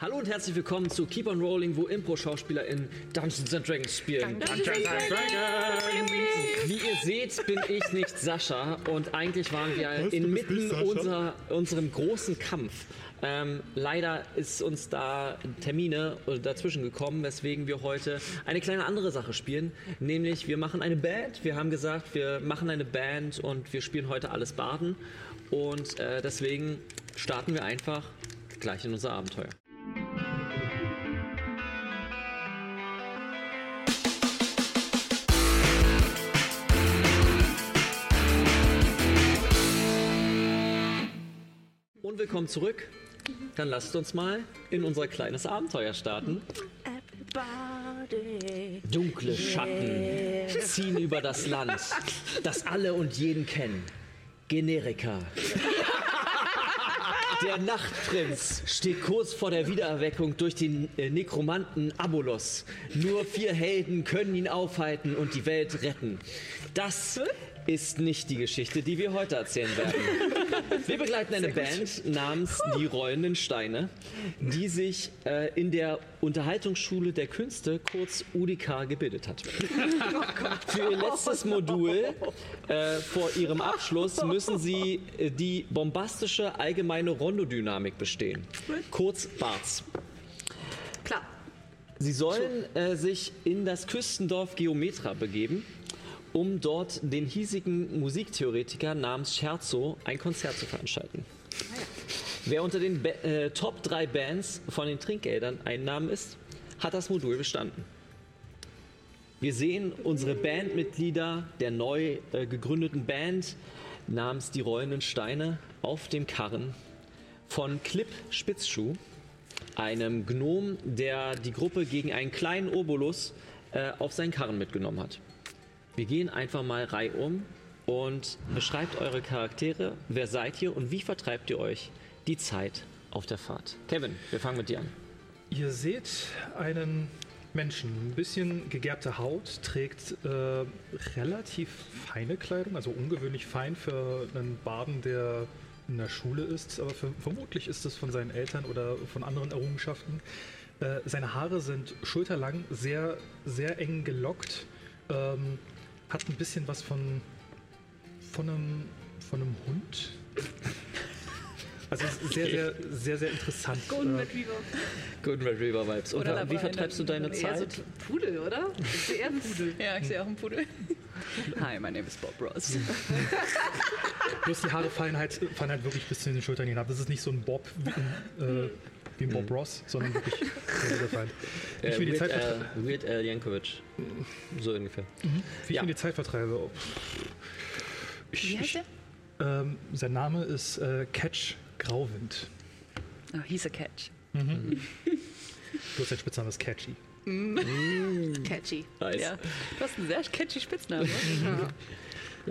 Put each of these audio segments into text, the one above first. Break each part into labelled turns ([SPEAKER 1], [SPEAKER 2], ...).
[SPEAKER 1] Hallo und herzlich willkommen zu Keep on Rolling, wo Impro-Schauspieler in Dungeons and Dragons spielen. Wie ihr seht, bin ich nicht Sascha und eigentlich waren wir
[SPEAKER 2] du bist
[SPEAKER 1] inmitten
[SPEAKER 2] nicht Sascha?
[SPEAKER 1] unser, unserem großen Kampf. Ähm, leider ist uns da Termine äh, dazwischen gekommen, weswegen wir heute eine kleine andere Sache spielen. Nämlich, wir machen eine Band. Wir haben gesagt, wir machen eine Band und wir spielen heute alles Baden. Und äh, deswegen starten wir einfach gleich in unser Abenteuer. Und willkommen zurück. Dann lasst uns mal in unser kleines Abenteuer starten.
[SPEAKER 3] Everybody.
[SPEAKER 1] Dunkle Schatten ziehen über das Land, das alle und jeden kennen. Generika. Der Nachtprinz steht kurz vor der Wiedererweckung durch den äh, Nekromanten Abolos. Nur vier Helden können ihn aufhalten und die Welt retten. Das ist nicht die Geschichte, die wir heute erzählen werden. Wir begleiten eine Band namens Die Rollenden Steine, die sich äh, in der Unterhaltungsschule der Künste, kurz UDK, gebildet hat. Für ihr letztes Modul äh, vor ihrem Abschluss müssen sie äh, die bombastische allgemeine Rondodynamik bestehen, kurz BARTS.
[SPEAKER 3] Klar.
[SPEAKER 1] Sie sollen äh, sich in das Küstendorf Geometra begeben, um dort den hiesigen Musiktheoretiker namens Scherzo ein Konzert zu veranstalten. Wer unter den Be äh, Top 3 Bands von den Trinkgeldern Einnahmen ist, hat das Modul bestanden. Wir sehen unsere Bandmitglieder der neu äh, gegründeten Band namens Die Rollenden Steine auf dem Karren von Clip Spitzschuh, einem Gnom, der die Gruppe gegen einen kleinen Obolus äh, auf seinen Karren mitgenommen hat. Wir gehen einfach mal reihum und beschreibt eure Charaktere, wer seid ihr und wie vertreibt ihr euch die Zeit auf der Fahrt. Kevin, wir fangen mit dir an.
[SPEAKER 2] Ihr seht einen Menschen, ein bisschen gegerbte Haut, trägt äh, relativ feine Kleidung, also ungewöhnlich fein für einen Baden, der in der Schule ist, aber ver- vermutlich ist es von seinen Eltern oder von anderen Errungenschaften. Äh, seine Haare sind schulterlang, sehr, sehr eng gelockt, ähm, hat ein bisschen was von, von, einem, von einem Hund. Also es ist sehr, sehr, sehr, sehr interessant.
[SPEAKER 4] Golden
[SPEAKER 2] Äh,
[SPEAKER 4] Retriever.
[SPEAKER 1] Golden Retriever Vibes. Und
[SPEAKER 4] Oder
[SPEAKER 1] wie
[SPEAKER 4] aber
[SPEAKER 1] vertreibst du deine
[SPEAKER 4] Eher so
[SPEAKER 1] Zeit?
[SPEAKER 4] t- Pudel, oder? Ich sehe eher einen Pudel.
[SPEAKER 5] Ja, ich sehe auch einen Pudel. Hi, my name is Bob Ross.
[SPEAKER 2] Bloß die Haare fallen halt, fallen halt wirklich bis zu den Schultern hinab. Das ist nicht so ein Bob wie ein, äh, wie ein Bob
[SPEAKER 1] Mhm.
[SPEAKER 2] Ross, sondern wirklich sehr, sehr fein. Wie ich mir die
[SPEAKER 1] Weird,
[SPEAKER 2] Zeit,
[SPEAKER 1] äh,
[SPEAKER 2] vertre-
[SPEAKER 1] Weird Al Yankovic. So ungefähr.
[SPEAKER 2] wie ich
[SPEAKER 1] ja.
[SPEAKER 2] mir die Zeit vertreibe. Oh, pff. Ich, ich, ähm, sein Name ist äh, Catch Grauwind.
[SPEAKER 5] Oh, he's a catch.
[SPEAKER 2] Bloß sein Spitzname ist Catchy.
[SPEAKER 4] Hm.
[SPEAKER 3] Catchy.
[SPEAKER 1] Nice.
[SPEAKER 5] Ja.
[SPEAKER 1] Ja.
[SPEAKER 5] Du hast einen sehr catchy Spitznamen. ne?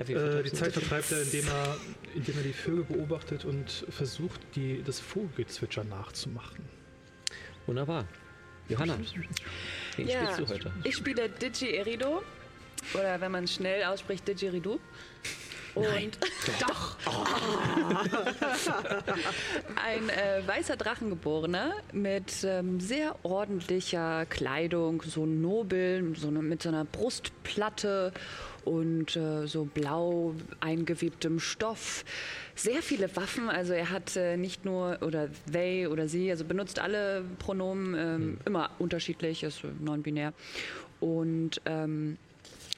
[SPEAKER 1] wie vertreibst
[SPEAKER 2] Äh, die
[SPEAKER 1] du
[SPEAKER 2] Zeit
[SPEAKER 1] dich?
[SPEAKER 2] vertreibt er, indem er, indem er die Vögel beobachtet und versucht, die, das Vogelgezwitscher nachzumachen.
[SPEAKER 1] Wunderbar. Johanna, wen spielst du heute?
[SPEAKER 5] Ich spiele Digi Erido. Oder wenn man es schnell ausspricht, Didgeridoo. Und Nein. doch. Ein äh, weißer Drachengeborener mit ähm, sehr ordentlicher Kleidung, so nobel, so eine, mit so einer Brustplatte und äh, so blau eingewebtem Stoff. Sehr viele Waffen, also er hat äh, nicht nur, oder they oder sie, also benutzt alle Pronomen, ähm, immer unterschiedlich, ist äh, non-binär. Und ähm,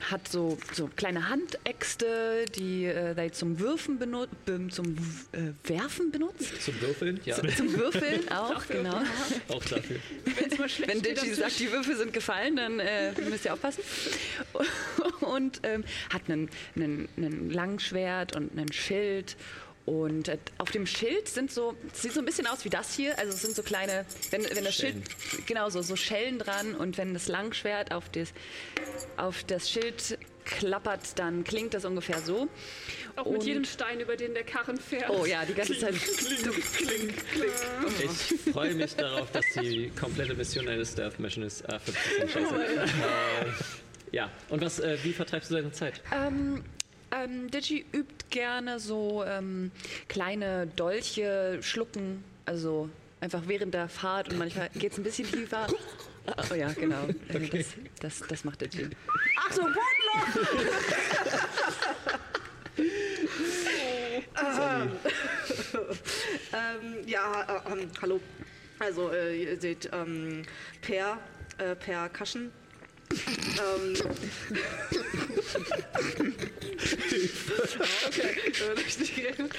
[SPEAKER 5] hat so, so kleine Handäxte, die äh, they zum Würfen benutzt, zum äh, Werfen benutzt.
[SPEAKER 1] Zum Würfeln? Ja,
[SPEAKER 5] Zum Würfeln auch, genau.
[SPEAKER 1] auch dafür.
[SPEAKER 4] Wenn's mal schlecht
[SPEAKER 5] Wenn
[SPEAKER 4] steht am
[SPEAKER 5] Digi sagt, die Würfel sind gefallen, dann äh, müsst ihr aufpassen. Und ähm, hat einen, einen, einen Langschwert und einen Schild. Und äh, auf dem Schild sind so, es sieht so ein bisschen aus wie das hier. Also es sind so kleine, wenn, wenn das
[SPEAKER 1] Schellen.
[SPEAKER 5] Schild, genau so, so Schellen dran. Und wenn das Langschwert auf das, auf das Schild klappert, dann klingt das ungefähr so.
[SPEAKER 4] Tisch. Auch mit
[SPEAKER 5] Und-
[SPEAKER 4] jedem Stein, über den der Karren fährt.
[SPEAKER 5] Oh ja, die ganze Zeit.
[SPEAKER 1] Ich freue mich darauf, dass die komplette Mission eines Stealth Mission ist. Ah, verdammt,
[SPEAKER 6] Oh
[SPEAKER 1] scheiße. äh, ja, und was, äh, wie vertreibst du deine Zeit?
[SPEAKER 5] Ähm, ähm, Digi übt gerne so ähm, kleine Dolche schlucken, also einfach während der Fahrt und manchmal geht es ein bisschen tiefer. Oh ja, genau. Also das, das, das macht der Gin. Ach so, Bodenloch!
[SPEAKER 6] Ähm, ja, äh, ähm, hallo. Also, äh, ihr seht, ähm, Per, äh, Per Kaschen. ähm,
[SPEAKER 4] Okay, damit hab ich nicht gerechnet.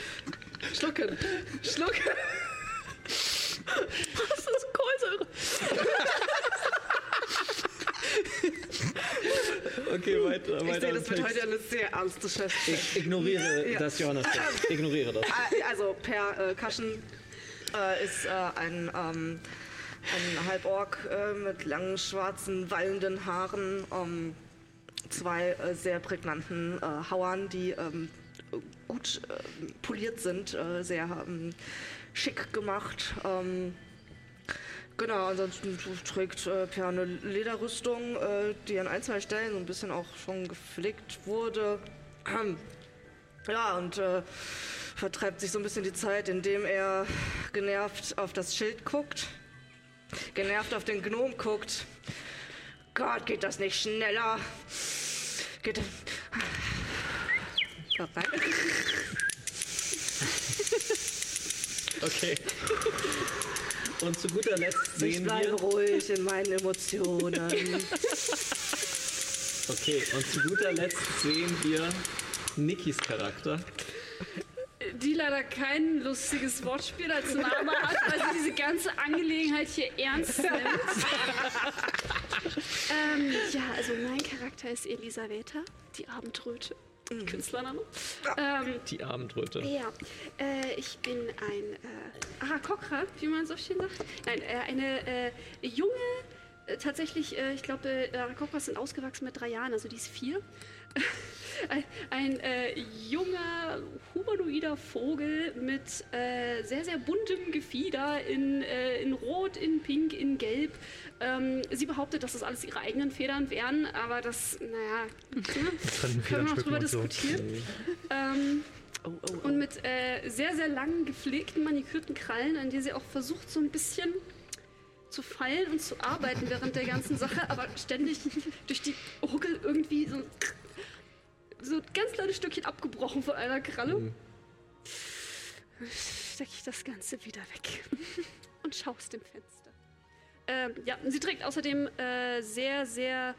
[SPEAKER 4] Schlucken, schlucken.
[SPEAKER 5] Das ist Kohlensäure.
[SPEAKER 1] Okay, weiter,
[SPEAKER 6] ich
[SPEAKER 1] weiter.
[SPEAKER 6] sehe,
[SPEAKER 1] im
[SPEAKER 6] das wird
[SPEAKER 1] Text.
[SPEAKER 6] heute eine sehr ernste Schätzung.
[SPEAKER 1] Ich ignoriere
[SPEAKER 6] Ja.
[SPEAKER 1] das, Johannes. Ignoriere das.
[SPEAKER 6] Äh, Also Per äh, Kaschen äh, ist äh, ein, ähm, ein Halborg äh, mit langen, schwarzen, wallenden Haaren, ähm, zwei äh, sehr prägnanten äh, Hauern, die ähm, gut äh, poliert sind, äh, sehr ähm, schick gemacht. Ähm, Genau, ansonsten trägt äh, Per eine Lederrüstung, äh, die an ein, zwei Stellen so ein bisschen auch schon geflickt wurde. Ja, und äh, vertreibt sich so ein bisschen die Zeit, indem er genervt auf das Schild guckt, genervt auf den Gnom guckt. Gott, geht das nicht schneller? Geht das... Da rein.
[SPEAKER 1] Okay. Und zu guter Letzt
[SPEAKER 6] Ich
[SPEAKER 1] sehen
[SPEAKER 6] bleibe
[SPEAKER 1] wir.
[SPEAKER 6] ruhig in meinen Emotionen.
[SPEAKER 1] Okay, und zu guter Letzt sehen wir Nikis Charakter.
[SPEAKER 4] Die leider kein lustiges Wortspiel als Name hat, weil sie diese ganze Angelegenheit hier ernst nimmt.
[SPEAKER 7] Ähm, ja, also mein Charakter ist Elisaveta, die Abendröte.
[SPEAKER 4] Mhm.
[SPEAKER 7] Künstlername. Ähm,
[SPEAKER 1] Die Abendröte.
[SPEAKER 7] ja, äh, ich bin ein äh, Arakokra, wie man so schön sagt. Nein, äh, eine äh, junge, äh, tatsächlich, äh, ich glaube, äh, Arakokras sind ausgewachsen mit drei Jahren, also die ist vier. ein ein äh, junger, humanoider Vogel mit äh, sehr, sehr buntem Gefieder in, äh, in Rot, in Pink, in Gelb. Ähm, sie behauptet, dass das alles ihre eigenen Federn wären, aber das, naja, ne,
[SPEAKER 2] fremden
[SPEAKER 7] können wir
[SPEAKER 2] Federn
[SPEAKER 7] noch drüber
[SPEAKER 2] schmücken und so.
[SPEAKER 7] diskutieren. Ähm,
[SPEAKER 6] Oh,
[SPEAKER 7] Und mit äh, sehr, sehr langen, gepflegten, manikürten Krallen, an die sie auch versucht, so ein bisschen zu fallen und zu arbeiten während der ganzen Sache, aber ständig durch die Huckel irgendwie so, ein- so ein ganz kleines Stückchen abgebrochen von einer Kralle. Stecke ich das Ganze wieder weg und schau aus dem Fenster. Ähm, ja, sie trägt außerdem äh, sehr, sehr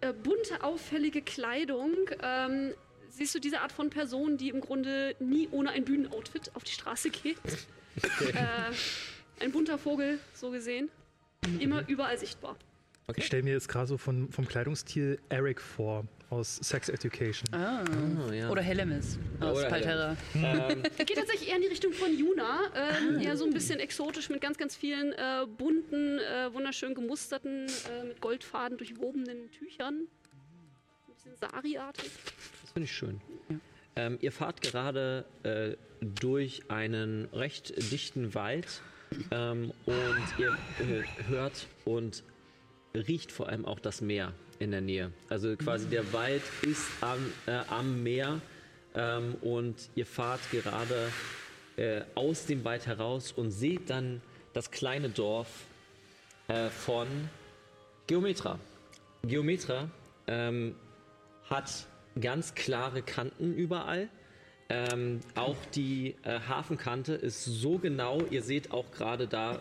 [SPEAKER 7] äh, bunte, auffällige Kleidung. Ähm, siehst du diese Art von Person, die im Grunde nie ohne ein Bühnenoutfit auf die Straße geht? äh, ein bunter Vogel, so gesehen. Immer überall sichtbar.
[SPEAKER 2] Ich stelle mir jetzt gerade so von, vom Kleidungsstil Eric vor aus Sex Education.
[SPEAKER 1] Oh, ja.
[SPEAKER 5] Oder Hellemis aus
[SPEAKER 1] Oder
[SPEAKER 5] Palterra.
[SPEAKER 7] Geht tatsächlich eher in die Richtung von Juna. Ähm, eher so ein bisschen exotisch mit ganz, ganz vielen äh, bunten, äh, wunderschön gemusterten, äh, mit Goldfaden durchwobenen Tüchern. Ein bisschen Sari-artig.
[SPEAKER 1] Das finde ich schön. Ähm, ihr fahrt gerade äh, durch einen recht dichten Wald ähm, und ihr äh, hört und riecht vor allem auch das Meer in der Nähe. Also quasi der Wald ist am, äh, am Meer ähm, und ihr fahrt gerade äh, aus dem Wald heraus und seht dann das kleine Dorf äh, von Geometra. Geometra ähm, hat ganz klare Kanten überall. Ähm, auch die äh, Hafenkante ist so genau, ihr seht auch gerade da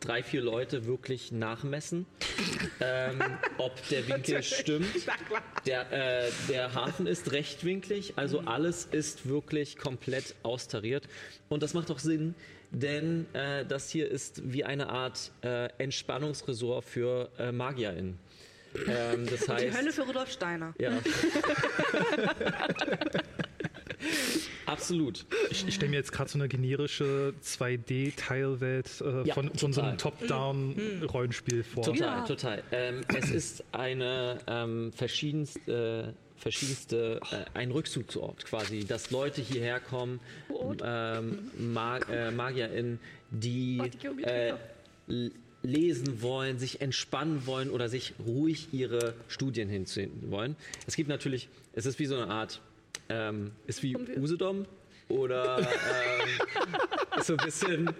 [SPEAKER 1] drei, vier Leute wirklich nachmessen, ähm, ob der Winkel stimmt. Der, äh, der Hafen ist rechtwinklig, also alles ist wirklich komplett austariert. Und das macht auch Sinn, denn äh, das hier ist wie eine Art äh, Entspannungsresort für äh, MagierInnen. Ähm, das
[SPEAKER 6] Die
[SPEAKER 1] heißt,
[SPEAKER 6] Hölle für Rudolf Steiner.
[SPEAKER 1] ja. Absolut.
[SPEAKER 2] Ich, ich stelle mir jetzt gerade so eine generische 2D-Teilwelt äh,
[SPEAKER 1] Ja,
[SPEAKER 2] von, von so einem
[SPEAKER 1] total.
[SPEAKER 7] Mhm.
[SPEAKER 2] Top-Down-Rollenspiel vor.
[SPEAKER 1] Total, total. Ähm, es ist eine ähm, verschiedenste, äh, verschiedenste äh, ein Rückzugsort quasi, dass Leute hierher kommen, ähm, Ma äh, MagierInnen, die
[SPEAKER 7] Oh, die Geometrie,
[SPEAKER 1] äh,
[SPEAKER 7] ja.
[SPEAKER 1] l- lesen wollen, sich entspannen wollen oder sich ruhig ihre Studien hinziehen wollen. Es gibt natürlich, es ist wie so eine Art, ähm, ist wie Usedom oder ähm, ist so ein bisschen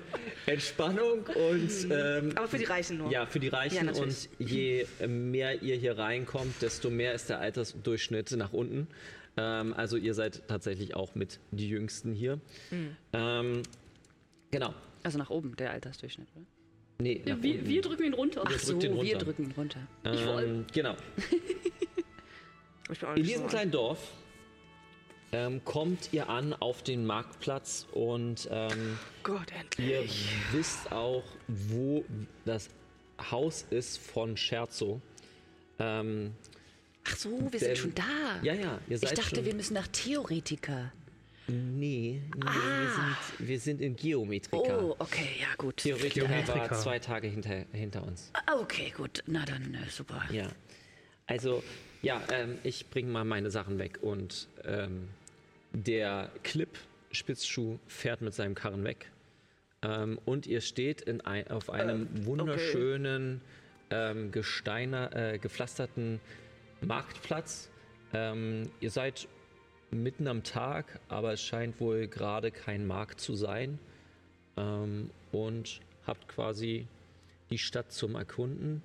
[SPEAKER 1] Entspannung und ähm,
[SPEAKER 6] Aber für die Reichen nur.
[SPEAKER 1] ja, für die Reichen.
[SPEAKER 6] Ja,
[SPEAKER 1] und
[SPEAKER 6] natürlich.
[SPEAKER 1] je äh, mehr ihr hier reinkommt, desto mehr ist der Altersdurchschnitt nach unten. Ähm, also ihr seid tatsächlich auch mit die Jüngsten hier.
[SPEAKER 5] Mhm.
[SPEAKER 1] Ähm, genau.
[SPEAKER 5] Also nach oben, der Altersdurchschnitt. Oder?
[SPEAKER 1] Nee, nach
[SPEAKER 4] Wir,
[SPEAKER 1] unten.
[SPEAKER 4] wir drücken ihn runter.
[SPEAKER 1] Ihr
[SPEAKER 5] Ach
[SPEAKER 1] drückt
[SPEAKER 5] so,
[SPEAKER 1] den
[SPEAKER 5] wir
[SPEAKER 1] runter.
[SPEAKER 5] drücken ihn runter.
[SPEAKER 1] ähm, Genau.
[SPEAKER 6] Ich bin auch
[SPEAKER 1] In
[SPEAKER 6] nicht
[SPEAKER 1] diesem
[SPEAKER 6] so
[SPEAKER 1] kleinen Dorf ähm, kommt ihr an auf den Marktplatz und ähm,
[SPEAKER 6] Gott,
[SPEAKER 1] ihr wisst auch, wo das Haus ist von Scherzo. Ähm,
[SPEAKER 5] Ach so, wir
[SPEAKER 1] Denn-
[SPEAKER 5] sind schon da.
[SPEAKER 1] ja, ja, ihr
[SPEAKER 5] ich
[SPEAKER 1] seid
[SPEAKER 5] dachte,
[SPEAKER 1] schon,
[SPEAKER 5] wir müssen nach Theoretiker.
[SPEAKER 1] Nee, nee wir, sind, wir sind in Geometrika.
[SPEAKER 5] Ah. Oh, okay, ja gut.
[SPEAKER 1] Theoretiker war
[SPEAKER 2] Geometrika.
[SPEAKER 1] zwei Tage hinter, hinter uns.
[SPEAKER 5] Ah, Okay, gut. Na dann, äh, super.
[SPEAKER 1] Ja. Also, ja, ähm, ich bringe mal meine Sachen weg und ähm, der Clip-Spitzschuh fährt mit seinem Karren weg. Ähm, und ihr steht in ein, auf einem wunderschönen, ähm, gesteiner, äh, gepflasterten Marktplatz. Ähm, ihr seid mitten am Tag, aber es scheint wohl gerade kein Markt zu sein. Ähm, und habt quasi die Stadt zum Erkunden.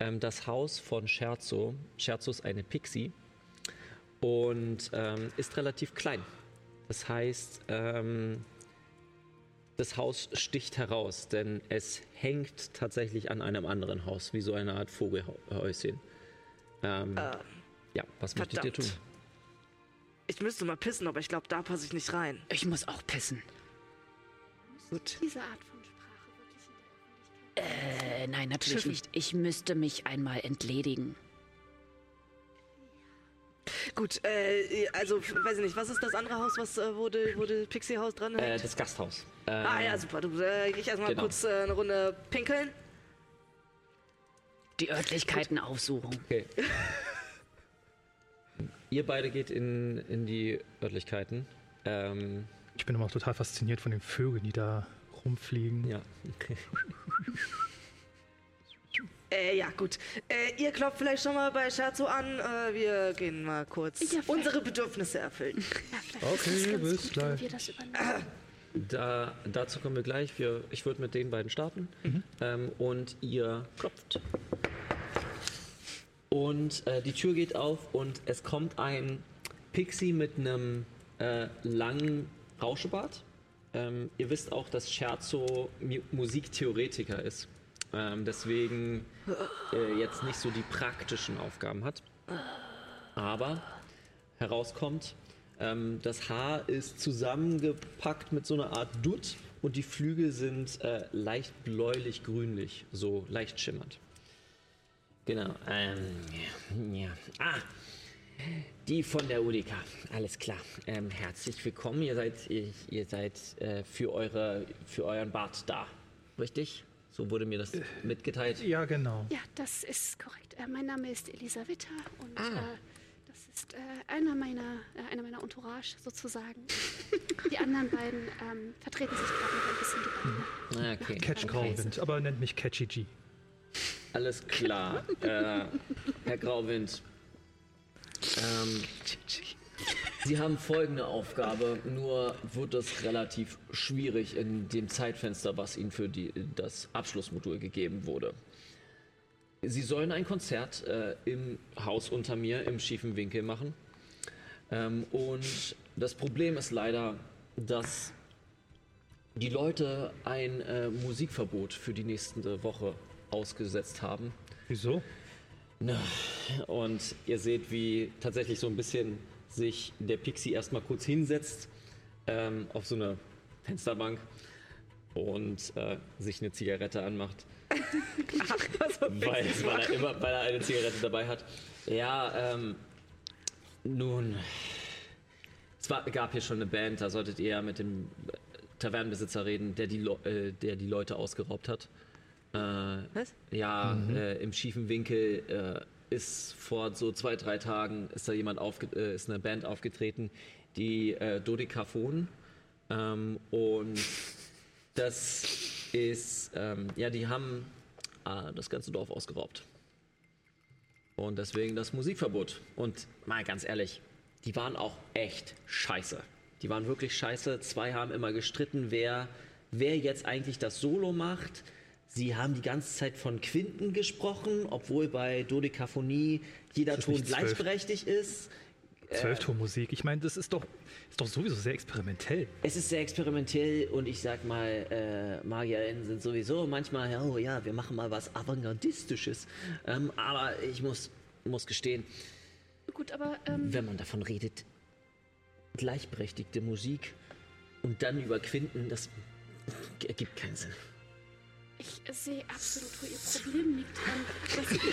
[SPEAKER 1] Ähm, das Haus von Scherzo. Scherzo ist eine Pixie und ähm, ist relativ klein. Das heißt, ähm, das Haus sticht heraus, denn es hängt tatsächlich an einem anderen Haus, wie so eine Art Vogelhäuschen. Ähm, ja, was möchtet ihr tun?
[SPEAKER 6] verdammt. Ich müsste mal pissen, aber ich glaube, da passe ich nicht rein.
[SPEAKER 5] Ich muss auch pissen.
[SPEAKER 6] Gut.
[SPEAKER 7] Diese Art von Sprache wirklich in der
[SPEAKER 5] Äh, nein, natürlich nicht. Ich müsste mich einmal entledigen.
[SPEAKER 6] Gut, äh, also, weiß ich nicht, was ist das andere Haus, was äh, wurde, wurde Pixie Haus dran?
[SPEAKER 1] Äh, das Gasthaus. Äh,
[SPEAKER 6] ah ja, super. Du, äh, ich erstmal
[SPEAKER 1] genau.
[SPEAKER 6] kurz äh, eine Runde pinkeln.
[SPEAKER 5] Die Örtlichkeiten aufsuchen.
[SPEAKER 1] Okay. Ihr beide geht in, in die Örtlichkeiten. Ähm,
[SPEAKER 2] Ich bin immer auch total fasziniert von den Vögeln, die da rumfliegen.
[SPEAKER 1] ja.
[SPEAKER 6] Äh, ja, gut. Äh, ihr klopft vielleicht schon mal bei Scherzo an. Äh, wir gehen mal kurz unsere Bedürfnisse erfüllen.
[SPEAKER 2] Okay, bis gleich.
[SPEAKER 7] wir das übernehmen.
[SPEAKER 1] Da, dazu kommen wir gleich. Wir, ich würde mit den beiden starten. Ähm, und ihr klopft. Und äh, die Tür geht auf und es kommt ein Pixie mit einem äh, langen Rauschebart. Ähm, ihr wisst auch, dass Scherzo Mu- Musiktheoretiker ist. Ähm, deswegen äh, jetzt nicht so die praktischen Aufgaben hat. Aber herauskommt. Ähm, das Haar ist zusammengepackt mit so einer Art Dutt und die Flügel sind äh, leicht bläulich-grünlich, so leicht schimmernd. Genau. Ähm, ja, ja. Ah, die von der Udika. Alles klar. Ähm, herzlich willkommen. Ihr seid, ihr, ihr seid äh, für, eure, für euren Bart da. Richtig? So wurde mir das mitgeteilt.
[SPEAKER 2] Ja, genau.
[SPEAKER 7] Ja, das ist korrekt. Äh, mein Name ist Elisaveta und
[SPEAKER 1] Ah.
[SPEAKER 7] äh, das ist äh, einer meiner, äh, einer meiner Entourage sozusagen. Die anderen beiden ähm, vertreten sich gerade noch ein bisschen die Beine.
[SPEAKER 1] Ah, Okay.
[SPEAKER 2] Catch Grauwind, aber nennt mich Catchy G.
[SPEAKER 1] Alles klar, äh, Herr Grauwind. Ähm, Sie haben folgende Aufgabe, nur wird es relativ schwierig in dem Zeitfenster, was Ihnen für die, das Abschlussmodul gegeben wurde. Sie sollen ein Konzert äh, im Haus unter mir im schiefen Winkel machen. Ähm, und das Problem ist leider, dass die Leute ein äh, Musikverbot für die nächste Woche ausgesetzt haben.
[SPEAKER 2] Wieso?
[SPEAKER 1] Na, Und ihr seht, wie tatsächlich so ein bisschen sich der Pixie erstmal kurz hinsetzt ähm, auf so eine Fensterbank und äh, sich eine Zigarette anmacht. weil, weil, er immer, weil er eine Zigarette dabei hat. Ja, ähm, nun, es war, gab hier schon eine Band, da solltet ihr ja mit dem äh, Tavernenbesitzer reden, der die, Lo- äh, der die Leute ausgeraubt hat. Äh,
[SPEAKER 6] Was?
[SPEAKER 1] ja, äh, im schiefen Winkel äh, ist vor so zwei, drei Tagen ist da jemand aufge äh, ist eine Band aufgetreten, die äh, Dodekaphon. Ähm, und das ist, ähm, ja, die haben äh, das ganze Dorf ausgeraubt. Und deswegen das Musikverbot. Und mal ganz ehrlich, die waren auch echt scheiße. Die waren wirklich scheiße. Zwei haben immer gestritten, wer wer jetzt eigentlich das Solo macht. Sie haben die ganze Zeit von Quinten gesprochen, obwohl bei Dodekaphonie jeder
[SPEAKER 2] Ist das
[SPEAKER 1] Ton
[SPEAKER 2] nicht zwölf?
[SPEAKER 1] gleichberechtigt ist.
[SPEAKER 2] Äh. Zwölftonmusik. Ich meine, das ist doch, ist doch sowieso sehr experimentell.
[SPEAKER 1] Es ist sehr experimentell und ich sag mal, äh, MagierInnen sind sowieso manchmal, ja, oh ja, wir machen mal was Avantgardistisches. Ähm, aber ich muss, muss gestehen,
[SPEAKER 7] Gut, aber ähm,
[SPEAKER 1] wenn man davon redet, gleichberechtigte Musik und dann über Quinten, das ergibt keinen Sinn.
[SPEAKER 7] ich sehe absolut, wo ihr Problem liegt. Ähm, dass sie,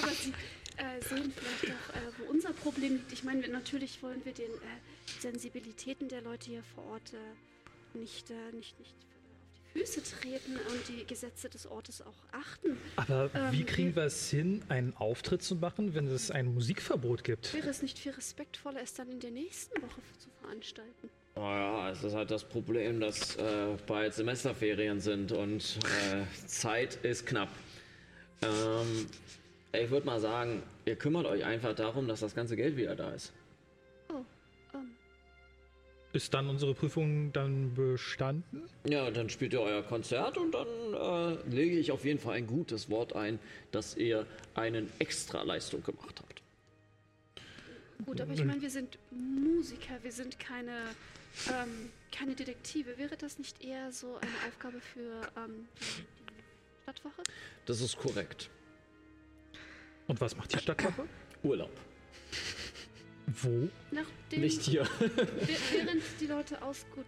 [SPEAKER 7] aber sie äh, sehen vielleicht auch, äh, wo unser Problem liegt. Ich meine, wir- natürlich wollen wir den äh, Sensibilitäten der Leute hier vor Ort äh, nicht, äh, nicht, nicht auf die Füße treten und die Gesetze des Ortes auch achten.
[SPEAKER 2] Aber wie
[SPEAKER 7] Ähm,
[SPEAKER 2] kriegen
[SPEAKER 7] wir-
[SPEAKER 2] wir es hin, einen Auftritt zu machen, wenn es ein Musikverbot gibt?
[SPEAKER 7] Wäre es nicht viel respektvoller, es dann in der nächsten Woche zu veranstalten?
[SPEAKER 1] Naja, es ist halt das Problem, dass äh, bald Semesterferien sind und äh, Zeit ist knapp. Ähm, ich würde mal sagen, ihr kümmert euch einfach darum, dass das ganze Geld wieder da ist.
[SPEAKER 2] Ist dann unsere Prüfung dann bestanden?
[SPEAKER 1] Ja, dann spielt ihr euer Konzert und dann äh, lege ich auf jeden Fall ein gutes Wort ein, dass ihr eine Extraleistung gemacht habt.
[SPEAKER 7] Gut, aber ich meine, wir sind Musiker, wir sind keine, ähm, keine Detektive. Wäre das nicht eher so eine Aufgabe für ähm, die Stadtwache?
[SPEAKER 1] Das ist korrekt.
[SPEAKER 2] Und was macht die Stadtwache?
[SPEAKER 1] Urlaub.
[SPEAKER 2] Wo?
[SPEAKER 7] Nachdem,
[SPEAKER 1] Nicht hier.
[SPEAKER 7] wär- Während die Leute aus... Gut.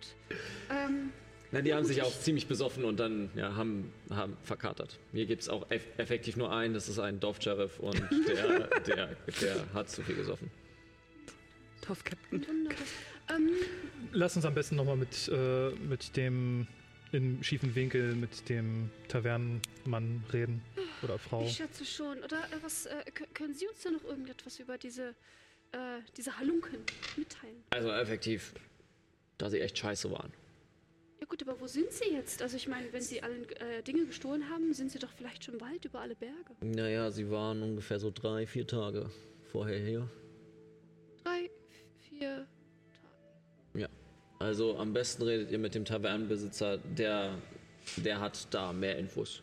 [SPEAKER 7] Ähm,
[SPEAKER 1] Na, die haben sich auch ziemlich besoffen und dann ja, haben, haben verkatert. Mir gibt es auch eff effektiv nur einen, das ist ein Dorfsheriff und der, der, der hat zu viel gesoffen.
[SPEAKER 5] Tough Captain.
[SPEAKER 7] wunderbar. Ähm,
[SPEAKER 2] Lass uns am besten nochmal mit, äh, mit dem im schiefen Winkel mit dem Tavernenmann reden. Oder Frau.
[SPEAKER 7] ich schätze schon. Oder äh, was äh, kö- können Sie uns denn noch irgendetwas über diese, äh, diese Halunken mitteilen?
[SPEAKER 1] Also effektiv, da sie echt scheiße waren.
[SPEAKER 7] Ja gut, aber wo sind Sie jetzt? Also ich meine, wenn Sie allen äh, Dinge gestohlen haben, sind Sie doch vielleicht schon weit über alle Berge.
[SPEAKER 1] Naja, sie waren ungefähr so drei, vier Tage vorher hier.
[SPEAKER 7] Drei, vier...
[SPEAKER 1] Ja. Also am besten redet ihr mit dem Tavernenbesitzer, der, der hat da mehr Infos.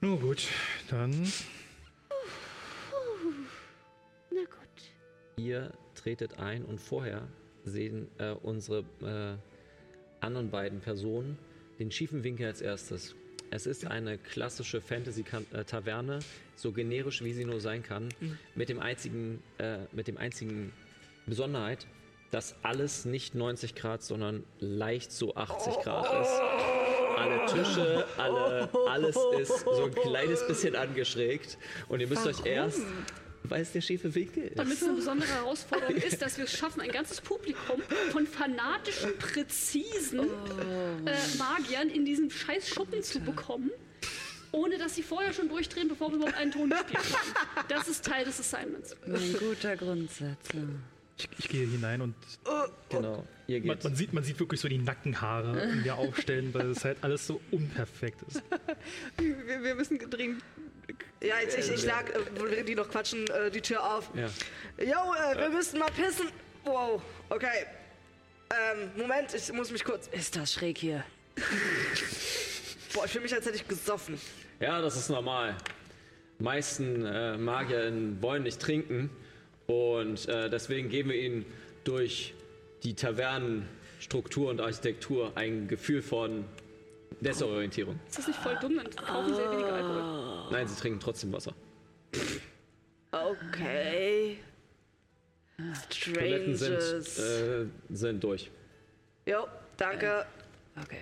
[SPEAKER 2] Nun gut, dann
[SPEAKER 7] Na gut.
[SPEAKER 1] Ihr tretet ein und vorher sehen äh, unsere äh, anderen beiden Personen den schiefen Winkel als erstes. Es ist eine klassische Fantasy-Taverne, so generisch wie sie nur sein kann, mit, dem einzigen, äh, mit dem einzigen Besonderheit, dass alles nicht 90 Grad, sondern leicht so 80 Grad ist. Alle Tische, alle, alles ist so ein kleines bisschen angeschrägt und ihr müsst euch erst, weil es der schiefe Winkel ist.
[SPEAKER 4] Damit es eine besondere Herausforderung ist, dass wir es schaffen, ein ganzes Publikum von fanatischen, präzisen
[SPEAKER 5] Oh.
[SPEAKER 4] äh, Magiern in diesen scheiß Schuppen zu bekommen, ohne dass sie vorher schon durchdrehen, bevor wir überhaupt einen Ton gespielt haben. Das ist Teil des Assignments.
[SPEAKER 5] Ein guter Grundsatz.
[SPEAKER 2] ich, ich gehe hinein und
[SPEAKER 1] Genau, ihr
[SPEAKER 2] man,
[SPEAKER 1] geht.
[SPEAKER 2] man, sieht, man sieht wirklich so die Nackenhaare in mir aufstellen, weil es halt alles so unperfekt ist.
[SPEAKER 5] Wir, wir müssen dringend.
[SPEAKER 6] Ja, ich, ich, ich lag, äh, während die noch quatschen, äh, die Tür auf.
[SPEAKER 1] Ja.
[SPEAKER 6] Jo, äh, wir müssen mal pissen. Wow, okay. Ähm, Moment, ich muss mich kurz.
[SPEAKER 5] Ist das schräg hier?
[SPEAKER 6] Boah, ich fühle mich, als hätte ich gesoffen.
[SPEAKER 1] ja, das ist normal. Meisten äh, Magier wollen nicht trinken und äh, deswegen geben wir ihnen durch die Tavernenstruktur und Architektur ein Gefühl von Desorientierung.
[SPEAKER 4] Ist das nicht voll dumm? Dann kaufen sehr
[SPEAKER 5] Ah.
[SPEAKER 4] wenig Alkohol.
[SPEAKER 1] Nein, sie trinken trotzdem Wasser.
[SPEAKER 6] Okay.
[SPEAKER 1] Toiletten
[SPEAKER 6] Strangers.
[SPEAKER 1] sind, äh, sind durch.
[SPEAKER 6] jo, danke.
[SPEAKER 5] Okay.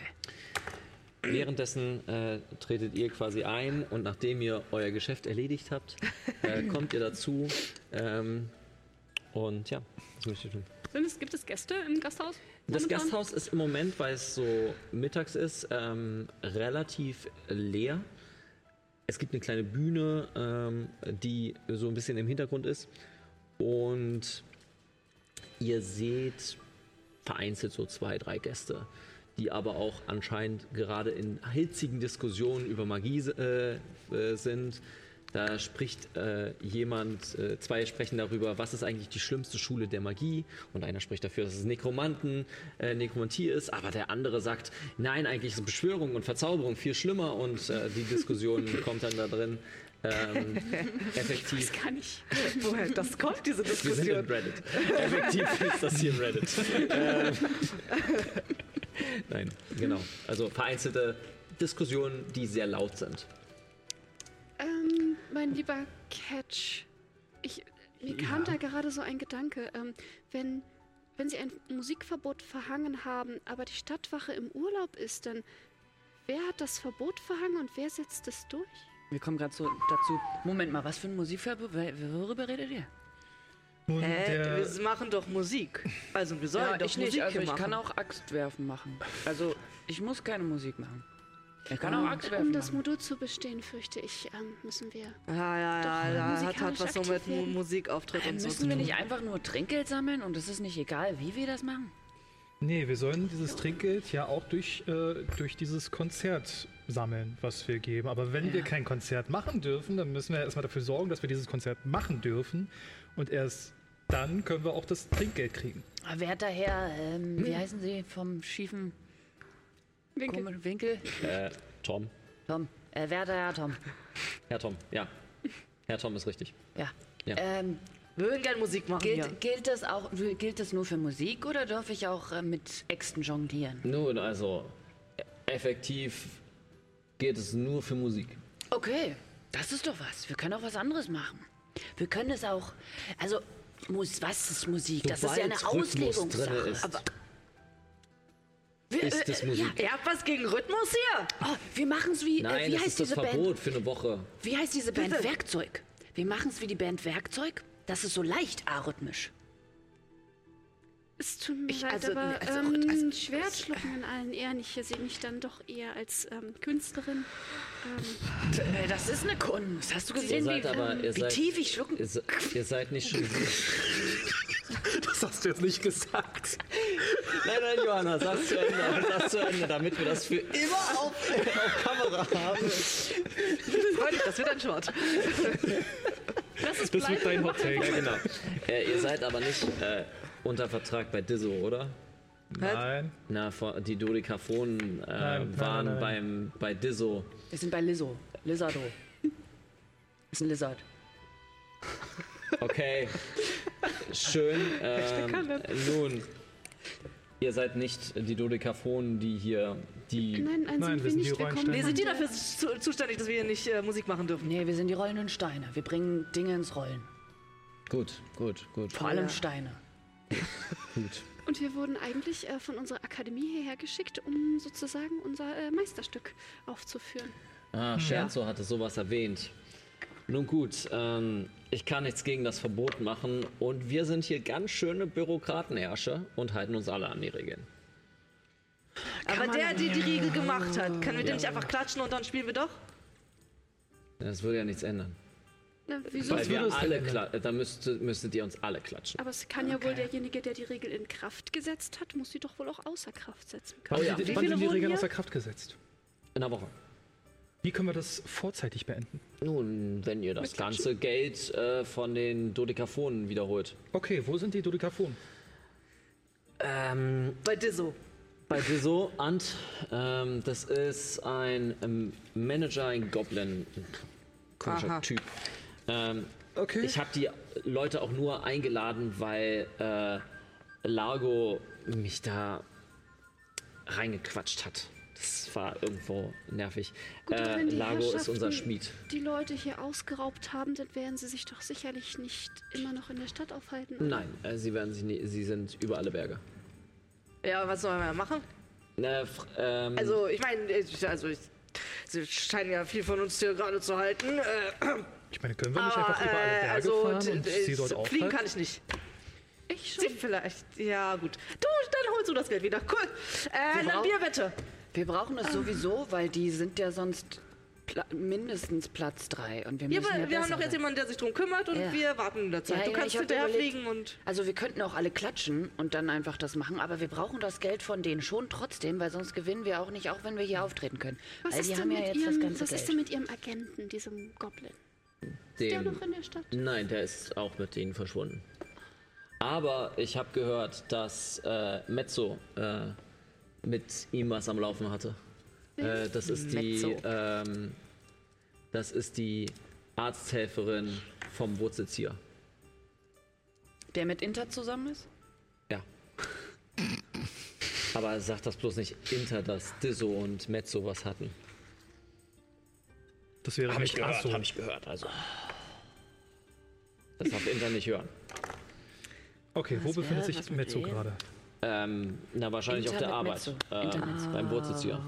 [SPEAKER 1] Währenddessen äh, tretet ihr quasi ein und nachdem ihr euer Geschäft erledigt habt, äh, kommt ihr dazu. Ähm, und ja, was müsst ihr tun?
[SPEAKER 4] Sind es, gibt es Gäste im Gasthaus?
[SPEAKER 1] Das
[SPEAKER 4] momentan?
[SPEAKER 1] Gasthaus ist im Moment, weil es so mittags ist, ähm, relativ leer. Es gibt eine kleine Bühne, ähm, die so ein bisschen im Hintergrund ist. Und ihr seht vereinzelt so zwei, drei Gäste, die aber auch anscheinend gerade in hitzigen Diskussionen über Magie äh, äh, sind. Da spricht äh, jemand, äh, zwei sprechen darüber, was ist eigentlich die schlimmste Schule der Magie. Und einer spricht dafür, dass es Nekromanten, äh, Nekromantie ist. Aber der andere sagt, nein, eigentlich ist Beschwörung und Verzauberung viel schlimmer. Und äh, die Diskussion kommt dann da drin ähm, effektiv.
[SPEAKER 7] Kann ich.
[SPEAKER 5] Woher das kommt, diese
[SPEAKER 1] Wir sind
[SPEAKER 5] Diskussion?
[SPEAKER 1] im Reddit. Effektiv ist das hier im Reddit. Ähm, Nein, genau. Also vereinzelte Diskussionen, die sehr laut sind.
[SPEAKER 7] Ähm, mein lieber Catch, ich, mir kam da gerade so ein Gedanke. Ähm, wenn, wenn Sie ein Musikverbot verhangen haben, aber die Stadtwache im Urlaub ist, dann wer hat das Verbot verhangen und wer setzt es durch?
[SPEAKER 5] Wir kommen gerade so dazu. Moment mal, was für ein Musikverbot? Worüber redet ihr?
[SPEAKER 2] Nun,
[SPEAKER 6] Hä?
[SPEAKER 2] Äh, der,
[SPEAKER 6] Wir machen doch Musik. Also wir sollen doch
[SPEAKER 5] ich
[SPEAKER 6] Musik
[SPEAKER 5] nicht. Also
[SPEAKER 6] hier
[SPEAKER 5] ich
[SPEAKER 6] machen.
[SPEAKER 5] kann auch Axtwerfen machen. Also ich muss keine Musik machen. Ich kann auch
[SPEAKER 7] um,
[SPEAKER 5] Axtwerfen
[SPEAKER 7] um das
[SPEAKER 5] machen.
[SPEAKER 7] Modul zu bestehen, fürchte ich, ähm, müssen wir.
[SPEAKER 6] Ah, Ja, ja, ja, ja. Hat, hat
[SPEAKER 7] musikalisch
[SPEAKER 6] was so
[SPEAKER 7] aktiv
[SPEAKER 6] mit Mu-
[SPEAKER 7] werden.
[SPEAKER 6] Musikauftritt
[SPEAKER 5] Äh,
[SPEAKER 6] und so. zu
[SPEAKER 5] müssen wir
[SPEAKER 6] tun.
[SPEAKER 5] nicht einfach nur Trinkgeld sammeln und es ist nicht egal, wie wir das machen?
[SPEAKER 2] nee, wir sollen dieses Trinkgeld ja auch durch, äh, durch dieses Konzert sammeln, was wir geben. Aber wenn wir
[SPEAKER 5] Ja.
[SPEAKER 2] kein Konzert machen dürfen, dann müssen wir erstmal dafür sorgen, dass wir dieses Konzert machen dürfen. Und erst dann können wir auch das Trinkgeld kriegen.
[SPEAKER 5] Werter Herr, ähm,
[SPEAKER 1] Hm.
[SPEAKER 5] wie heißen Sie vom schiefen
[SPEAKER 7] Winkel.
[SPEAKER 5] komischen Winkel?
[SPEAKER 1] Äh, Tom.
[SPEAKER 5] Tom. Äh, werter Herr Tom.
[SPEAKER 1] Herr Tom, ja. Herr Tom ist richtig.
[SPEAKER 5] Ja.
[SPEAKER 1] Ja.
[SPEAKER 5] Ähm,
[SPEAKER 6] Wir würden gerne Musik machen
[SPEAKER 5] gilt,
[SPEAKER 6] hier.
[SPEAKER 5] gilt das auch gilt das nur für Musik oder darf ich auch äh, mit Äxten jonglieren?
[SPEAKER 1] Nun, also effektiv geht es nur für Musik.
[SPEAKER 5] Äh, Okay, das ist doch was. Wir können auch was anderes machen. Wir können es auch. Also, muss, was ist Musik? Das ist ja eine
[SPEAKER 1] Sobald Rhythmus
[SPEAKER 5] Auslegungssache.
[SPEAKER 1] drinne ist.
[SPEAKER 5] Aber wir,
[SPEAKER 1] Ist es Musik?
[SPEAKER 5] Ja,
[SPEAKER 6] Ihr habt was gegen Rhythmus hier?
[SPEAKER 5] oh, wir machen es wie.
[SPEAKER 1] Nein,
[SPEAKER 5] äh, wie
[SPEAKER 1] das ist
[SPEAKER 5] heißt
[SPEAKER 1] das
[SPEAKER 5] diese
[SPEAKER 1] Verbot
[SPEAKER 5] Band?
[SPEAKER 1] für eine Woche.
[SPEAKER 5] Wie heißt diese Band Werkzeug? Wir machen es wie die Band Werkzeug. Das ist so leicht arrhythmisch.
[SPEAKER 7] Es tut mir
[SPEAKER 5] Ich-
[SPEAKER 7] leid,
[SPEAKER 5] also,
[SPEAKER 7] aber
[SPEAKER 5] nee, also,
[SPEAKER 7] ähm,
[SPEAKER 5] also,
[SPEAKER 7] Schwert schlucken in allen Ehren. Ich sehe mich dann doch eher als ähm, Künstlerin. Ähm,
[SPEAKER 5] Äh, Das ist eine Kunst. Hast du
[SPEAKER 1] Ihr
[SPEAKER 5] gesehen,
[SPEAKER 1] seid
[SPEAKER 5] wie,
[SPEAKER 1] aber, ihr
[SPEAKER 5] ähm, wie
[SPEAKER 1] seid,
[SPEAKER 5] tief ich schlucken?
[SPEAKER 1] ihr, se- ihr seid nicht schon.
[SPEAKER 2] Das hast du jetzt nicht gesagt.
[SPEAKER 1] Nein, nein, Johanna, sag's zu Ende, sag's zu Ende, damit wir das für immer auf, auf Kamera haben.
[SPEAKER 5] Freundlich, das wird ein Short.
[SPEAKER 4] Lass es
[SPEAKER 2] Das wird
[SPEAKER 4] bleiben.
[SPEAKER 2] dein Hot
[SPEAKER 1] Ja,
[SPEAKER 2] Take.
[SPEAKER 1] genau. Äh, ihr seid aber nicht äh, unter Vertrag bei Dizzo, oder?
[SPEAKER 2] Nein.
[SPEAKER 1] Na, vor- die Dodekaphonen äh,
[SPEAKER 2] nein,
[SPEAKER 1] waren
[SPEAKER 2] nein.
[SPEAKER 1] Beim, bei Dizzo.
[SPEAKER 5] Wir sind bei Lizzo. Lizardo. Ist ein Lizard.
[SPEAKER 1] Okay. Schön. Ähm, nun, ihr seid nicht die Dodekaphonen, die hier die.
[SPEAKER 7] nein, also nein, sind
[SPEAKER 2] Nein, wir
[SPEAKER 7] wir
[SPEAKER 2] sind
[SPEAKER 7] nicht.
[SPEAKER 2] die
[SPEAKER 7] Wir kommen
[SPEAKER 2] Rollenstellen.
[SPEAKER 6] Wir sind die
[SPEAKER 7] von
[SPEAKER 6] dafür zu, zuständig, dass wir hier nicht äh, Musik machen dürfen.
[SPEAKER 5] Nee, wir sind die rollenden Steine. Wir bringen Dinge ins Rollen.
[SPEAKER 1] Gut, gut, gut.
[SPEAKER 5] Vor allem Steine.
[SPEAKER 1] Gut.
[SPEAKER 7] der- Und wir wurden eigentlich äh, von unserer Akademie hierher geschickt, um sozusagen unser äh, Meisterstück aufzuführen.
[SPEAKER 1] Ah, Scherzo hatte sowas erwähnt. Nun gut, ähm, ich kann nichts gegen das Verbot machen und wir sind hier ganz schöne Bürokratenherrscher und halten uns alle an die Regeln.
[SPEAKER 6] Aber der, der die Riegel gemacht hat, können wir
[SPEAKER 1] Ja.
[SPEAKER 6] den nicht einfach klatschen und dann spielen wir doch?
[SPEAKER 1] Das würde ja nichts ändern.
[SPEAKER 7] Na, wieso?
[SPEAKER 1] Weil wir
[SPEAKER 2] würde es denn
[SPEAKER 1] alle
[SPEAKER 2] ändern?
[SPEAKER 1] kla- äh, da müsstet, müsstet ihr uns alle klatschen.
[SPEAKER 7] Aber es kann ja wohl derjenige, der die Regel in Kraft gesetzt hat, muss sie doch wohl auch außer Kraft setzen können.
[SPEAKER 2] Wann,
[SPEAKER 1] Oh ja.
[SPEAKER 2] sind,
[SPEAKER 1] Wie
[SPEAKER 2] wann
[SPEAKER 7] viele
[SPEAKER 2] sind die
[SPEAKER 7] wurden
[SPEAKER 2] Regeln
[SPEAKER 7] hier?
[SPEAKER 2] außer Kraft gesetzt?
[SPEAKER 1] In einer Woche.
[SPEAKER 2] Wie können wir das vorzeitig beenden?
[SPEAKER 1] Nun, wenn ihr das ganze Geld äh, von den Dodekaphonen wiederholt.
[SPEAKER 2] Okay, wo sind die Dodekaphonen?
[SPEAKER 1] Ähm,
[SPEAKER 6] Bei Dizzo.
[SPEAKER 1] Bei Wieso Ant, ähm, das ist ein ähm, Manager, ein Goblin, ein komischer
[SPEAKER 6] Aha.
[SPEAKER 1] Typ. Ähm,
[SPEAKER 2] Okay.
[SPEAKER 1] Ich habe die Leute auch nur eingeladen, weil äh, Largo mich da reingequatscht hat. Das war irgendwo nervig.
[SPEAKER 7] Gut, aber
[SPEAKER 1] äh,
[SPEAKER 7] wenn die
[SPEAKER 1] Largo ist unser
[SPEAKER 7] Herrschaften-
[SPEAKER 1] Schmied.
[SPEAKER 7] Die Leute hier ausgeraubt haben, dann werden sie sich doch sicherlich nicht immer noch in der Stadt aufhalten.
[SPEAKER 5] Hm.
[SPEAKER 7] oder?
[SPEAKER 1] Nein, äh, sie werden sich nie, sie sind über alle Berge.
[SPEAKER 6] Ja, was sollen wir machen?
[SPEAKER 1] Äh, fr- ähm,
[SPEAKER 6] Also, ich meine, ich- also ich, sie scheinen ja viel von uns hier gerade zu halten. Äh,
[SPEAKER 2] Ich meine, können wir nicht
[SPEAKER 6] aber,
[SPEAKER 2] einfach über alle
[SPEAKER 6] äh,
[SPEAKER 2] Berge
[SPEAKER 6] also,
[SPEAKER 2] fahren
[SPEAKER 6] d-
[SPEAKER 2] und
[SPEAKER 6] d-
[SPEAKER 2] sie dort
[SPEAKER 6] fliegen
[SPEAKER 2] aufhalten?
[SPEAKER 6] kann ich nicht.
[SPEAKER 7] Ich
[SPEAKER 6] Sie
[SPEAKER 7] schon.
[SPEAKER 6] vielleicht. Ja, gut. Du, dann holst du das Geld wieder. Cool. Äh,
[SPEAKER 5] brauchen-
[SPEAKER 6] dann Bierwette.
[SPEAKER 5] Wir brauchen es sowieso, weil die sind ja sonst pla mindestens Platz drei Und wir
[SPEAKER 6] Ja,
[SPEAKER 5] müssen ja,
[SPEAKER 6] aber wir haben
[SPEAKER 5] besser
[SPEAKER 6] doch jetzt
[SPEAKER 5] sein.
[SPEAKER 6] jemanden, der sich drum kümmert und
[SPEAKER 5] Ja.
[SPEAKER 6] wir warten in der Zeit.
[SPEAKER 5] Ja,
[SPEAKER 6] du
[SPEAKER 5] ja,
[SPEAKER 6] kannst
[SPEAKER 5] ich hab
[SPEAKER 6] hinterher
[SPEAKER 5] überlegt-
[SPEAKER 6] fliegen und.
[SPEAKER 5] Also wir könnten auch alle klatschen und dann einfach das machen, aber wir brauchen das Geld von denen schon trotzdem, weil sonst gewinnen wir auch nicht, auch wenn wir hier auftreten können.
[SPEAKER 7] Was,
[SPEAKER 5] weil
[SPEAKER 7] ist
[SPEAKER 5] die
[SPEAKER 7] denn,
[SPEAKER 5] haben ja
[SPEAKER 7] mit
[SPEAKER 5] jetzt das
[SPEAKER 7] ihrem,
[SPEAKER 5] ganze
[SPEAKER 7] was ist
[SPEAKER 5] Geld.
[SPEAKER 7] denn mit ihrem Agenten, diesem Goblin? Der
[SPEAKER 1] dem.
[SPEAKER 7] noch in der Stadt.
[SPEAKER 1] Nein, der ist auch mit denen verschwunden. Aber ich habe gehört, dass äh, Mezzo äh, mit ihm was am Laufen hatte. Äh, das ist die.
[SPEAKER 5] Mezzo.
[SPEAKER 1] Ähm, das ist die Arzthelferin vom Wurzelzieher.
[SPEAKER 5] Der mit Inter zusammen ist?
[SPEAKER 1] Ja. Aber sag das bloß nicht Inter, dass Dizzo und Mezzo was hatten.
[SPEAKER 2] Das wäre
[SPEAKER 1] Hab
[SPEAKER 2] nämlich Asso.
[SPEAKER 1] hab ich gehört, also. Das darf Inter nicht hören.
[SPEAKER 2] Okay, wo
[SPEAKER 5] Was
[SPEAKER 2] befindet
[SPEAKER 5] wäre
[SPEAKER 2] sich
[SPEAKER 5] was mit
[SPEAKER 2] Mezzo
[SPEAKER 5] dem?
[SPEAKER 2] gerade?
[SPEAKER 1] Ähm, na, wahrscheinlich
[SPEAKER 5] Inter mit
[SPEAKER 1] auf der Arbeit.
[SPEAKER 5] Mezzo.
[SPEAKER 1] Äh,
[SPEAKER 5] Inter Mezzo.
[SPEAKER 1] beim Wurzelzieher.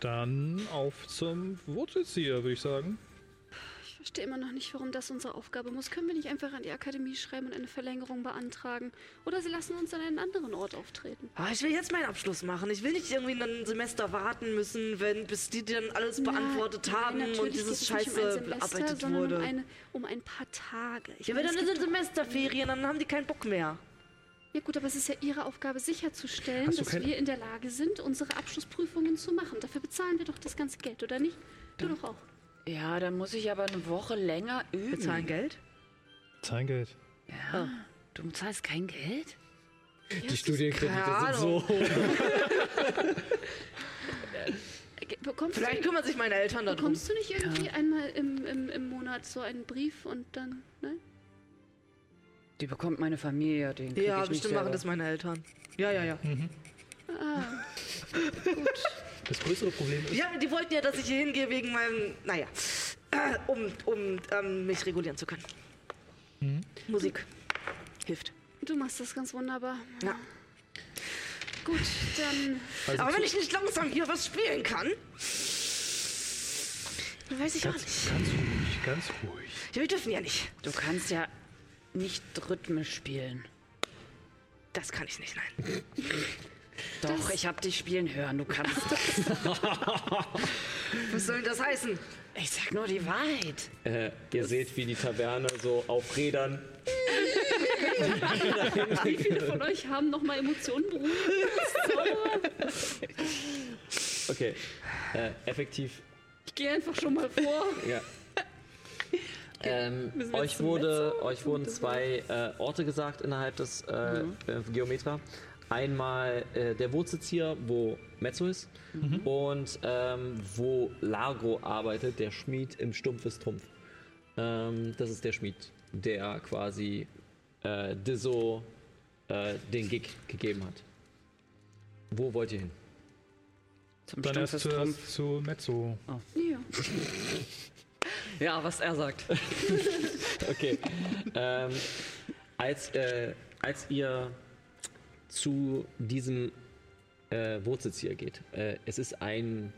[SPEAKER 2] Dann auf zum Wurzelzieher, würde ich sagen.
[SPEAKER 7] Ich verstehe immer noch nicht, warum das unsere Aufgabe muss. Können wir nicht einfach an die Akademie schreiben und eine Verlängerung beantragen? Oder sie lassen uns an einen anderen Ort auftreten.
[SPEAKER 6] Ah, ich will jetzt meinen Abschluss machen. Ich will nicht irgendwie ein Semester warten müssen, wenn, bis die dann alles beantwortet
[SPEAKER 7] Nein,
[SPEAKER 6] haben
[SPEAKER 7] Äh, natürlich
[SPEAKER 6] und
[SPEAKER 7] geht es
[SPEAKER 6] dieses
[SPEAKER 7] nicht um ein
[SPEAKER 6] Scheiße
[SPEAKER 7] Semester,
[SPEAKER 6] bearbeitet
[SPEAKER 7] sondern
[SPEAKER 6] wurde.
[SPEAKER 7] Um, eine, um ein paar Tage. Ich
[SPEAKER 6] ja, aber
[SPEAKER 7] meine,
[SPEAKER 6] dann
[SPEAKER 7] es
[SPEAKER 6] sind
[SPEAKER 7] gibt-
[SPEAKER 6] Semesterferien, dann haben die keinen Bock mehr.
[SPEAKER 7] ja gut, aber es ist ja ihre Aufgabe sicherzustellen,
[SPEAKER 2] Hast du
[SPEAKER 7] dass
[SPEAKER 2] kein-
[SPEAKER 7] wir in der Lage sind, unsere Abschlussprüfungen zu machen. Dafür bezahlen wir doch das ganze Geld, oder nicht? Du doch auch.
[SPEAKER 5] Ja, dann muss ich aber eine Woche länger üben.
[SPEAKER 6] Bezahlen Geld?
[SPEAKER 2] Zeingeld.
[SPEAKER 5] Du bezahlst kein Geld?
[SPEAKER 8] Die Studienkredite sind so hoch.
[SPEAKER 7] Äh, Ge- Bekommst
[SPEAKER 6] Vielleicht
[SPEAKER 7] du,
[SPEAKER 6] kümmern sich meine Eltern darum.
[SPEAKER 7] bekommst du nicht irgendwie einmal im, im, im Monat so einen Brief und dann, ne?
[SPEAKER 5] Die bekommt meine Familie, den krieg
[SPEAKER 6] Ja,
[SPEAKER 5] ich nicht
[SPEAKER 6] bestimmt machen
[SPEAKER 5] selber.
[SPEAKER 6] das meine Eltern. Ja, ja, ja.
[SPEAKER 2] Das größere Problem ist,
[SPEAKER 6] Ja, die wollten ja, dass ich hier hingehe wegen meinem, naja, äh, um, um ähm, mich regulieren zu können. Musik hilft.
[SPEAKER 7] Du machst das ganz wunderbar.
[SPEAKER 6] Ja.
[SPEAKER 7] Gut, dann
[SPEAKER 6] Aber wenn ich nicht langsam hier was spielen kann, dann weiß ich auch
[SPEAKER 2] ganz,
[SPEAKER 6] nicht.
[SPEAKER 2] ganz ruhig, ganz ruhig.
[SPEAKER 6] Ja, wir dürfen ja nicht.
[SPEAKER 5] Du kannst ja nicht rhythmisch spielen.
[SPEAKER 6] Das kann ich nicht, nein.
[SPEAKER 5] Doch, ich hab dich spielen hören, du kannst. das.
[SPEAKER 6] Was soll denn das heißen?
[SPEAKER 5] ich sag nur die Wahrheit.
[SPEAKER 1] Äh, ihr seht, wie die Taverne so auf Rädern
[SPEAKER 4] Wie viele von euch haben nochmal Emotionen beruht?
[SPEAKER 1] Okay. Äh, effektiv,
[SPEAKER 4] Ich gehe einfach schon mal vor.
[SPEAKER 1] ja. Ähm,
[SPEAKER 4] Müssen wir jetzt
[SPEAKER 1] euch,
[SPEAKER 4] zum
[SPEAKER 1] wurde, euch wurden zwei äh, Orte gesagt innerhalb des äh,
[SPEAKER 4] Mhm.
[SPEAKER 1] äh, Geometra. Einmal äh, der Wurzelzieher, wo Mezzo ist,
[SPEAKER 4] Mhm.
[SPEAKER 1] und ähm, wo Largo arbeitet, der Schmied im Stumpf ist Trumpf. Ähm, das ist der Schmied, der quasi äh, Dizzo äh, den Gig gegeben hat. Wo wollt ihr hin?
[SPEAKER 5] Zum
[SPEAKER 2] Dann erst
[SPEAKER 5] Stumpfes Trumpf.
[SPEAKER 2] zuerst zu Mezzo.
[SPEAKER 5] Ja, was er sagt.
[SPEAKER 1] Okay. ähm, als, äh, als ihr zu diesem äh, Wurzelzieher geht, äh, es ist ein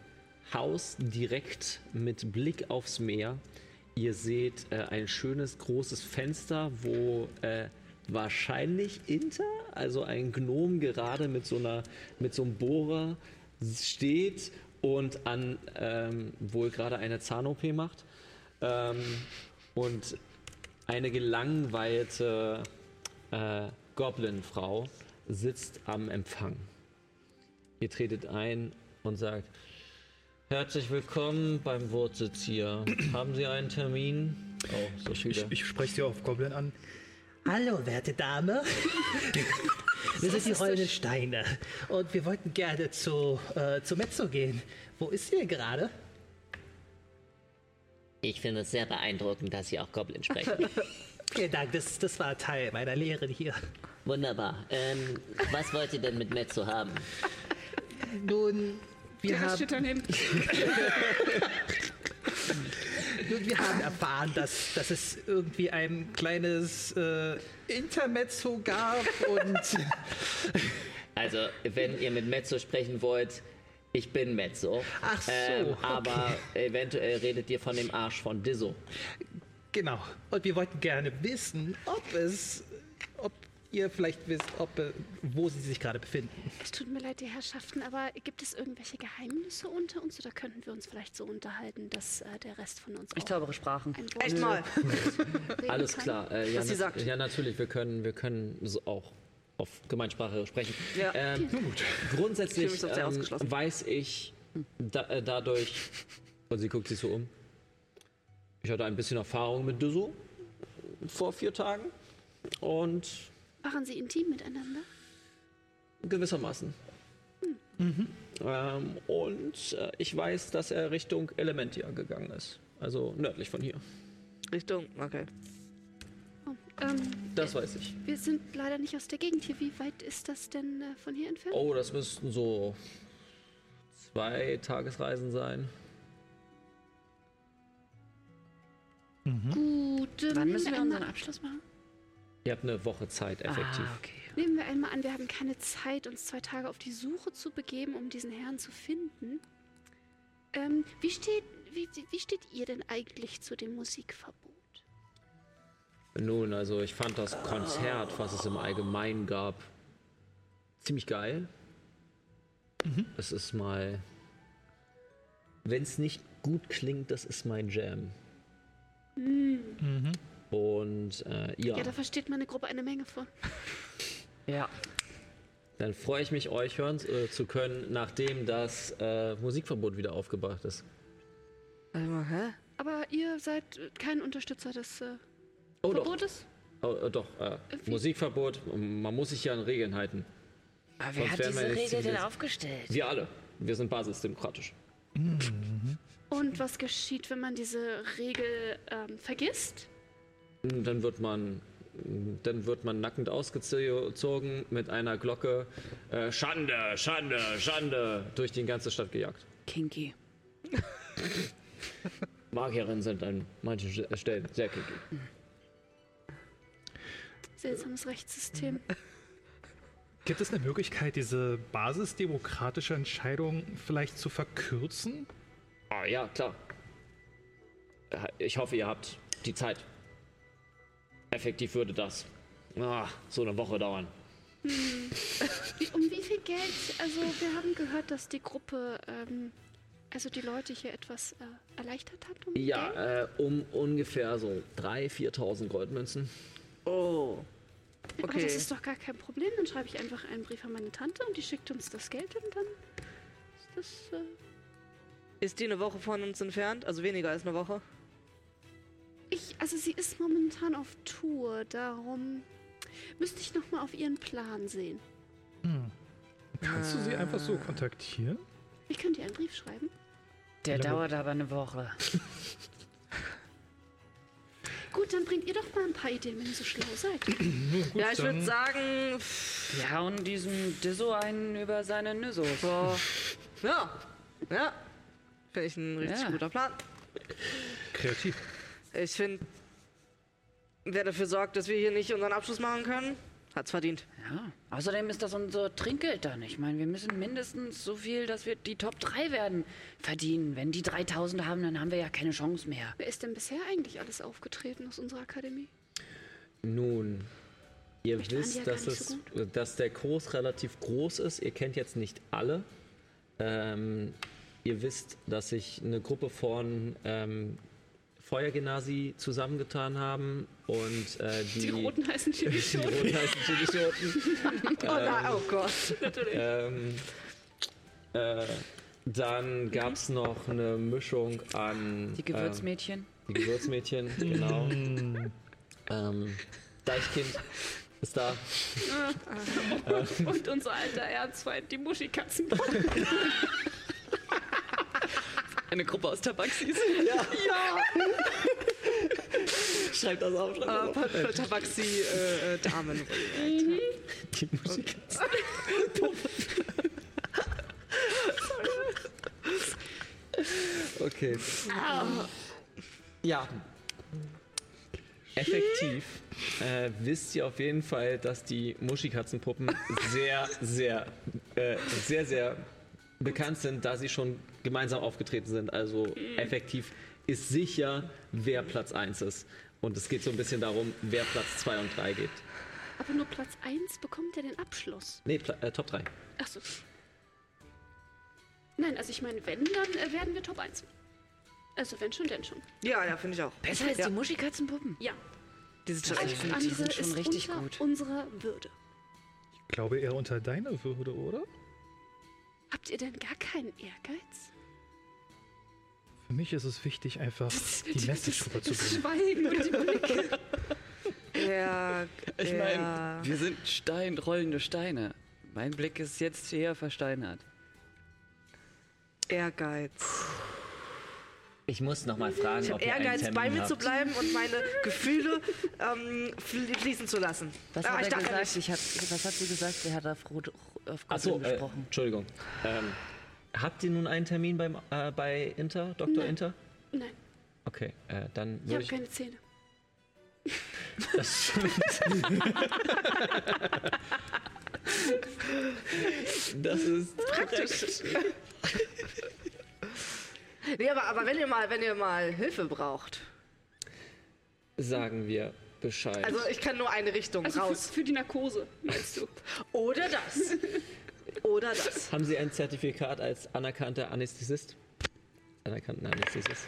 [SPEAKER 1] Haus direkt mit Blick aufs Meer. Ihr seht äh, ein schönes großes Fenster, wo äh, wahrscheinlich Inter, also ein Gnom gerade mit so einer mit so einem Bohrer steht und an ähm, wohl gerade eine Zahn-OP macht. Ähm, und eine gelangweilte äh, Goblin-Frau sitzt am Empfang. Ihr tretet ein und sagt: Herzlich willkommen beim Wurzelzieher. Haben Sie einen Termin? Oh, so viele.
[SPEAKER 2] Ich, ich spreche dir auf Goblin an.
[SPEAKER 8] Hallo, werte Dame. Wir sind die rollenden Steine. Und wir wollten gerne zu, äh, zu Mezzo gehen. Wo ist sie denn gerade?
[SPEAKER 9] Ich finde es sehr beeindruckend, dass Sie auch Goblin sprechen.
[SPEAKER 8] Vielen Dank, das, das war Teil meiner Lehre hier.
[SPEAKER 9] Wunderbar. Ähm, was wollt ihr denn mit Mezzo haben?
[SPEAKER 8] Nun, wir
[SPEAKER 4] Das
[SPEAKER 8] haben,
[SPEAKER 4] steht daneben.
[SPEAKER 8] nun, wir haben erfahren, dass, dass es irgendwie ein kleines äh, Intermezzo gab und
[SPEAKER 9] Also, wenn ihr mit Mezzo sprechen wollt, ich bin Mezzo.
[SPEAKER 8] Ach so,
[SPEAKER 9] Ähm,
[SPEAKER 8] okay.
[SPEAKER 9] aber eventuell redet ihr von dem Arsch von Dizzo.
[SPEAKER 8] Genau. Und wir wollten gerne wissen, ob es, ob ihr vielleicht wisst, ob, äh, wo sie sich gerade befinden.
[SPEAKER 7] es tut mir leid, die Herrschaften, aber gibt es irgendwelche Geheimnisse unter uns oder könnten wir uns vielleicht so unterhalten, dass äh, der Rest von uns
[SPEAKER 5] Ich
[SPEAKER 7] auch
[SPEAKER 5] zaubere Sprachen.
[SPEAKER 7] ein Wort
[SPEAKER 6] Echt mal.
[SPEAKER 7] reden
[SPEAKER 1] Alles
[SPEAKER 7] kann?
[SPEAKER 1] klar. Äh, ja,
[SPEAKER 6] Was sie
[SPEAKER 1] nat-
[SPEAKER 6] sagt.
[SPEAKER 1] ja, natürlich, wir können, wir können so auch auf Gemeinsprache sprechen.
[SPEAKER 6] Ja.
[SPEAKER 1] Ähm,
[SPEAKER 6] Ich fühle
[SPEAKER 1] Grundsätzlich
[SPEAKER 6] mich doch sehr
[SPEAKER 1] ähm,
[SPEAKER 6] ausgeschlossen.
[SPEAKER 1] weiß ich da, äh, dadurch, und sie guckt sich so um, Ich hatte ein bisschen Erfahrung mit Düssu vor vier Tagen und
[SPEAKER 7] Waren sie intim miteinander?
[SPEAKER 1] gewissermaßen.
[SPEAKER 6] Mhm.
[SPEAKER 1] Ähm, und äh, ich weiß, dass er Richtung Elementia gegangen ist. Also nördlich von hier.
[SPEAKER 6] Richtung, okay.
[SPEAKER 7] Oh, ähm,
[SPEAKER 1] Das weiß ich.
[SPEAKER 7] wir sind leider nicht aus der Gegend hier. Wie weit ist das denn äh, von hier entfernt?
[SPEAKER 1] Oh, das müssten so zwei Tagesreisen sein.
[SPEAKER 7] Gut,
[SPEAKER 5] Wann
[SPEAKER 7] ähm,
[SPEAKER 5] Um? müssen wir
[SPEAKER 7] nehmen
[SPEAKER 5] unseren
[SPEAKER 7] einmal-
[SPEAKER 5] Abschluss machen?
[SPEAKER 1] Ihr habt eine Woche Zeit, effektiv.
[SPEAKER 5] Ah, okay.
[SPEAKER 7] Nehmen wir einmal an, wir haben keine Zeit, uns zwei Tage auf die Suche zu begeben, um diesen Herrn zu finden. Ähm, wie, steht, wie, wie steht ihr denn eigentlich zu dem Musikverbot?
[SPEAKER 1] Nun, also ich fand das Konzert, was es im Allgemeinen gab, ziemlich geil. Es ist mal, wenn es nicht gut klingt, das ist mein Jam. Und äh, ja,
[SPEAKER 7] Ja, da versteht meine Gruppe eine Menge von.
[SPEAKER 5] Ja.
[SPEAKER 1] dann freue ich mich, euch hören äh, zu können, nachdem das äh, Musikverbot wieder aufgebracht ist.
[SPEAKER 6] Warte mal, hä?
[SPEAKER 7] Aber ihr seid äh, kein Unterstützer des äh,
[SPEAKER 1] Oh doch,
[SPEAKER 7] Verbotes?
[SPEAKER 1] oh, äh, doch äh,
[SPEAKER 7] Wie-
[SPEAKER 1] Musikverbot, ähm, man muss sich ja an Regeln halten.
[SPEAKER 5] Aber wer
[SPEAKER 1] Sonst
[SPEAKER 5] hat
[SPEAKER 1] wären wir nicht
[SPEAKER 5] diese Regel denn
[SPEAKER 1] zivilisiert.
[SPEAKER 5] aufgestellt?
[SPEAKER 1] Wir alle, wir sind basisdemokratisch.
[SPEAKER 7] Und was geschieht, wenn man diese Regel ähm, vergisst?
[SPEAKER 1] Dann wird man, dann wird man nackend ausgezogen mit einer Glocke. Äh, Schande, Schande, Schande durch die ganze Stadt gejagt.
[SPEAKER 5] Kinky.
[SPEAKER 1] Magierinnen sind an manchen Sch- äh, Stellen sehr kinky.
[SPEAKER 7] Seltsames Rechtssystem.
[SPEAKER 2] Gibt es eine Möglichkeit, diese basisdemokratische Entscheidung vielleicht zu verkürzen?
[SPEAKER 1] Ah ja, klar. Äh, Ich hoffe, ihr habt die Zeit. Effektiv würde das ah, so eine Woche dauern.
[SPEAKER 7] Wie, um wie viel Geld? Also, wir haben gehört, dass die Gruppe, ähm, also die Leute hier etwas äh, erleichtert hat. Um Geld.
[SPEAKER 1] Ja, äh, um ungefähr so 3.000, 4.000 Goldmünzen.
[SPEAKER 6] Oh.
[SPEAKER 7] Aber das
[SPEAKER 6] Okay.
[SPEAKER 7] ist doch gar kein Problem. Dann schreibe ich einfach einen Brief an meine Tante und die schickt uns das Geld und dann ist das. Äh,
[SPEAKER 6] Ist die eine Woche von uns entfernt? Also weniger als eine Woche.
[SPEAKER 7] Ich, also sie ist momentan auf Tour, darum müsste ich noch mal auf ihren Plan sehen.
[SPEAKER 2] Kannst du sie einfach so
[SPEAKER 6] Ah.
[SPEAKER 2] kontaktieren?
[SPEAKER 7] Ich könnte ihr einen Brief schreiben.
[SPEAKER 5] Der
[SPEAKER 2] Lange-
[SPEAKER 5] dauert aber eine Woche.
[SPEAKER 7] Gut, dann bringt ihr doch mal ein paar Ideen, wenn ihr so schlau seid.
[SPEAKER 2] Gut,
[SPEAKER 6] ja, ich würde
[SPEAKER 2] dann-
[SPEAKER 6] sagen, pff,
[SPEAKER 5] Wir hauen diesem Disso einen über seine Nüsso.
[SPEAKER 6] ja. Ja. Finde ich ein richtig
[SPEAKER 5] Ja.
[SPEAKER 6] guter Plan.
[SPEAKER 2] Kreativ.
[SPEAKER 6] Ich finde, wer dafür sorgt, dass wir hier nicht unseren Abschluss machen können, hat's verdient.
[SPEAKER 5] Ja. Außerdem ist das unser Trinkgeld dann. Ich meine, wir müssen mindestens so viel, dass wir die Top 3 werden, verdienen. Wenn die 3000 haben, dann haben wir ja keine Chance mehr.
[SPEAKER 7] Wer ist denn bisher eigentlich alles aufgetreten aus unserer Akademie?
[SPEAKER 1] Nun, ihr
[SPEAKER 7] Vielleicht waren die
[SPEAKER 1] wisst,
[SPEAKER 7] ja gar
[SPEAKER 1] dass,
[SPEAKER 7] nicht
[SPEAKER 1] es,
[SPEAKER 7] so
[SPEAKER 1] dass der Kurs relativ groß ist. Ihr kennt jetzt nicht alle. Ähm, ihr wisst, dass sich eine Gruppe von ähm, Feuergenasi zusammengetan haben und äh, die,
[SPEAKER 4] Die roten heißen Chili
[SPEAKER 1] die
[SPEAKER 4] schon.
[SPEAKER 1] roten heißen Chilischoten,
[SPEAKER 6] Oh, nein, oh Gott.
[SPEAKER 1] ähm, äh, Dann gab es noch eine Mischung an
[SPEAKER 5] Die
[SPEAKER 1] ähm,
[SPEAKER 5] Gewürzmädchen.
[SPEAKER 1] die Gewürzmädchen, genau. ähm, Deichkind ist da.
[SPEAKER 4] Und unser alter Erzfeind, die Muschikatzen.
[SPEAKER 5] Eine Gruppe aus Tabaxis.
[SPEAKER 1] Schreibt das auf, schreibt
[SPEAKER 6] Äh, Pat- Pat- Tabaxi, äh, äh, Damen.
[SPEAKER 1] Die Musik. okay. Ja. Effektiv äh, wisst ihr auf jeden Fall, dass die Muschikatzenpuppen sehr, sehr, äh, sehr, sehr bekannt sind, da sie schon gemeinsam aufgetreten sind. Also effektiv ist sicher, wer Platz 1 ist. Und es geht so ein bisschen darum, wer Platz 2 und 3 geht.
[SPEAKER 7] Aber nur Platz 1 bekommt er den Abschluss.
[SPEAKER 1] Nee, Pla äh, Top 3.
[SPEAKER 7] Achso. Nein, also ich meine, wenn, dann äh, werden wir Top 1. Also wenn schon, denn schon.
[SPEAKER 6] Ja, ja, finde ich auch.
[SPEAKER 5] Besser als
[SPEAKER 6] ja.
[SPEAKER 5] die Muschikatzenpuppen.
[SPEAKER 7] Ja,
[SPEAKER 6] Die sind schon
[SPEAKER 5] Also,
[SPEAKER 6] echt.
[SPEAKER 5] die
[SPEAKER 7] Anse
[SPEAKER 5] sind schon
[SPEAKER 7] ist
[SPEAKER 5] richtig
[SPEAKER 7] unter
[SPEAKER 5] gut.
[SPEAKER 7] unserer Würde.
[SPEAKER 2] Ich glaube eher unter deiner Würde, oder?
[SPEAKER 7] Habt ihr denn gar keinen Ehrgeiz?
[SPEAKER 2] Für mich ist es wichtig, einfach die Message
[SPEAKER 7] Das
[SPEAKER 2] rüberzubringen.
[SPEAKER 7] Schweigen und die Blicke.
[SPEAKER 6] Ja,
[SPEAKER 5] Ich
[SPEAKER 6] ja.
[SPEAKER 5] meine, wir sind Stein, rollende Steine. Mein Blick ist jetzt eher versteinert.
[SPEAKER 6] Ehrgeiz.
[SPEAKER 9] Ich muss nochmal fragen,
[SPEAKER 6] Ich
[SPEAKER 9] ob
[SPEAKER 6] habe
[SPEAKER 9] ihr einen
[SPEAKER 6] Ehrgeiz,
[SPEAKER 9] Termin
[SPEAKER 6] bei mir
[SPEAKER 9] habt.
[SPEAKER 6] zu bleiben und meine Gefühle ähm, fl- fließen zu lassen.
[SPEAKER 5] Was
[SPEAKER 6] Aber
[SPEAKER 5] hat
[SPEAKER 6] ich
[SPEAKER 5] er
[SPEAKER 6] dachte
[SPEAKER 5] gesagt?
[SPEAKER 6] nicht.
[SPEAKER 5] Ah, Ich hab, was hat sie gesagt? Er hat auf, Rot, auf Gott
[SPEAKER 1] Achso, äh,
[SPEAKER 5] gesprochen.
[SPEAKER 1] Entschuldigung. Ähm, habt ihr nun einen Termin beim, äh, bei Inter, Dr. Inter?
[SPEAKER 7] Nein,
[SPEAKER 1] Okay, äh, dann
[SPEAKER 7] ich
[SPEAKER 1] würde
[SPEAKER 7] habe
[SPEAKER 1] ich.
[SPEAKER 7] keine Zähne.
[SPEAKER 1] Das stimmt. das ist praktisch.
[SPEAKER 6] Nee, aber, aber wenn ihr mal, wenn ihr mal Hilfe braucht.
[SPEAKER 1] Sagen wir Bescheid.
[SPEAKER 6] Also ich kann nur eine Richtung
[SPEAKER 7] Also für,
[SPEAKER 6] raus.
[SPEAKER 7] für die Narkose, meinst du?
[SPEAKER 6] Oder das. Oder das.
[SPEAKER 1] Haben Sie ein Zertifikat als anerkannter Anästhesist? Anerkannten Anästhesist.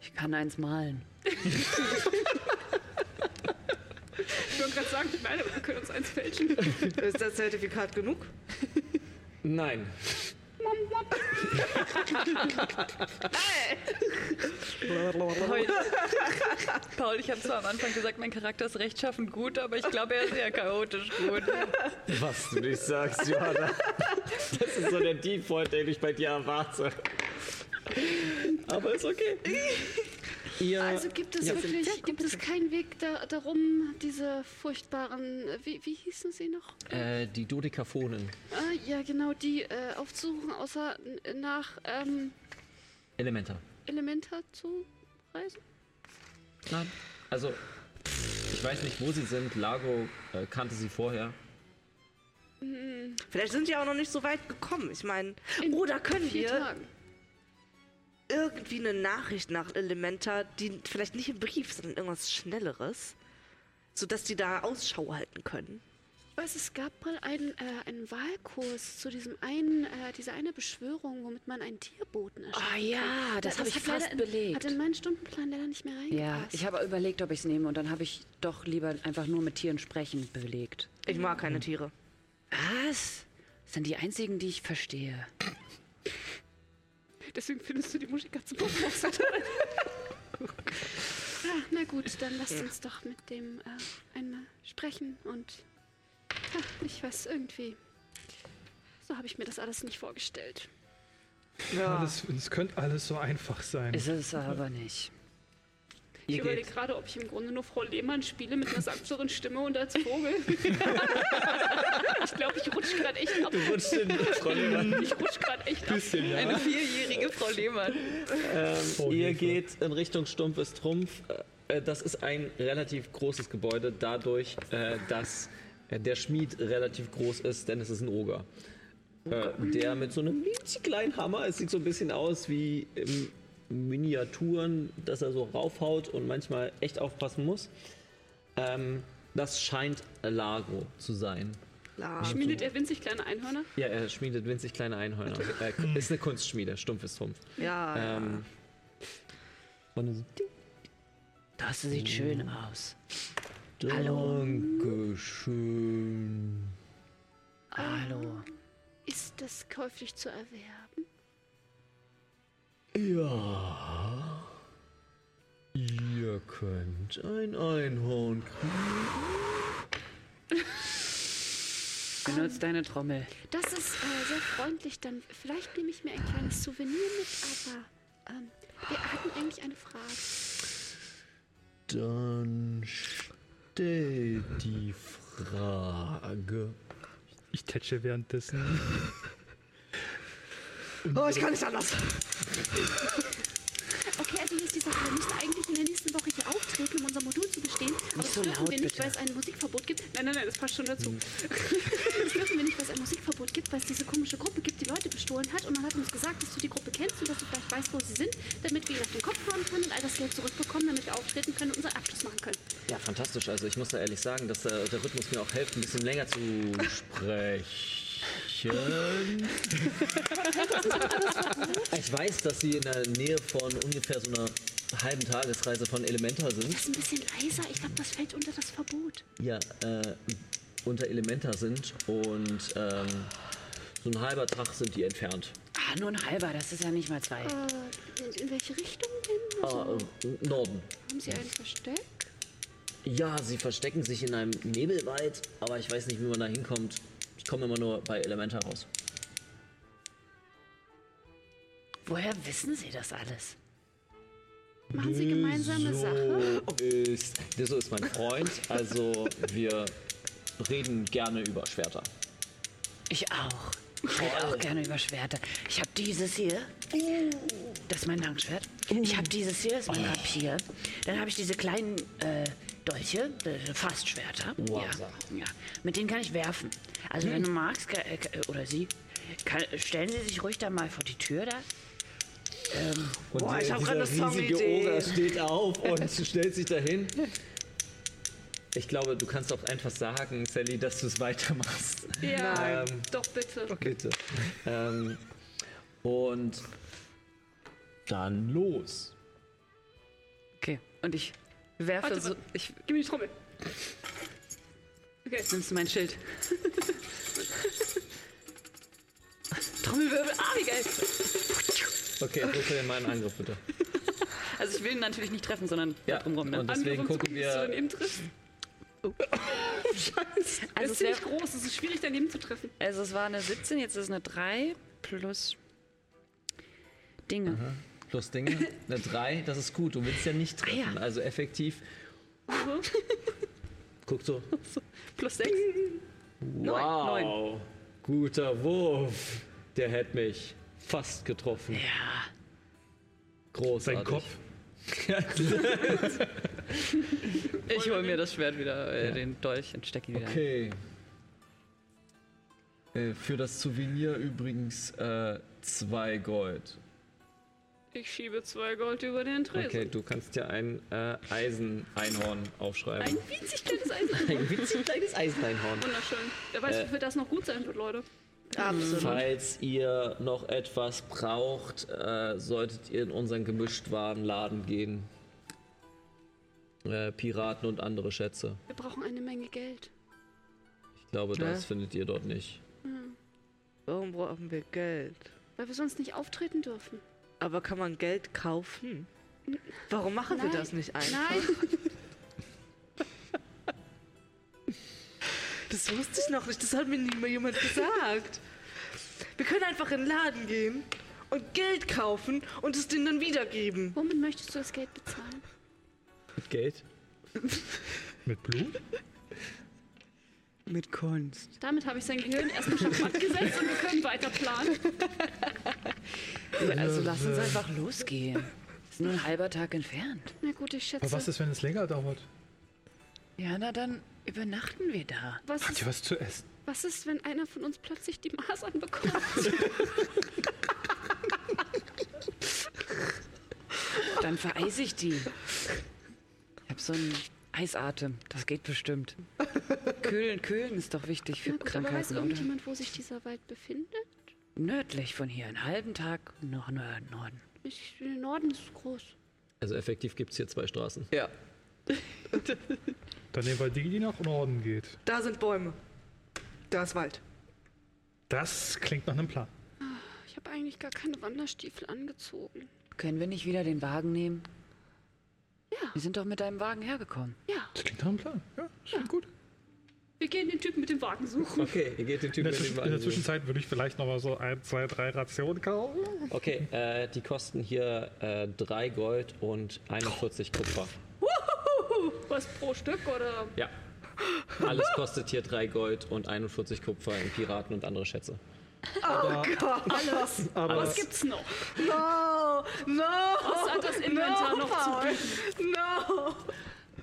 [SPEAKER 5] Ich kann eins malen.
[SPEAKER 7] Ich wollte gerade sagen, nein, aber wir können uns eins fälschen.
[SPEAKER 6] Ist das Zertifikat genug?
[SPEAKER 1] Nein.
[SPEAKER 5] Paul, Paul, ich habe zwar am Anfang gesagt, mein Charakter ist rechtschaffend gut, aber ich glaube, er ist eher chaotisch gut.
[SPEAKER 1] Was du nicht sagst, Johanna. Das ist so der Default, den ich bei dir erwarte. Aber ist okay. Ihr,
[SPEAKER 7] Also gibt es wirklich gibt es keinen Weg da, darum, diese furchtbaren, äh, wie, wie hießen sie noch?
[SPEAKER 1] äh, die Dodekaphonen.
[SPEAKER 7] Äh, ja, genau, die äh, aufzusuchen, außer n- nach ähm,
[SPEAKER 1] Elementa.
[SPEAKER 7] Elementa zu reisen?
[SPEAKER 1] Nein. Also, ich weiß nicht, wo sie sind. Lago äh, kannte sie vorher.
[SPEAKER 6] Vielleicht sind die auch noch nicht so weit gekommen. Ich meine, oder können
[SPEAKER 7] Vier
[SPEAKER 6] wir
[SPEAKER 7] Tagen.
[SPEAKER 6] irgendwie eine Nachricht nach Elementa, die vielleicht nicht im Brief, sondern irgendwas Schnelleres, sodass die da Ausschau halten können.
[SPEAKER 7] Ich weiß, es gab mal einen, äh, einen Wahlkurs zu diesem einen, äh, dieser eine Beschwörung, womit man einen Tierboten erschafft.
[SPEAKER 5] Ah ja, das habe ich fast belegt.
[SPEAKER 7] Hat in meinen Stundenplan leider nicht mehr reingepasst.
[SPEAKER 5] Ja, ich habe überlegt, ob ich es nehme und dann habe ich doch lieber einfach nur mit Tieren sprechen belegt.
[SPEAKER 6] Ich mag keine
[SPEAKER 7] Mhm.
[SPEAKER 6] Tiere.
[SPEAKER 5] Was? Das sind die einzigen, die ich verstehe.
[SPEAKER 7] Deswegen findest du die Muschikatze Popos so toll. ah, na gut, dann lasst uns doch mit dem äh, einmal sprechen und ha, ich weiß irgendwie. So habe ich mir das alles nicht vorgestellt.
[SPEAKER 6] Ja.
[SPEAKER 2] Alles, es könnte alles so einfach sein.
[SPEAKER 5] Ist es aber nicht.
[SPEAKER 7] Ich
[SPEAKER 1] Ihr
[SPEAKER 7] überlege
[SPEAKER 1] geht,
[SPEAKER 7] gerade, ob ich im Grunde nur Frau Lehmann spiele mit einer sanfteren Stimme und als Vogel. ich glaube, ich rutsche gerade echt ab.
[SPEAKER 1] rutscht in die Trolle.
[SPEAKER 7] Ich rutsche gerade echt ab.
[SPEAKER 2] bisschen, ja.
[SPEAKER 5] Eine vierjährige Frau Lehmann.
[SPEAKER 2] Oh,
[SPEAKER 1] Ihr
[SPEAKER 2] Hilfe.
[SPEAKER 1] geht in Richtung Stumpfes Trumpf. Äh, Das ist ein relativ großes Gebäude, dadurch, äh, dass äh, der Schmied relativ groß ist, denn es ist ein Oger. Äh, Der mit so einem winzig kleinen Hammer, es sieht so ein bisschen aus wie ähm, Miniaturen, dass er so raufhaut und manchmal echt aufpassen muss. Ähm, Das scheint Lago zu sein.
[SPEAKER 6] Klar.
[SPEAKER 7] Schmiedet er winzig kleine Einhörner?
[SPEAKER 1] Ja, er schmiedet winzig kleine Einhörner. Äh, ist eine Kunstschmiede, Stumpfes Trumpf.
[SPEAKER 6] Ja.
[SPEAKER 1] Ähm, und so
[SPEAKER 5] Das sieht schön aus.
[SPEAKER 1] Dankeschön.
[SPEAKER 5] Hallo.
[SPEAKER 7] Ist das käuflich zu erwerben?
[SPEAKER 1] Ja. Ihr könnt ein Einhorn
[SPEAKER 5] Benutzt deine Trommel.
[SPEAKER 7] Das ist äh, sehr freundlich. Dann vielleicht nehme ich mir ein kleines Souvenir mit, aber ähm, wir hatten eigentlich eine Frage.
[SPEAKER 1] Dann stell die Frage.
[SPEAKER 2] Ich tätsche währenddessen.
[SPEAKER 6] Oh, ich kann nicht anders.
[SPEAKER 7] Okay, also hier ist die Sache. Wir müssen eigentlich in der nächsten Woche hier auftreten, um unser Modul zu bestehen. Aber das
[SPEAKER 5] so
[SPEAKER 7] dürfen
[SPEAKER 5] laut,
[SPEAKER 7] wir nicht,
[SPEAKER 5] bitte. Hm.
[SPEAKER 7] weil es ein Musikverbot gibt. Nein, nein, nein, das passt schon dazu. das dürfen wir nicht, weil es ein Musikverbot gibt, weil es diese komische Gruppe gibt, die Leute bestohlen hat. Und man hat uns gesagt, dass du die Gruppe kennst und dass du vielleicht weißt, wo sie sind, damit wir ihnen auf den Kopf hauen können und all das Geld zurückbekommen, damit wir auftreten können und unseren Abschluss machen können.
[SPEAKER 1] Ja, fantastisch. Also ich muss da ehrlich sagen, dass der, der Rhythmus mir auch hilft, ein bisschen länger zu sprechen. Ich weiß, dass sie in der Nähe von ungefähr so einer halben Tagesreise von Elementar sind.
[SPEAKER 7] Das ist ein bisschen leiser. Ich glaube, das fällt unter das Verbot.
[SPEAKER 1] ja, äh, unter Elementa sind und ähm, so ein halber Tag sind die entfernt.
[SPEAKER 7] Ah,
[SPEAKER 5] Ja, nur ein halber, das ist ja nicht mal zwei.
[SPEAKER 7] Äh, in, in welche Richtung denn? Also,
[SPEAKER 9] Ah, äh, Norden.
[SPEAKER 7] haben Sie ein Versteck?
[SPEAKER 9] Ja, sie verstecken sich in einem Nebelwald, aber ich weiß nicht, wie man da hinkommt. Ich komme immer nur bei Elementar raus.
[SPEAKER 5] Woher wissen Sie das alles?
[SPEAKER 7] Machen Sie gemeinsame Sache?
[SPEAKER 1] Ist, Disso ist mein Freund, also wir reden gerne über Schwerter.
[SPEAKER 5] Ich auch. Ich rede auch gerne über Schwerter. Ich habe dieses hier. Das ist mein Langschwert. Ich habe dieses hier, das ist mein
[SPEAKER 1] Oh.
[SPEAKER 5] Rapier. Dann habe ich diese kleinen äh, Dolche, äh, Fastschwerter. Ja, ja. Mit denen kann ich werfen. Also
[SPEAKER 1] Hm.
[SPEAKER 5] wenn du magst, ka- äh, ka- oder sie, kann, stellen Sie sich ruhig da mal vor die Tür da.
[SPEAKER 1] Und
[SPEAKER 5] Boah, ich
[SPEAKER 1] dieser-
[SPEAKER 5] hab grad eine
[SPEAKER 1] dieser riesige
[SPEAKER 5] Songidee.
[SPEAKER 1] Oger steht auf und stellt sich dahin. Ich glaube, du kannst auch einfach sagen, Sally, dass du es weitermachst.
[SPEAKER 7] Ja,
[SPEAKER 2] Ähm,
[SPEAKER 7] doch bitte.
[SPEAKER 1] Bitte. Ähm, und dann los.
[SPEAKER 5] Okay. Und ich werfe
[SPEAKER 7] Warte, so- warte.
[SPEAKER 5] Ich
[SPEAKER 7] Gib mir die Trommel.
[SPEAKER 5] nimmst mein Schild. Trommelwirbel. Ah, wie geil.
[SPEAKER 1] Okay, würfel in meinen Angriff bitte.
[SPEAKER 5] Also ich will ihn natürlich nicht treffen, sondern
[SPEAKER 1] Ja,
[SPEAKER 5] drumrum.
[SPEAKER 1] und deswegen gucken
[SPEAKER 7] Bist du
[SPEAKER 1] wir.
[SPEAKER 7] daneben triffst?
[SPEAKER 5] Also
[SPEAKER 7] Das ist
[SPEAKER 5] es, wär,
[SPEAKER 7] ziemlich groß, es ist schwierig daneben zu treffen.
[SPEAKER 5] also es war eine 17, jetzt ist es eine 3 plus Dinge.
[SPEAKER 1] Plus Dinge, eine 3, das ist gut. Du willst ja nicht treffen.
[SPEAKER 5] Ah, ja. Mhm.
[SPEAKER 1] Also effektiv. Guck so.
[SPEAKER 5] Plus 6. Neun,
[SPEAKER 1] Wow. Guter Wurf. Der hätte mich fast getroffen.
[SPEAKER 5] Ja.
[SPEAKER 1] Großartig.
[SPEAKER 2] Sein Kopf.
[SPEAKER 5] Ich hole mir das Schwert wieder, äh, den Dolch und stecke ihn wieder. ein.
[SPEAKER 1] Okay. Äh, für das Souvenir übrigens äh, zwei Gold.
[SPEAKER 7] Ich schiebe zwei Gold über den Tresen.
[SPEAKER 1] Okay, du kannst ja ein äh, Eiseneinhorn aufschreiben.
[SPEAKER 7] Ein winzig kleines Eisen.
[SPEAKER 1] Ein winzig kleines Eiseneinhorn.
[SPEAKER 7] Wunderschön. Wer weiß, wofür das noch gut sein wird, Leute.
[SPEAKER 6] Absolut.
[SPEAKER 1] Falls ihr noch etwas braucht, äh, solltet ihr in unseren Gemischtwarenladen gehen. Äh, Piraten und andere Schätze.
[SPEAKER 7] Wir brauchen eine Menge Geld.
[SPEAKER 1] Ich glaube,
[SPEAKER 5] Ja.
[SPEAKER 1] das findet ihr dort nicht.
[SPEAKER 6] Irgendwo haben wir Geld.
[SPEAKER 7] Weil wir sonst nicht auftreten dürfen.
[SPEAKER 6] Aber kann man Geld kaufen? Warum machen
[SPEAKER 7] Nein.
[SPEAKER 6] wir das nicht einfach?
[SPEAKER 7] Nein,
[SPEAKER 6] Das wusste ich noch nicht, das hat mir nie mal jemand gesagt. Wir können einfach in den Laden gehen und Geld kaufen und es denen dann wiedergeben.
[SPEAKER 7] womit möchtest du das Geld bezahlen?
[SPEAKER 1] Geld?
[SPEAKER 2] Mit Blut?
[SPEAKER 5] Mit Kunst.
[SPEAKER 7] Damit habe ich sein Gehirn erstmal schachmatt gesetzt und wir können weiter planen.
[SPEAKER 5] Also lass uns einfach losgehen. Ist nur ein halber Tag entfernt.
[SPEAKER 7] Na gut, ich schätze.
[SPEAKER 2] Aber was ist, wenn es länger dauert?
[SPEAKER 5] Ja, na dann übernachten wir da.
[SPEAKER 7] was
[SPEAKER 2] Habt
[SPEAKER 7] ist,
[SPEAKER 2] ihr was zu essen?
[SPEAKER 7] was ist, wenn einer von uns plötzlich die Masern bekommt?
[SPEAKER 5] Dann vereise ich die. Ich habe so einen Eisatem. Das geht bestimmt. Kühlen, kühlen ist doch wichtig für
[SPEAKER 7] Na gut, aber weiß
[SPEAKER 5] Krankheiten, oder?
[SPEAKER 7] irgendjemand, wo sich dieser Wald befindet?
[SPEAKER 5] Nördlich von hier, einen halben Tag nach Norden. Norden.
[SPEAKER 7] Ich, der Norden ist groß.
[SPEAKER 1] Also effektiv gibt es hier zwei Straßen.
[SPEAKER 5] Ja.
[SPEAKER 2] Dann nehmen wir die, die nach Norden geht.
[SPEAKER 6] Da sind Bäume. Da ist Wald.
[SPEAKER 1] Äh,
[SPEAKER 2] Das klingt nach einem Plan.
[SPEAKER 7] Ich habe eigentlich gar keine Wanderstiefel angezogen.
[SPEAKER 5] Können wir nicht wieder den Wagen nehmen?
[SPEAKER 7] Ja.
[SPEAKER 5] Wir sind doch mit deinem Wagen hergekommen.
[SPEAKER 7] Ja,
[SPEAKER 2] Das klingt nach einem Plan. Ja, das klingt gut.
[SPEAKER 7] wir gehen den Typen mit dem Wagen suchen.
[SPEAKER 1] Okay, ihr geht den
[SPEAKER 2] In
[SPEAKER 1] Typen
[SPEAKER 2] der,
[SPEAKER 1] mit dem
[SPEAKER 2] Zwisch- in der
[SPEAKER 1] Wagen.
[SPEAKER 2] Zwischenzeit würde ich vielleicht noch mal so ein, zwei, drei Rationen kaufen.
[SPEAKER 1] Okay, äh, die kosten hier 3 Gold und 41 Kupfer.
[SPEAKER 7] Was pro Stück oder?
[SPEAKER 1] Ja. Alles kostet hier 3 Gold und 41 Kupfer in Piraten und andere Schätze.
[SPEAKER 5] Oh
[SPEAKER 2] Aber
[SPEAKER 7] Was gibt's noch?
[SPEAKER 6] No! No!
[SPEAKER 7] Was hat das Inventar noch zu bieten?
[SPEAKER 6] No!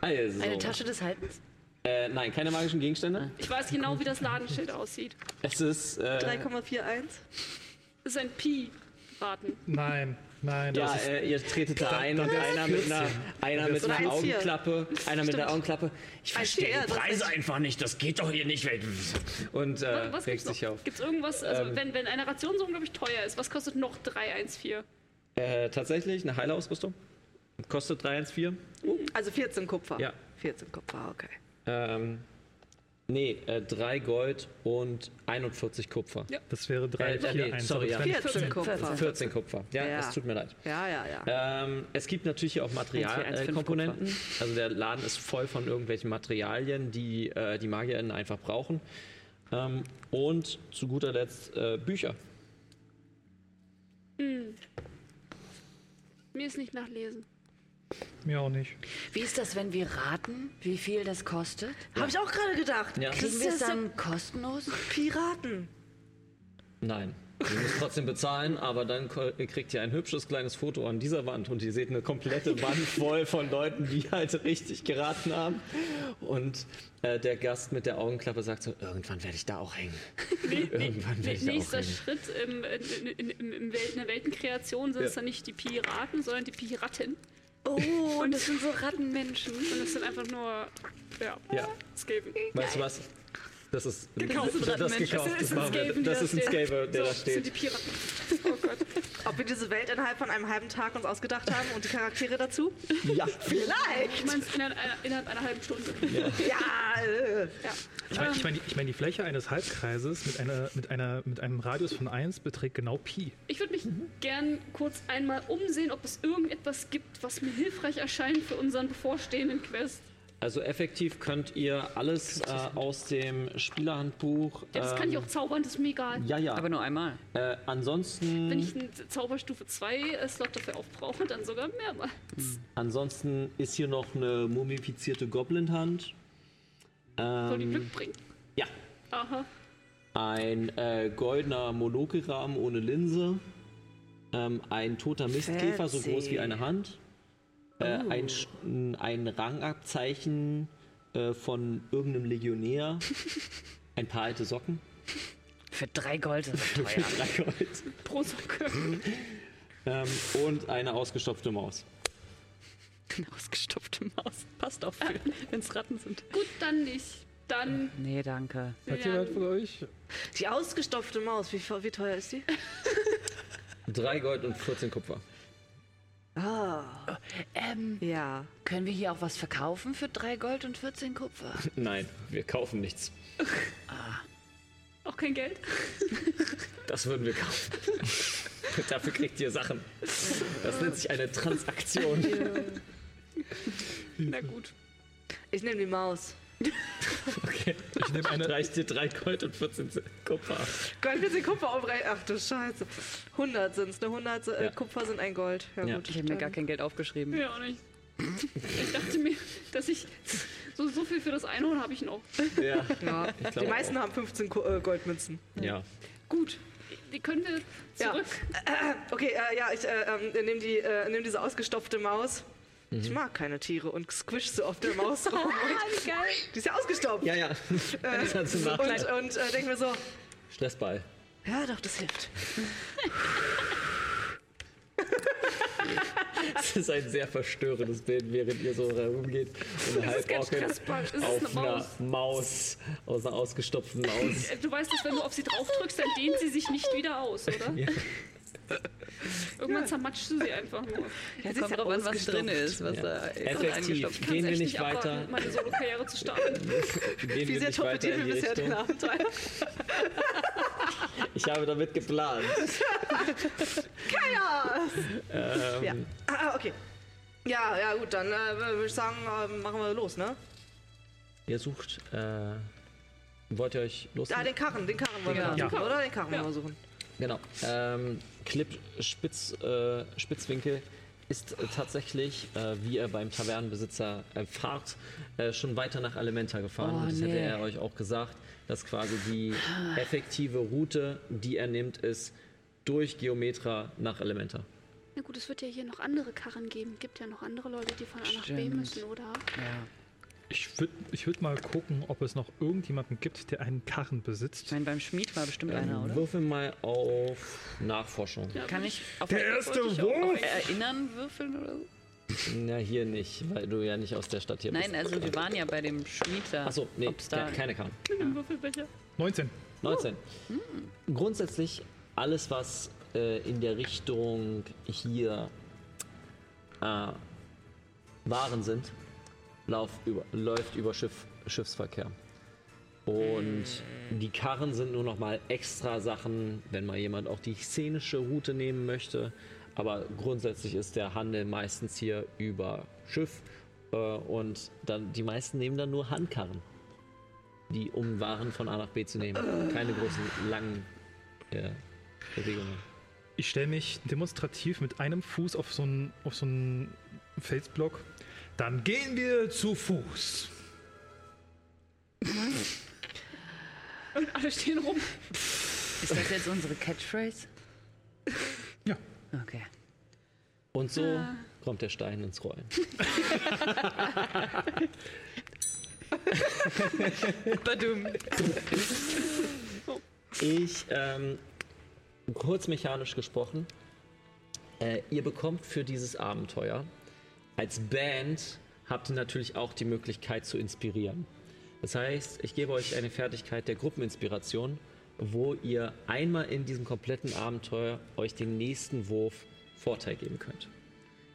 [SPEAKER 1] Also.
[SPEAKER 5] Eine Tasche des Haltens?
[SPEAKER 1] Äh, nein, keine magischen Gegenstände.
[SPEAKER 7] Ich weiß genau, wie das Ladenschild aussieht.
[SPEAKER 1] Es ist. Äh,
[SPEAKER 6] 3,41?
[SPEAKER 7] Das ist ein Pi-Raten.
[SPEAKER 2] nein, nein,
[SPEAKER 1] ja,
[SPEAKER 2] das ist
[SPEAKER 1] äh, ihr tretet da ein und einer mit einer, einer mit einer
[SPEAKER 6] 1,4.
[SPEAKER 1] Augenklappe, einer mit einer Augenklappe. Ich verstehe
[SPEAKER 6] Scherz,
[SPEAKER 1] die
[SPEAKER 6] das
[SPEAKER 1] Preise einfach nicht, das geht doch hier nicht. weil- Und äh,
[SPEAKER 7] Was
[SPEAKER 1] regt
[SPEAKER 7] gibt's noch?
[SPEAKER 1] sich auf. Ähm.
[SPEAKER 7] Gibt's irgendwas, also wenn, wenn eine Ration so unglaublich teuer ist, was kostet noch 314?
[SPEAKER 1] Äh, tatsächlich eine heile Ausrüstung. Kostet 314.
[SPEAKER 6] Also 14 Kupfer.
[SPEAKER 1] Ja.
[SPEAKER 6] 14 Kupfer, okay.
[SPEAKER 1] Ähm, Nee, äh, 3 Gold und 41 Kupfer.
[SPEAKER 2] Das wäre 3,
[SPEAKER 1] Äh, nee,
[SPEAKER 2] 4, 1.
[SPEAKER 1] sorry, ja.
[SPEAKER 5] 14 Kupfer.
[SPEAKER 1] 14 Kupfer. Ja,
[SPEAKER 5] Ja.
[SPEAKER 1] es tut mir leid.
[SPEAKER 5] Ja, ja, ja.
[SPEAKER 1] Ähm, es gibt natürlich auch
[SPEAKER 5] 1,415
[SPEAKER 1] Materialkomponenten. Also der Laden ist voll von irgendwelchen Materialien, die äh, die MagierInnen einfach brauchen. Ähm, und zu guter Letzt äh, Bücher.
[SPEAKER 7] Mir ist nicht nach Lesen.
[SPEAKER 2] Mir auch nicht.
[SPEAKER 5] Wie ist das, wenn wir raten, wie viel das kostet?
[SPEAKER 6] Habe ich auch gerade gedacht.
[SPEAKER 1] Ja.
[SPEAKER 5] Kriegen wir es dann kostenlos?
[SPEAKER 6] Piraten.
[SPEAKER 1] Nein. Ihr müsst trotzdem bezahlen, aber dann ko- kriegt ihr ein hübsches kleines Foto an dieser Wand und ihr seht eine komplette Wand voll von Leuten, die halt richtig geraten haben. Und äh, der Gast mit der Augenklappe sagt so, irgendwann werde ich da auch hängen. Irgendwann werde ich da auch
[SPEAKER 7] Nächster
[SPEAKER 1] hängen.
[SPEAKER 7] Schritt im, in, in, in, in, Welt, in der Weltenkreation sind es dann nicht die Piraten, sondern die Piratin.
[SPEAKER 5] Oh, und das sind so Rattenmenschen.
[SPEAKER 7] Und das sind einfach nur. Ja,
[SPEAKER 1] Ja.
[SPEAKER 7] Skaven.
[SPEAKER 1] Weißt du was? Das ist
[SPEAKER 5] Gekauftes
[SPEAKER 1] das,
[SPEAKER 5] Rattenmensch.
[SPEAKER 1] gekaufte
[SPEAKER 7] Das ist ein
[SPEAKER 1] machen wir.
[SPEAKER 7] Skaven,
[SPEAKER 1] das
[SPEAKER 7] der
[SPEAKER 1] ist ein
[SPEAKER 7] da steht.
[SPEAKER 1] Scave, der
[SPEAKER 7] so,
[SPEAKER 1] da
[SPEAKER 7] sind die
[SPEAKER 1] steht.
[SPEAKER 7] Piraten. Oh Gott.
[SPEAKER 6] Ob wir diese Welt innerhalb von einem halben Tag uns ausgedacht haben und die Charaktere dazu?
[SPEAKER 1] Ja,
[SPEAKER 6] Vielleicht.
[SPEAKER 7] Ich meine, innerhalb, einer- innerhalb einer halben Stunde.
[SPEAKER 6] Ja. äh.
[SPEAKER 2] Ich
[SPEAKER 1] Ah.
[SPEAKER 2] meine, ich mein, ich mein, die Fläche eines Halbkreises mit, einer, mit, einer, mit einem Radius von 1 beträgt genau Pi.
[SPEAKER 7] Ich würde mich gern kurz einmal umsehen, ob es irgendetwas gibt, was mir hilfreich erscheint für unseren bevorstehenden Quest.
[SPEAKER 1] also effektiv könnt ihr alles äh, aus dem Spielerhandbuch.
[SPEAKER 7] Ja, das kann ich
[SPEAKER 1] ähm,
[SPEAKER 7] auch zaubern, das ist mir egal. Also
[SPEAKER 1] Ja, ja.
[SPEAKER 5] Aber nur einmal.
[SPEAKER 1] äh, ansonsten.
[SPEAKER 2] Mhm.
[SPEAKER 7] Wenn ich einen Zauberstufe 2 Slot dafür aufbrauche, dann sogar mehrmals.
[SPEAKER 1] Ansonsten ist hier noch eine mumifizierte Goblin-Hand.
[SPEAKER 7] Soll die
[SPEAKER 1] Ähm,
[SPEAKER 7] Glück bringen.
[SPEAKER 1] ja,
[SPEAKER 7] Aha.
[SPEAKER 1] ein äh, goldener Monokelrahmen ohne Linse. Ähm, ein toter Mistkäfer, so groß wie eine Hand. Äh,
[SPEAKER 7] Oh.
[SPEAKER 1] ein, Sch- n- ein Rangabzeichen äh, von irgendeinem Legionär. ein paar alte Socken.
[SPEAKER 5] Für drei Gold ist das teuer.
[SPEAKER 1] Drei Gold.
[SPEAKER 7] Pro Socke.
[SPEAKER 1] Ähm, und eine ausgestopfte Maus.
[SPEAKER 5] Eine ausgestopfte Maus. Passt auch für, wenn es Ratten sind.
[SPEAKER 7] Gut, dann nicht. Dann.
[SPEAKER 5] Nee, danke.
[SPEAKER 2] Hat jemand von euch?
[SPEAKER 6] Die ausgestopfte Maus, wie, wie teuer ist die?
[SPEAKER 1] Drei Gold und 14 Kupfer.
[SPEAKER 5] Ähm,
[SPEAKER 6] Ah, Ja.
[SPEAKER 5] können wir hier auch was verkaufen für drei Gold und 14 Kupfer?
[SPEAKER 1] Nein, wir kaufen nichts.
[SPEAKER 7] Auch kein Geld.
[SPEAKER 1] Das würden wir kaufen. Dafür kriegt ihr Sachen. Das nennt sich eine Transaktion.
[SPEAKER 7] Na gut.
[SPEAKER 6] Ich nehme die Maus.
[SPEAKER 1] Okay. Ich nehme eine. Reicht dir 3 Gold und 14 Kupfer.
[SPEAKER 6] Gold für den Kupfer aufreißen. Ach du Scheiße. 100 sind es, ne? 100 äh,
[SPEAKER 1] Ja.
[SPEAKER 6] Kupfer sind ein Gold. Ja,
[SPEAKER 1] Ja.
[SPEAKER 6] gut.
[SPEAKER 5] Ich habe mir gar kein Geld aufgeschrieben.
[SPEAKER 7] Ja, auch nicht. Ich dachte mir, dass ich. So, so viel für das Einhorn habe ich noch.
[SPEAKER 1] Ja.
[SPEAKER 6] Ja.
[SPEAKER 1] Ich glaube
[SPEAKER 6] Die meisten haben 15 Ku äh, Goldmünzen.
[SPEAKER 1] Ja.
[SPEAKER 7] Gut. Die können wir
[SPEAKER 6] Ja.
[SPEAKER 7] zurück.
[SPEAKER 6] Okay, äh, ja, ich äh, ähm, nehme die, äh, nehm diese ausgestopfte Maus.
[SPEAKER 1] Mhm.
[SPEAKER 6] Ich mag keine Tiere und squish so auf der Maus rum. Und die ist ja ausgestopft.
[SPEAKER 1] Ah, Ja, ja.
[SPEAKER 7] Äh.
[SPEAKER 1] Das hat sie
[SPEAKER 6] Und,
[SPEAKER 1] nachgedacht.
[SPEAKER 6] und äh, denke mir so,
[SPEAKER 1] Stressball.
[SPEAKER 6] ja doch, das
[SPEAKER 1] Äh,
[SPEAKER 6] hilft.
[SPEAKER 1] Das ist ein sehr verstörendes Bild, während ihr so herumgeht. Und
[SPEAKER 7] Das ist kein
[SPEAKER 1] halb
[SPEAKER 7] Stressball, es ist
[SPEAKER 1] auf
[SPEAKER 7] eine
[SPEAKER 1] einer Maus. Aus einer ausgestopften Maus.
[SPEAKER 7] Äh, Du weißt, dass wenn du auf sie draufdrückst, dann dehnt sie sich nicht wieder aus, oder? Irgendwann zermatschst du sie einfach nur.
[SPEAKER 5] Ja, kommt drauf an, was drin ist. Was da
[SPEAKER 1] Effektiv. Gehen wir nicht weiter.
[SPEAKER 7] abwarten, meine Solo-Karriere zu starten.
[SPEAKER 1] Gehen
[SPEAKER 6] Wie
[SPEAKER 1] wir
[SPEAKER 6] sehr
[SPEAKER 1] nicht weiter
[SPEAKER 6] torpedieren
[SPEAKER 1] in
[SPEAKER 6] wir
[SPEAKER 1] die
[SPEAKER 6] bisher den
[SPEAKER 1] Richtung.
[SPEAKER 6] Abend ein.
[SPEAKER 1] Ich habe damit geplant.
[SPEAKER 6] Ja. Ah, okay. Ja, ja gut, dann äh, würde ich sagen, äh, machen wir los, ne?
[SPEAKER 1] Ihr sucht. Äh, wollt ihr euch los?
[SPEAKER 6] Ah, den Karren, den Karren wollen wir
[SPEAKER 2] Ja.
[SPEAKER 6] suchen, oder? Den Karren
[SPEAKER 7] Ja.
[SPEAKER 6] wollen wir suchen.
[SPEAKER 1] Genau. Ähm, Clip Spitz, äh, Spitzwinkel ist äh, tatsächlich, äh, wie ihr beim Tavernenbesitzer erfahrt, äh, schon weiter nach Alementa gefahren.
[SPEAKER 5] Oh,
[SPEAKER 1] Und das hätte
[SPEAKER 5] nee. Ah.
[SPEAKER 1] er euch auch gesagt, dass quasi die effektive Route, die er nimmt, ist durch Geometra nach Elementa.
[SPEAKER 7] Na gut, es wird ja hier noch andere Karren geben. Gibt ja noch andere Leute, die von A nach B
[SPEAKER 5] Stimmt.
[SPEAKER 7] müssen, oder?
[SPEAKER 2] Ich würde ich würd mal gucken, ob es noch irgendjemanden gibt, der einen Karren
[SPEAKER 5] Ich
[SPEAKER 2] besitzt.
[SPEAKER 5] meine, beim Schmied war bestimmt einer, oder?
[SPEAKER 1] Würfel mal auf Nachforschung.
[SPEAKER 5] Kann ich auf Der
[SPEAKER 7] erste Wurf!
[SPEAKER 5] Erinnern würfeln oder so?
[SPEAKER 1] Na, hier nicht, weil du ja nicht aus der Stadt hier bist.
[SPEAKER 5] Nein, also wir waren ja bei dem Schmied da.
[SPEAKER 1] Achso, nee,
[SPEAKER 5] Ob's da
[SPEAKER 1] ke- keine Karten.
[SPEAKER 7] Mit einem Würfelbecher.
[SPEAKER 2] 19.
[SPEAKER 1] 19. Grundsätzlich alles, was äh, in der Richtung hier äh, Waren sind, lauf über, läuft über Schiff, Schiffsverkehr. Und die Karren sind nur noch mal extra Sachen, wenn mal jemand auch die szenische Route nehmen möchte. Aber grundsätzlich ist der Handel meistens hier über Schiff äh, und dann die meisten nehmen dann nur Handkarren, die um Waren von A nach B zu nehmen. Keine großen langen äh, Bewegungen.
[SPEAKER 2] Ich stelle mich demonstrativ mit einem Fuß auf so einen auf so einen Felsblock. Dann gehen wir zu Fuß.
[SPEAKER 4] Und alle stehen rum.
[SPEAKER 5] Ist das jetzt unsere Catchphrase?
[SPEAKER 2] Ja.
[SPEAKER 5] Okay.
[SPEAKER 1] Und so kommt der Stein ins Rollen.
[SPEAKER 5] Badum.
[SPEAKER 1] Ich, ähm, kurz mechanisch gesprochen, äh, ihr bekommt für dieses Abenteuer als Band habt ihr natürlich auch die Möglichkeit zu inspirieren. Das heißt, ich gebe euch eine Fertigkeit der Gruppeninspiration, wo ihr einmal in diesem kompletten Abenteuer euch den nächsten Wurf Vorteil geben könnt.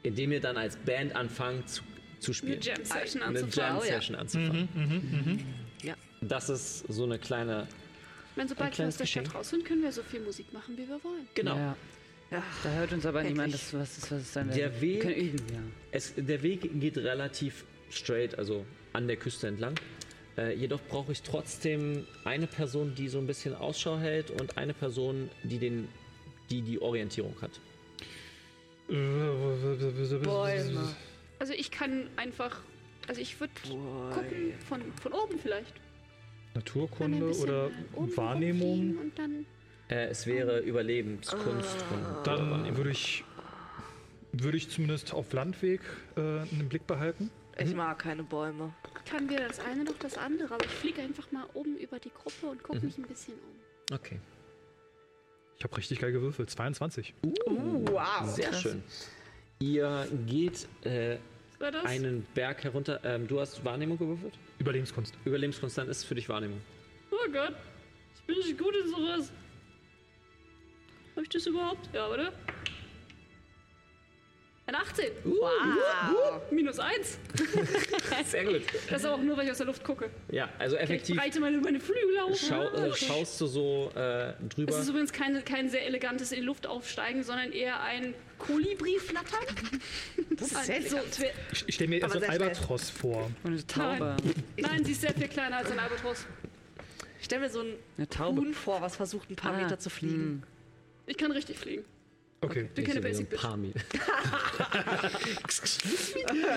[SPEAKER 1] Indem ihr dann als Band anfangt zu, zu
[SPEAKER 4] Eine
[SPEAKER 1] spielen.
[SPEAKER 4] Jam-Session
[SPEAKER 1] Eine
[SPEAKER 7] Genau,
[SPEAKER 4] anzufangen. oh
[SPEAKER 1] Jam-Session anzufangen.
[SPEAKER 5] Ja.
[SPEAKER 1] Das ist so eine kleine.
[SPEAKER 7] Ich meine,
[SPEAKER 1] Ein
[SPEAKER 7] sobald wir
[SPEAKER 1] kleines
[SPEAKER 7] aus der Stadt
[SPEAKER 1] Geschenk.
[SPEAKER 7] raus sind, können wir so viel Musik machen, wie wir wollen.
[SPEAKER 1] Genau.
[SPEAKER 5] Ja. Da hört uns aber niemand,
[SPEAKER 7] endlich.
[SPEAKER 5] das, was ist, was ist dann
[SPEAKER 1] Der
[SPEAKER 5] Wir
[SPEAKER 1] Weg-
[SPEAKER 5] können üben, ja.
[SPEAKER 1] Es, der Weg geht relativ straight, also an der Küste entlang. Äh, jedoch brauche ich trotzdem eine Person, die so ein bisschen Ausschau hält und eine Person, die den, die, die Orientierung hat.
[SPEAKER 2] Bäume.
[SPEAKER 4] Also ich kann einfach. Also ich würde gucken, von, von oben vielleicht. Dann ein
[SPEAKER 2] Naturkunde
[SPEAKER 4] bisschen
[SPEAKER 2] oder
[SPEAKER 4] oben rumfliegen
[SPEAKER 2] Wahrnehmung.
[SPEAKER 4] Und dann
[SPEAKER 1] Äh, es wäre Überlebenskunst.
[SPEAKER 2] Ah.
[SPEAKER 1] und-
[SPEAKER 2] Dann würde ich, würde ich zumindest auf Landweg äh, einen Blick behalten.
[SPEAKER 1] Mhm.
[SPEAKER 6] Ich mag keine Bäume.
[SPEAKER 7] Kann wir das eine noch das andere, aber ich fliege einfach mal oben über die Gruppe und
[SPEAKER 1] Mhm.
[SPEAKER 7] gucke mich ein bisschen um.
[SPEAKER 1] Okay.
[SPEAKER 2] Ich habe richtig geil gewürfelt. 22.
[SPEAKER 6] Wow.
[SPEAKER 1] Sehr schön. Ihr geht äh,
[SPEAKER 4] war das.
[SPEAKER 1] einen Berg herunter. Ähm, du hast Wahrnehmung gewürfelt?
[SPEAKER 2] Überlebenskunst.
[SPEAKER 1] Überlebenskonstant ist für dich Wahrnehmung.
[SPEAKER 4] Oh Gott, ich bin nicht gut in sowas. Hab ich das überhaupt? Ja, oder? Ein 18.
[SPEAKER 6] Wow.
[SPEAKER 4] Minus 1.
[SPEAKER 1] Sehr gut.
[SPEAKER 4] Das aber auch nur, weil ich aus der Luft gucke.
[SPEAKER 1] Ja, also
[SPEAKER 4] Ich
[SPEAKER 1] effektiv
[SPEAKER 4] breite meine, meine Flügel auf.
[SPEAKER 1] schau, äh, schaust du so äh,
[SPEAKER 4] Es
[SPEAKER 1] drüber.
[SPEAKER 4] ist übrigens keine, kein sehr elegantes in die Luft aufsteigen, sondern eher ein Kolibri-Flattern. Das ist
[SPEAKER 1] Also,
[SPEAKER 4] sehr so, sehr-
[SPEAKER 2] Ich, ich stelle mir erst
[SPEAKER 6] Aber
[SPEAKER 2] so einen
[SPEAKER 6] sehr
[SPEAKER 2] Albatros vor.
[SPEAKER 5] Und eine Taube.
[SPEAKER 4] Nein, sie ist sehr viel kleiner als ein Albatros.
[SPEAKER 6] Ich stelle mir so ein
[SPEAKER 5] Eine Taube.
[SPEAKER 6] Huhn vor, was versucht, ein paar
[SPEAKER 5] Ah,
[SPEAKER 6] Meter zu
[SPEAKER 1] Mhm.
[SPEAKER 6] fliegen.
[SPEAKER 4] Ich kann richtig fliegen.
[SPEAKER 2] Okay.
[SPEAKER 4] Ich bin keine Basic Bitch.
[SPEAKER 1] Pami.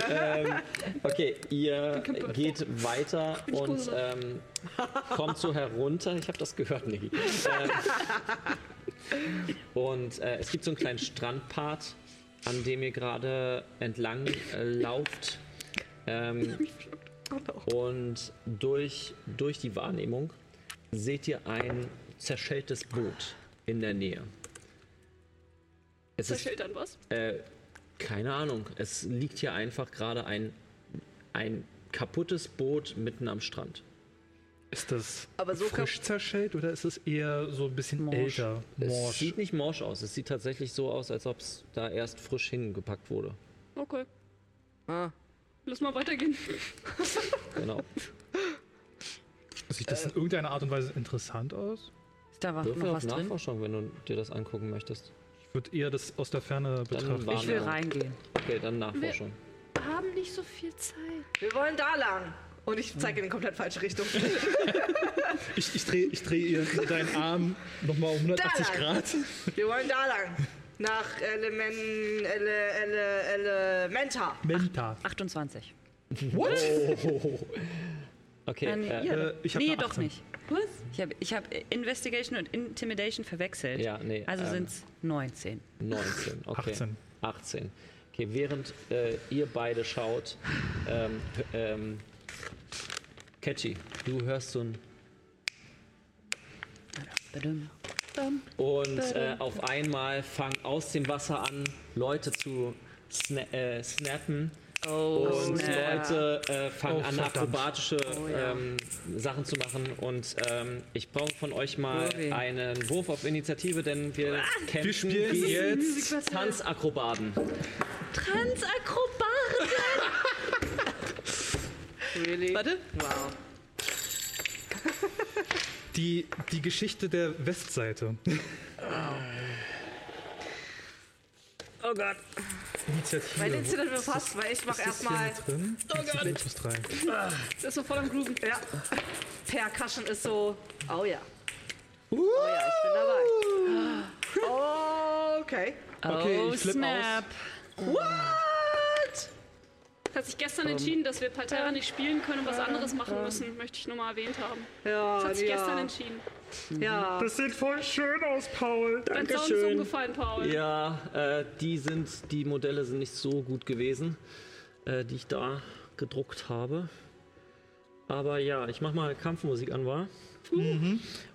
[SPEAKER 1] ähm, okay, ihr geht weiter und ähm, kommt so herunter. Ich habe das gehört, Niki. Ähm, und äh, es gibt so einen kleinen Strandpart, an dem ihr gerade entlang äh, lauft. Ähm, und durch, durch die Wahrnehmung seht ihr ein zerschelltes Boot in der Nähe. Es
[SPEAKER 4] Das
[SPEAKER 1] ist
[SPEAKER 4] Schild dann was?
[SPEAKER 1] äh, keine Ahnung. Es liegt hier einfach gerade ein, ein kaputtes Boot mitten am Strand.
[SPEAKER 2] Ist das
[SPEAKER 6] Aber so
[SPEAKER 2] frisch zerschellt oder ist es eher so ein bisschen
[SPEAKER 5] Morsch.
[SPEAKER 2] älter?
[SPEAKER 1] Es sieht nicht morsch aus. Es sieht tatsächlich so aus, als ob es da erst frisch hingepackt wurde.
[SPEAKER 4] Okay.
[SPEAKER 6] Ah.
[SPEAKER 4] Lass mal weitergehen.
[SPEAKER 1] Genau.
[SPEAKER 2] Sieht das in irgendeiner Art und Weise interessant aus?
[SPEAKER 5] Ist da was,
[SPEAKER 1] Würfel
[SPEAKER 5] noch
[SPEAKER 1] auf
[SPEAKER 5] was drin?
[SPEAKER 1] Nachforschung, wenn du dir das angucken möchtest.
[SPEAKER 2] Ich würde eher das aus der Ferne betrachten.
[SPEAKER 1] war-
[SPEAKER 5] Ich will
[SPEAKER 1] Wahrnehmung.
[SPEAKER 5] reingehen.
[SPEAKER 1] Okay, dann Nachforschung.
[SPEAKER 7] Wir haben nicht so viel Zeit.
[SPEAKER 6] Wir wollen da lang. Und ich zeige in die komplett falsche Richtung.
[SPEAKER 2] Ich, ich drehe ich dreh ihr deinen Arm nochmal um 180
[SPEAKER 6] Da lang.
[SPEAKER 2] Grad.
[SPEAKER 6] Wir wollen da lang. Nach Element, Ele, Ele, Elementa.
[SPEAKER 2] Menta.
[SPEAKER 5] 28.
[SPEAKER 1] Okay,
[SPEAKER 5] Dann-
[SPEAKER 1] äh,
[SPEAKER 5] ja,
[SPEAKER 2] äh, ich hab
[SPEAKER 5] nee,
[SPEAKER 2] eine
[SPEAKER 5] doch
[SPEAKER 2] 18.
[SPEAKER 5] nicht. Was? Ich habe ich hab Investigation und Intimidation verwechselt.
[SPEAKER 1] Ja, nee,
[SPEAKER 5] Also
[SPEAKER 1] ähm,
[SPEAKER 5] sind es 19.
[SPEAKER 1] 19. Okay.
[SPEAKER 2] 18.
[SPEAKER 1] 18. Okay, während äh, ihr beide schaut, ähm, p- ähm, Catchy, du hörst so ein
[SPEAKER 5] Badum.
[SPEAKER 1] Und äh, auf einmal fangen aus dem Wasser an, Leute zu sna äh, snappen.
[SPEAKER 5] Oh,
[SPEAKER 1] und Leute äh, fangen
[SPEAKER 2] Oh,
[SPEAKER 1] an,
[SPEAKER 2] verdammt.
[SPEAKER 1] akrobatische ähm, Sachen zu machen. Und ähm, ich brauche von euch mal
[SPEAKER 5] Oh, weh.
[SPEAKER 1] einen Wurf auf Initiative, denn wir kämpfen
[SPEAKER 2] spielen
[SPEAKER 1] gegen
[SPEAKER 2] jetzt-
[SPEAKER 1] Tanzakrobaten.
[SPEAKER 5] Transakrobat!
[SPEAKER 6] Really?
[SPEAKER 5] Warte.
[SPEAKER 6] Wow.
[SPEAKER 2] Die, die Geschichte der Westseite.
[SPEAKER 6] Oh Gott.
[SPEAKER 2] Initiative.
[SPEAKER 6] Mein
[SPEAKER 2] Wo-
[SPEAKER 6] Incident verpasst, weil ich mache
[SPEAKER 2] ist das hier
[SPEAKER 6] erstmal.
[SPEAKER 2] mit drin? Oh Gott. Plus drei.
[SPEAKER 7] Das ist so voll am Grooven.
[SPEAKER 6] Ja. Percussion ist so. Oh ja. Oh ja, ich bin dabei. Oh, okay.
[SPEAKER 2] Okay,
[SPEAKER 5] oh,
[SPEAKER 2] ich flipp
[SPEAKER 5] snap.
[SPEAKER 6] What?
[SPEAKER 7] Hat sich gestern entschieden, dass wir Palterra nicht spielen können und was anderes machen müssen. Möchte ich nur mal erwähnt haben.
[SPEAKER 6] Ja,
[SPEAKER 7] Das hat sich
[SPEAKER 6] Äh, ja.
[SPEAKER 7] gestern entschieden.
[SPEAKER 6] ja.
[SPEAKER 2] Das sieht voll schön aus, Paul.
[SPEAKER 7] Dein Zaun ist umgefallen, Paul.
[SPEAKER 1] Ja, äh, die sind, die Modelle sind nicht so gut gewesen, äh, die ich da gedruckt habe. Aber ja, ich mach mal Kampfmusik an, war.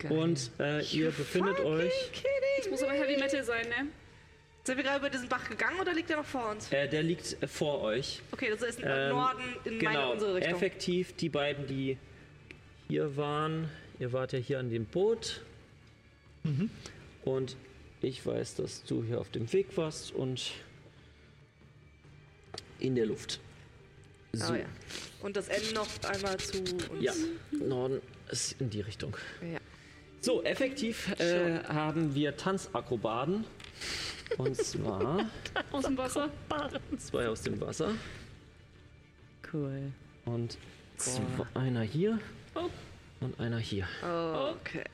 [SPEAKER 1] Und äh, ihr befindet euch.
[SPEAKER 7] Das muss aber Heavy Metal sein, ne?
[SPEAKER 6] Sind wir gerade über diesen Bach gegangen oder liegt der noch vor uns?
[SPEAKER 1] Äh, der liegt äh, vor euch.
[SPEAKER 6] Okay, das ist im
[SPEAKER 1] Ähm,
[SPEAKER 6] Norden in meine
[SPEAKER 1] genau.
[SPEAKER 6] unsere Richtung.
[SPEAKER 1] Effektiv die beiden, die hier waren. Ihr wart ja hier an dem Boot.
[SPEAKER 6] Mhm.
[SPEAKER 1] Und ich weiß, dass du hier auf dem Weg warst und in der Luft. So.
[SPEAKER 6] Oh, ja. Und das N noch einmal zu uns.
[SPEAKER 1] Ja, Norden ist in die Richtung.
[SPEAKER 6] Ja.
[SPEAKER 1] So, effektiv äh, haben wir Tanzakrobaden. Und zwar
[SPEAKER 7] Aus dem Wasser.
[SPEAKER 1] zwei aus dem Wasser
[SPEAKER 5] Cool.
[SPEAKER 1] und zwei, einer hier
[SPEAKER 7] Oh.
[SPEAKER 1] und einer hier.
[SPEAKER 6] Okay.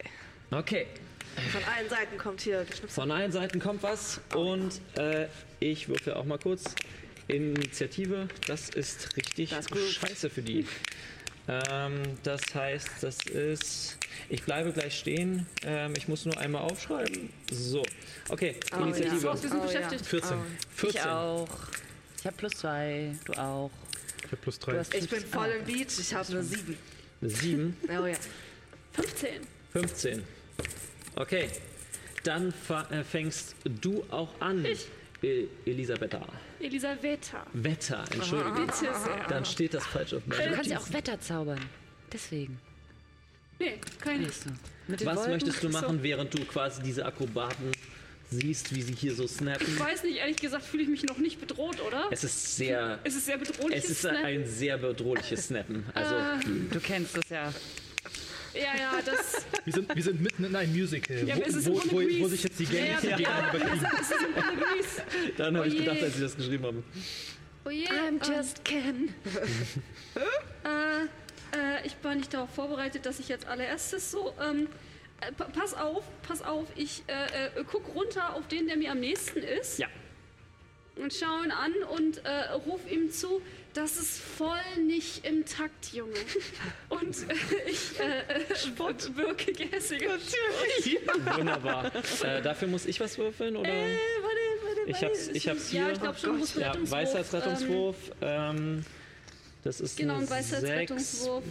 [SPEAKER 1] Okay,
[SPEAKER 6] Von allen Seiten kommt hier geschnipst.
[SPEAKER 1] von allen Seiten kommt was und äh, ich würfel auch mal kurz. Initiative, das ist richtig
[SPEAKER 6] Das ist gut.
[SPEAKER 1] scheiße für die. Ähm, das heißt, das ist. Ich bleibe gleich stehen. Ähm, ich muss nur einmal aufschreiben. So. Okay, Initiative.
[SPEAKER 7] Aus wir sind
[SPEAKER 6] Oh, ja.
[SPEAKER 7] beschäftigt.
[SPEAKER 2] 14.
[SPEAKER 1] 14.
[SPEAKER 5] Ich auch. Ich habe plus zwei, du auch.
[SPEAKER 2] Ich hab plus
[SPEAKER 5] Du
[SPEAKER 2] 3.
[SPEAKER 5] hast
[SPEAKER 6] Ich bin
[SPEAKER 5] plus- Ah.
[SPEAKER 6] voll im Beat, ich habe eine 7.
[SPEAKER 1] 7.
[SPEAKER 6] Oh ja.
[SPEAKER 7] 15.
[SPEAKER 1] 15. Okay. Dann fa- äh, fängst du auch an, E- Elisabetta.
[SPEAKER 7] Elisaveta.
[SPEAKER 1] Wetter, entschuldige.
[SPEAKER 7] Bitte sehr.
[SPEAKER 1] Dann steht das falsch auf
[SPEAKER 5] Du
[SPEAKER 1] meinem
[SPEAKER 5] kannst ja auch Wetter zaubern. Deswegen.
[SPEAKER 7] Nee, keine.
[SPEAKER 5] Siehst du. Mit den
[SPEAKER 1] Was
[SPEAKER 5] Wolken?
[SPEAKER 1] möchtest du
[SPEAKER 5] Ach so.
[SPEAKER 1] machen, während du quasi diese Akrobaten siehst, wie sie hier so snappen?
[SPEAKER 7] Ich weiß nicht, ehrlich gesagt fühle ich mich noch nicht bedroht, oder?
[SPEAKER 1] Es ist sehr.
[SPEAKER 7] Es ist sehr bedrohlich. ne?
[SPEAKER 1] Es ist ein sehr bedrohliches Snappen. Also,
[SPEAKER 7] Ah,
[SPEAKER 5] Du kennst es ja.
[SPEAKER 7] Ja, ja, das.
[SPEAKER 2] Wir sind, wir sind mitten in einem Musical.
[SPEAKER 7] Ja,
[SPEAKER 2] wo,
[SPEAKER 7] aber es ist
[SPEAKER 2] wo,
[SPEAKER 7] ohne
[SPEAKER 2] wo, wo
[SPEAKER 7] Grease.
[SPEAKER 2] sich jetzt die
[SPEAKER 7] Ja,
[SPEAKER 2] Gangs
[SPEAKER 7] ja,
[SPEAKER 2] ja,
[SPEAKER 7] ja.
[SPEAKER 2] überkriegen.
[SPEAKER 7] Das ist ein Grease.
[SPEAKER 1] dann habe ich
[SPEAKER 7] Oje.
[SPEAKER 1] gedacht, als sie das geschrieben haben.
[SPEAKER 7] Oh je. ähm,
[SPEAKER 5] Ken.
[SPEAKER 7] äh, äh, ich war nicht darauf vorbereitet, dass ich jetzt allererstes so. Ähm, äh, pa- pass auf, pass auf. Ich äh, äh, guck runter auf den, der mir am nächsten ist.
[SPEAKER 1] Ja.
[SPEAKER 7] Und schau ihn an und äh, ruf ihm zu, das ist voll nicht im Takt, Junge. Und äh, ich äh, äh, wirke gehässige.
[SPEAKER 1] Oh,
[SPEAKER 7] Natürlich.
[SPEAKER 1] Wunderbar. äh, dafür muss ich was würfeln? Oder?
[SPEAKER 7] Äh, warte, warte,
[SPEAKER 1] Ich
[SPEAKER 7] warte.
[SPEAKER 1] hab's- ich hab's
[SPEAKER 7] Ja,
[SPEAKER 1] hier.
[SPEAKER 7] ich glaube schon, muss
[SPEAKER 1] Oh Ja,
[SPEAKER 7] Rettungswurf.
[SPEAKER 1] Weisheitsrettungswurf. Ähm, das ist
[SPEAKER 7] Genau,
[SPEAKER 1] eine
[SPEAKER 7] ein
[SPEAKER 1] 6.
[SPEAKER 7] Weisheitsrettungswurf.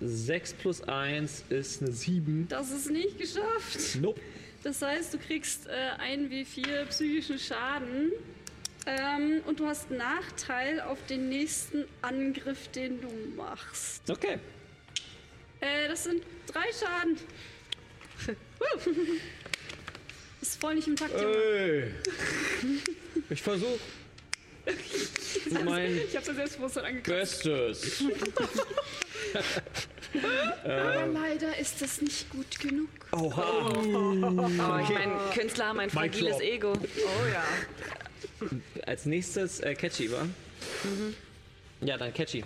[SPEAKER 1] 6 plus 1 ist eine 7.
[SPEAKER 7] Das ist nicht geschafft.
[SPEAKER 1] Nope.
[SPEAKER 7] Das heißt, du kriegst äh, ein W4 psychischen Schaden. Ähm, und du hast Nachteil auf den nächsten Angriff, den du machst.
[SPEAKER 1] Okay.
[SPEAKER 7] Äh, das sind drei Schaden. Woo. ist voll nicht im Takt, Junge.
[SPEAKER 1] Hey. Ich versuche mein
[SPEAKER 7] Ich hab's ja Selbstbewusstsein angekündigt.
[SPEAKER 1] Bestes.
[SPEAKER 7] Aber leider ist das nicht gut genug.
[SPEAKER 1] Oha.
[SPEAKER 5] Oh, ich mein, Künstler haben ein fragiles
[SPEAKER 2] drop.
[SPEAKER 5] Ego.
[SPEAKER 6] Oh ja.
[SPEAKER 1] Als nächstes äh, Catchy, wa? Mhm. Ja, dann Catchy.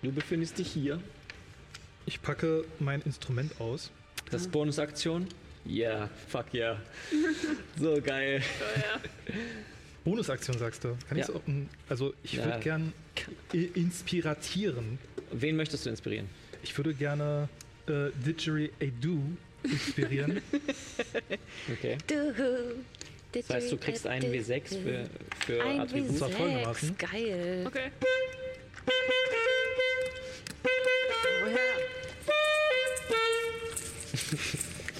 [SPEAKER 1] Du befindest dich hier.
[SPEAKER 2] Ich packe mein Instrument aus.
[SPEAKER 1] Das ist Bonusaktion. Yeah, fuck yeah. so geil.
[SPEAKER 2] Bonusaktion sagst du. Kann ich
[SPEAKER 1] Ja.
[SPEAKER 2] so, also ich
[SPEAKER 1] Ja.
[SPEAKER 2] würde gern i- inspiratieren.
[SPEAKER 1] Wen möchtest du inspirieren?
[SPEAKER 2] Ich würde gerne äh, Didgeridoo inspirieren.
[SPEAKER 1] Okay.
[SPEAKER 5] Das
[SPEAKER 1] Das heißt, du kriegst einen W6 für, für
[SPEAKER 5] Ein
[SPEAKER 1] Attribut.
[SPEAKER 2] zwar folgendermaßen.
[SPEAKER 5] W6. Geil.
[SPEAKER 7] Okay.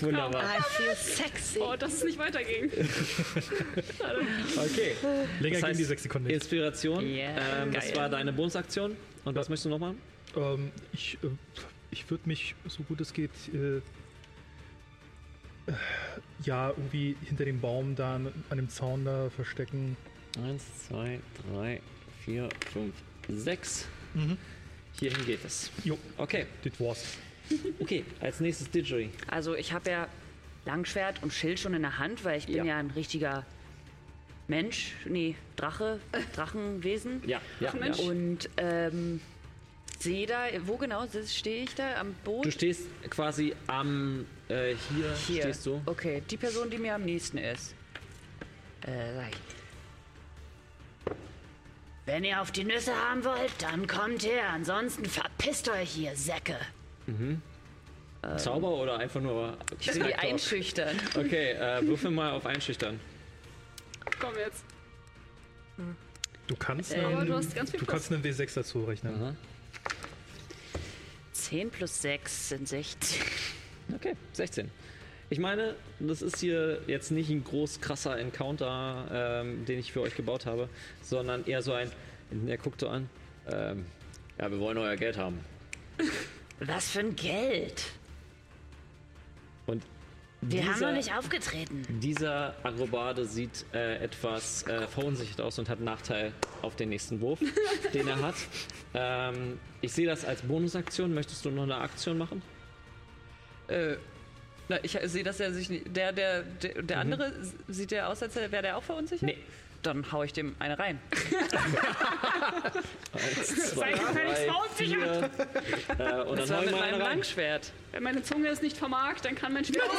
[SPEAKER 1] Wunderbar.
[SPEAKER 5] I feel sexy.
[SPEAKER 7] Oh, dass es nicht weiterging.
[SPEAKER 1] Okay.
[SPEAKER 2] Länger
[SPEAKER 1] Das
[SPEAKER 2] gehen
[SPEAKER 1] heißt,
[SPEAKER 2] die sechs Sekunden nicht.
[SPEAKER 1] Inspiration.
[SPEAKER 5] Yeah.
[SPEAKER 1] Ähm, das
[SPEAKER 5] Geil.
[SPEAKER 1] war deine Bonusaktion. Und was möchtest du noch machen?
[SPEAKER 2] Ähm, ich äh, ich würde mich, so gut es geht, äh, äh, ja, irgendwie hinter dem Baum da an, an dem Zaun da verstecken.
[SPEAKER 1] 1, 2, 3, 4, 5, 6. Mhm. Hierhin geht es.
[SPEAKER 2] Jo,
[SPEAKER 1] Okay,
[SPEAKER 2] das war's.
[SPEAKER 1] Okay, als nächstes Didgery.
[SPEAKER 5] Also ich habe ja Langschwert und Schild schon in der Hand, weil ich bin ja,
[SPEAKER 1] Ja.
[SPEAKER 5] ein richtiger Mensch, nee, Drache, Drachenwesen.
[SPEAKER 1] Ja, ja, ja.
[SPEAKER 5] Und ähm, sehe da, wo genau stehe ich da am Boot?
[SPEAKER 1] Du stehst quasi am. Äh, hier,
[SPEAKER 5] Hier.
[SPEAKER 1] stehst du.
[SPEAKER 5] Okay, die Person, die mir am nächsten ist. Äh, sag ich. Wenn ihr auf die Nüsse haben wollt, dann kommt her. Ansonsten verpisst euch hier, Säcke.
[SPEAKER 1] Zauber oder einfach nur.
[SPEAKER 5] Ich will die
[SPEAKER 1] Smack Talk?
[SPEAKER 5] einschüchtern.
[SPEAKER 1] Okay, äh, würfel mal auf Einschüchtern.
[SPEAKER 7] Komm jetzt.
[SPEAKER 2] Du kannst,
[SPEAKER 7] Aber
[SPEAKER 2] einen,
[SPEAKER 7] du
[SPEAKER 2] du
[SPEAKER 7] hast ganz viel Platz.
[SPEAKER 2] kannst einen W6 dazu rechnen.
[SPEAKER 5] 10 plus 6 sind 16.
[SPEAKER 1] Okay, 16. Ich meine, das ist hier jetzt nicht ein groß krasser Encounter, ähm, den ich für euch gebaut habe, sondern eher so ein. Er guckt so an. Ähm, ja, wir wollen euer Geld haben.
[SPEAKER 5] Was für ein Geld?
[SPEAKER 1] Und
[SPEAKER 5] Wir haben
[SPEAKER 1] dieser-
[SPEAKER 5] noch nicht aufgetreten.
[SPEAKER 1] Dieser Akrobade sieht äh, etwas äh, verunsichert aus und hat Nachteil auf den nächsten Wurf, den er hat. Ähm, ich sehe das als Bonusaktion. Möchtest du noch eine Aktion machen?
[SPEAKER 10] Äh, na, ich äh, sehe, dass er sich nicht. Der, der, der, der
[SPEAKER 5] Mhm.
[SPEAKER 10] andere, sieht der aus, als wäre der auch verunsichert?
[SPEAKER 1] Nee.
[SPEAKER 10] Dann hau ich dem eine rein.
[SPEAKER 1] Zwei, drei, vier, äh, und
[SPEAKER 10] Das war mit
[SPEAKER 1] dann hau ich mal
[SPEAKER 10] meinem
[SPEAKER 1] einen rein.
[SPEAKER 10] Langschwert.
[SPEAKER 7] Wenn meine Zunge es nicht vermag, dann kann mein Schwert es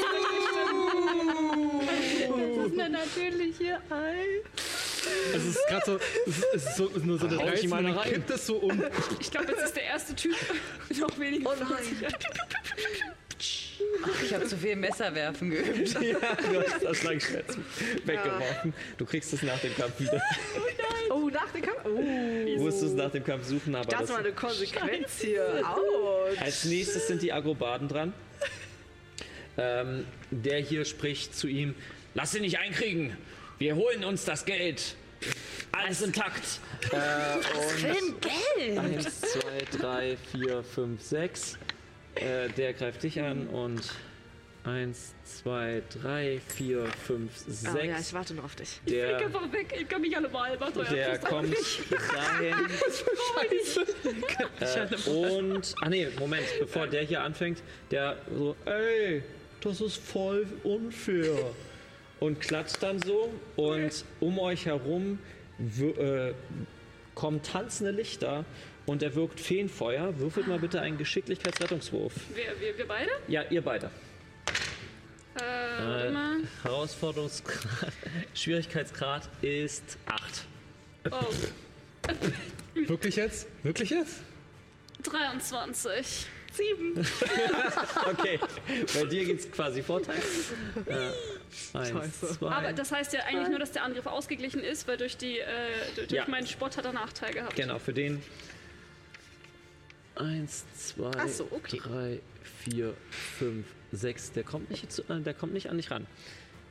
[SPEAKER 7] nicht Das ist eine natürliche Ei.
[SPEAKER 2] Es ist gerade so, es ist so, nur so eine
[SPEAKER 1] Hau ich
[SPEAKER 2] 13
[SPEAKER 1] mal
[SPEAKER 2] und dann
[SPEAKER 1] rein.
[SPEAKER 2] kippt es so um.
[SPEAKER 7] Ich glaube, das ist der erste Typ. Noch weniger. Oh nein.
[SPEAKER 10] Ich habe zu viel Messerwerfen geübt.
[SPEAKER 1] Ja, du hast das Langschwert weggeworfen. Du kriegst es nach dem Kampf wieder.
[SPEAKER 6] Oh, nach dem Kampf. Oh,
[SPEAKER 1] Du musst es nach dem Kampf suchen, aber
[SPEAKER 6] das
[SPEAKER 1] das
[SPEAKER 6] war eine Konsequenz hier. Autsch.
[SPEAKER 1] Als nächstes sind die Akrobaten dran. Ähm, der hier spricht zu ihm: Lass sie nicht einkriegen! Wir holen uns das Geld! Alles intakt! Äh, und Geld! 1, 2, 3, 4, 5, 6. Äh, der greift dich an und 1, 2, 3, 4, 5,
[SPEAKER 6] Oh, ja,
[SPEAKER 1] 6.
[SPEAKER 6] ich warte noch auf dich.
[SPEAKER 1] Der,
[SPEAKER 7] Einfach weg. Ich kann mich alle mal. Macht euer
[SPEAKER 1] der
[SPEAKER 7] Bestes.
[SPEAKER 1] kommt dahin. Äh, und, ah nee, Moment, bevor der hier anfängt, der so, ey, das ist voll unfair. Und klatscht dann so und um euch herum wü- äh, kommen tanzende Lichter und er wirkt Feenfeuer. Würfelt mal bitte einen Geschicklichkeitsrettungswurf.
[SPEAKER 7] Wir, wir, wir beide?
[SPEAKER 1] Ja, ihr beide.
[SPEAKER 7] Äh, warte mal.
[SPEAKER 1] Herausforderungsgrad, Schwierigkeitsgrad ist 8.
[SPEAKER 7] Oh,
[SPEAKER 2] Wirklich jetzt? Wirklich jetzt?
[SPEAKER 7] 23.
[SPEAKER 1] Okay, bei dir gibt es quasi Vorteil. Äh, eins, zwei.
[SPEAKER 7] Aber das heißt ja eigentlich nur, dass der Angriff ausgeglichen ist, weil durch, die, äh, durch
[SPEAKER 1] Ja.
[SPEAKER 7] meinen Spott hat er Nachteil gehabt.
[SPEAKER 1] Genau, für den. Eins, zwei,
[SPEAKER 6] so, okay.
[SPEAKER 1] drei, vier, fünf, sechs. Der kommt nicht, zu, äh, der kommt nicht an dich ran.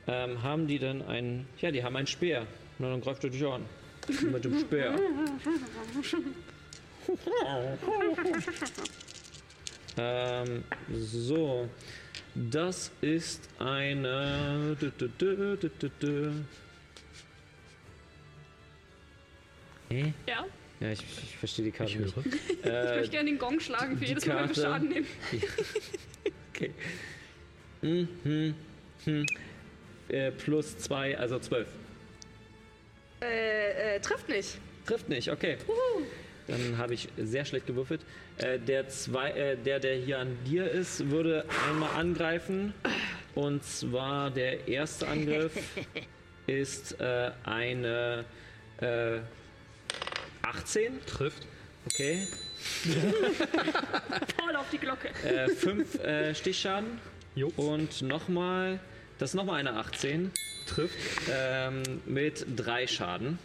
[SPEAKER 1] Ähm, haben die denn einen. Ja, die haben einen Speer. Na, dann greift er dich an. Mit dem Speer. ähm, so. Das ist eine. dü- dü- dü- dü- dü- dü. Hä?
[SPEAKER 7] Ja,
[SPEAKER 1] Ja, ich, ich verstehe die Karte nicht.
[SPEAKER 7] ich möchte gerne den Gong schlagen für
[SPEAKER 1] die
[SPEAKER 7] jedes Mal, wenn wir
[SPEAKER 1] Karte.
[SPEAKER 7] Schaden nehmen.
[SPEAKER 1] Okay. Hm, hm, hm. Äh, plus 2, also 12.
[SPEAKER 6] Äh, äh, trifft nicht.
[SPEAKER 1] Trifft nicht, okay. Dann habe ich sehr schlecht gewürfelt. Äh, der, zwei, äh, der, der hier an dir ist, würde einmal angreifen. Und zwar der erste Angriff ist äh, eine äh, 18.
[SPEAKER 2] Trifft.
[SPEAKER 1] Okay.
[SPEAKER 7] Voll Halt auf die Glocke.
[SPEAKER 1] Äh, 5 äh, Stichschaden.
[SPEAKER 2] Jo.
[SPEAKER 1] Und nochmal, das ist nochmal eine 18.
[SPEAKER 2] Trifft.
[SPEAKER 1] Ähm, mit 3 Schaden.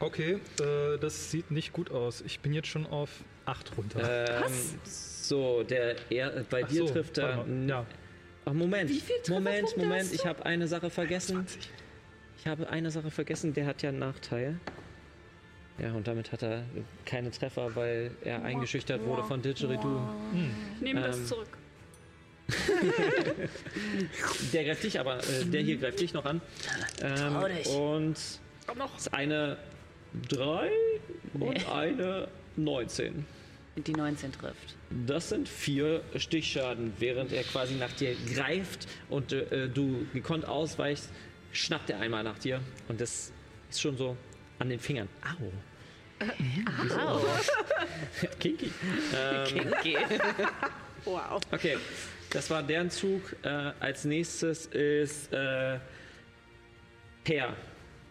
[SPEAKER 2] Okay, äh, das sieht nicht gut aus. Ich bin jetzt schon auf 8 runter.
[SPEAKER 1] Ähm, so, der er, bei
[SPEAKER 2] Ach
[SPEAKER 1] dir
[SPEAKER 2] so,
[SPEAKER 1] trifft
[SPEAKER 2] warte
[SPEAKER 1] er.
[SPEAKER 2] mal. Ja.
[SPEAKER 1] Ach, Ah, Moment,
[SPEAKER 7] viel Trefferpunkte
[SPEAKER 1] Moment, Moment,
[SPEAKER 7] hast du?
[SPEAKER 1] ich habe eine Sache vergessen. Ich habe eine Sache vergessen, der hat ja einen Nachteil. Ja, und damit hat er keine Treffer, weil er eingeschüchtert wurde von Didgeridoo.
[SPEAKER 7] Ich nehme das
[SPEAKER 1] Ähm,
[SPEAKER 7] zurück.
[SPEAKER 1] Der greift dich aber, äh, der hier greift dich noch an. Ähm,
[SPEAKER 5] Traurig.
[SPEAKER 1] und
[SPEAKER 7] Komm noch.
[SPEAKER 1] ist eine 3 und eine 19.
[SPEAKER 5] Die 19 trifft.
[SPEAKER 1] Das sind vier Stichschaden, während er quasi nach dir greift und äh, du gekonnt ausweichst, schnappt er einmal nach dir und das ist schon so an den Fingern. Au.
[SPEAKER 5] Au.
[SPEAKER 1] Kinky. Ähm,
[SPEAKER 11] Wow.
[SPEAKER 1] okay, das war deren Zug. Äh, als nächstes ist äh, Per.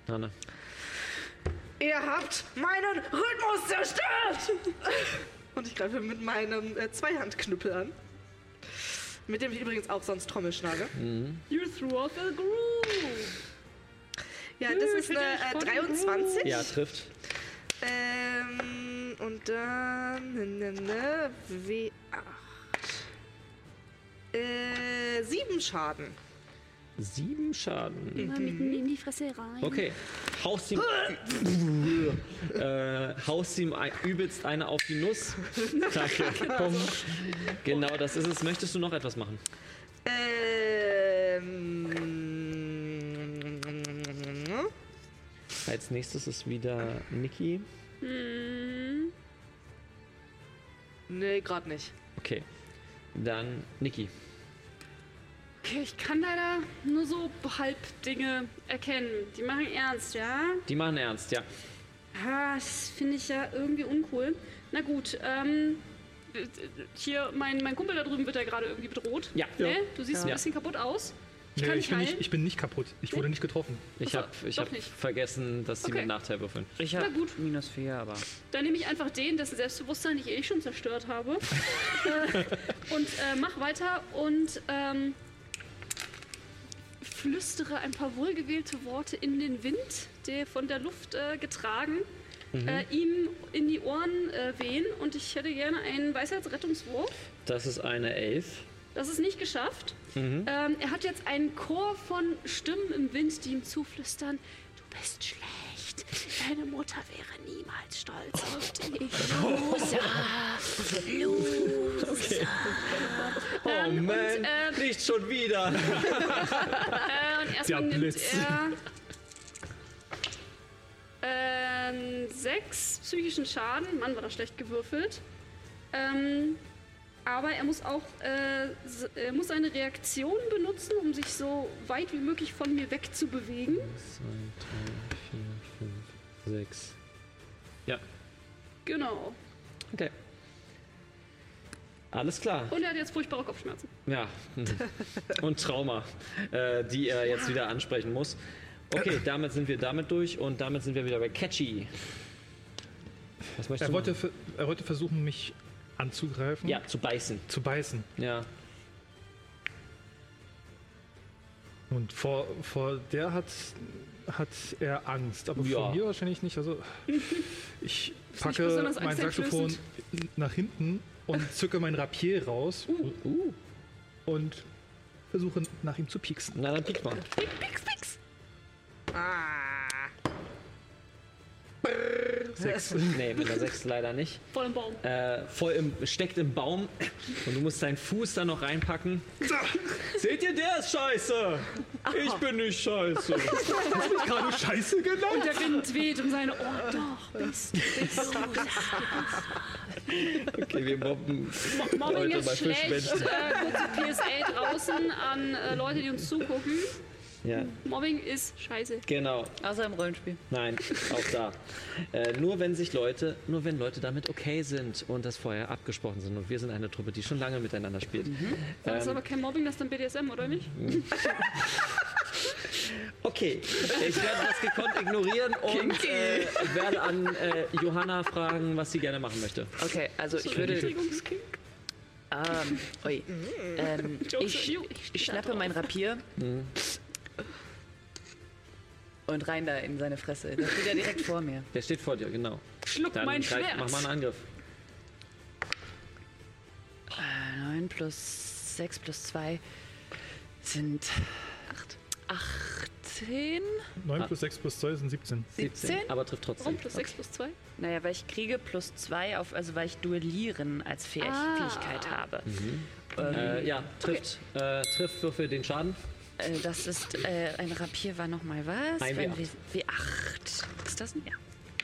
[SPEAKER 1] Nana.
[SPEAKER 6] Ihr habt meinen Rhythmus zerstört! Und ich greife mit meinem äh, Zweihandknüppel an. Mit dem ich übrigens auch sonst Trommel schlage.
[SPEAKER 7] You threw off the groove.
[SPEAKER 6] Ja, das ist
[SPEAKER 7] bitte,
[SPEAKER 6] eine
[SPEAKER 7] ich
[SPEAKER 6] äh,
[SPEAKER 7] wollte-
[SPEAKER 6] 23.
[SPEAKER 1] Ja, trifft.
[SPEAKER 6] Ähm, und dann. Ne, ne, ne, W8. Äh, sieben Schaden.
[SPEAKER 1] Sieben Schaden.
[SPEAKER 4] Immer mitten in die Fresse rein.
[SPEAKER 1] Okay, haust ihm, äh, haust ihm ein, übelst eine auf die Nuss. Danke. Bumm. Genau, das ist es. Möchtest du noch etwas machen?
[SPEAKER 6] Ähm.
[SPEAKER 1] Als nächstes ist wieder Niki.
[SPEAKER 7] Hm.
[SPEAKER 6] Nee, gerade nicht.
[SPEAKER 1] Okay, dann Niki.
[SPEAKER 7] Okay, ich kann leider nur so halb Dinge erkennen. Die machen ernst, ja?
[SPEAKER 1] Die machen ernst, ja.
[SPEAKER 7] Ah, das finde ich ja irgendwie uncool. Na gut, ähm. Hier, mein, mein Kumpel da drüben wird ja gerade irgendwie bedroht.
[SPEAKER 1] Ja.
[SPEAKER 7] Ne? Du siehst
[SPEAKER 1] Ja.
[SPEAKER 7] ein bisschen kaputt aus. Ich
[SPEAKER 2] Nee,
[SPEAKER 7] kann
[SPEAKER 2] ich,
[SPEAKER 7] nicht
[SPEAKER 2] bin
[SPEAKER 7] heilen.
[SPEAKER 2] nicht, ich bin nicht kaputt. Ich wurde nicht getroffen.
[SPEAKER 1] Ich habe ich
[SPEAKER 7] doch
[SPEAKER 1] hab
[SPEAKER 7] nicht.
[SPEAKER 1] vergessen, dass sie
[SPEAKER 7] Okay.
[SPEAKER 1] mit Nachteil würfeln.
[SPEAKER 5] Ich
[SPEAKER 7] Na
[SPEAKER 5] habe
[SPEAKER 7] gut.
[SPEAKER 5] minus 4, aber.
[SPEAKER 7] Dann nehme ich einfach den, dessen Selbstbewusstsein ich eh schon zerstört habe. äh, und äh, mach weiter und ähm, flüstere ein paar wohlgewählte Worte in den Wind, der von der Luft äh, getragen, äh, ihm in die Ohren äh, wehen. Und ich hätte gerne einen Weisheitsrettungswurf.
[SPEAKER 1] Das ist eine Elf.
[SPEAKER 7] Das ist nicht geschafft. Ähm, er hat jetzt einen Chor von Stimmen im Wind, die ihm zuflüstern: Du bist schlecht. Deine Mutter wäre niemals stolz auf dich.
[SPEAKER 4] Rosa. Los.
[SPEAKER 1] Oh
[SPEAKER 7] Ähm,
[SPEAKER 1] man,
[SPEAKER 7] und, äh,
[SPEAKER 1] nicht schon wieder.
[SPEAKER 7] Äh, und erstmal
[SPEAKER 2] Der
[SPEAKER 7] nimmt
[SPEAKER 2] Blitz.
[SPEAKER 7] er. Ähm, sechs psychischen Schaden. Mann, war das schlecht gewürfelt. Ähm, aber er muss auch äh, s- er muss seine Reaktion benutzen, um sich so weit wie möglich von mir wegzubewegen.
[SPEAKER 1] 2, 3, 4, 5, 6. Ja,
[SPEAKER 7] Genau.
[SPEAKER 1] okay. Alles klar.
[SPEAKER 7] Und er hat jetzt furchtbare Kopfschmerzen.
[SPEAKER 1] Ja. mhm. Und Trauma, äh, die er jetzt wieder ansprechen muss. Okay, damit sind wir damit durch und damit sind wir wieder bei Catchy. Was möchtest
[SPEAKER 2] Er
[SPEAKER 1] du?
[SPEAKER 2] wollte,
[SPEAKER 1] machen?
[SPEAKER 2] ver- er wollte versuchen, mich anzugreifen,
[SPEAKER 1] ja, zu beißen.
[SPEAKER 2] zu beißen.
[SPEAKER 1] Ja.
[SPEAKER 2] Und vor, vor der hat, hat er Angst, aber
[SPEAKER 1] Ja.
[SPEAKER 2] vor mir wahrscheinlich nicht. Also ich packe
[SPEAKER 7] besonders
[SPEAKER 2] mein Saxophon nach hinten und zücke mein Rapier raus
[SPEAKER 1] Uh,
[SPEAKER 2] und versuche nach ihm zu pieksen.
[SPEAKER 1] na dann piekt mal.
[SPEAKER 6] Ah.
[SPEAKER 2] Sechs.
[SPEAKER 1] Nee, mit der 6 leider nicht.
[SPEAKER 7] Voll im Baum.
[SPEAKER 1] Äh, voll im, steckt im Baum und du musst deinen Fuß da noch reinpacken. Seht ihr, der ist scheiße. Ich bin nicht scheiße.
[SPEAKER 2] Gerade Scheiße genau.
[SPEAKER 7] Und der Wind weht um seine Ohren. Doch, bist, bist Rosa.
[SPEAKER 1] Okay, wir mobben
[SPEAKER 7] Mobbing
[SPEAKER 1] Leute bei
[SPEAKER 7] ist schlecht.
[SPEAKER 1] Fischmenschen.
[SPEAKER 7] Äh, kurze PSA draußen an äh, Leute, die uns zugucken.
[SPEAKER 1] Ja,
[SPEAKER 7] Mobbing ist scheiße.
[SPEAKER 1] genau.
[SPEAKER 5] Außer im Rollenspiel.
[SPEAKER 1] Nein, auch da. Äh, nur wenn sich Leute, nur wenn Leute damit okay sind und das vorher abgesprochen sind. Und wir sind eine Truppe, die schon lange miteinander spielt. Ähm,
[SPEAKER 7] Das ist aber kein Mobbing, das ist dann BDSM, oder nicht?
[SPEAKER 1] Okay, ich werde das gekonnt ignorieren und äh, werde an äh, Johanna fragen, was sie gerne machen möchte.
[SPEAKER 5] Okay, also ich würde.
[SPEAKER 7] Entschuldigungskink.
[SPEAKER 5] Ähm, ui. Ähm,
[SPEAKER 7] Mm. Jokes
[SPEAKER 5] ich,
[SPEAKER 7] on you. Ich steh
[SPEAKER 5] ich
[SPEAKER 7] da
[SPEAKER 5] schnappe
[SPEAKER 7] drauf.
[SPEAKER 5] mein Rapier. Und rein da in seine Fresse. Der steht ja direkt vor mir.
[SPEAKER 1] Der steht vor dir, genau.
[SPEAKER 7] Schluck
[SPEAKER 1] Dann
[SPEAKER 7] mein
[SPEAKER 1] greif-
[SPEAKER 7] Schwert.
[SPEAKER 1] mach mal einen Angriff.
[SPEAKER 5] 9 plus 6 plus 2 sind 8. 18?
[SPEAKER 1] Ah.
[SPEAKER 2] 9 plus 6 plus 2 sind 17.
[SPEAKER 5] 17?
[SPEAKER 1] Aber trifft trotzdem.
[SPEAKER 7] Warum plus 6 plus 2?
[SPEAKER 5] Naja, weil ich kriege plus 2 auf, also weil ich Duellieren als Fäh
[SPEAKER 7] Ah.
[SPEAKER 5] Fähigkeit habe.
[SPEAKER 1] Äh, ja, trifft. Äh, trifft, würfel den Schaden.
[SPEAKER 5] Äh, das ist äh, ein Rapier war nochmal was?
[SPEAKER 1] Ein
[SPEAKER 5] Wenn
[SPEAKER 1] W8.
[SPEAKER 5] wir- W8. Ist das ein? Ja.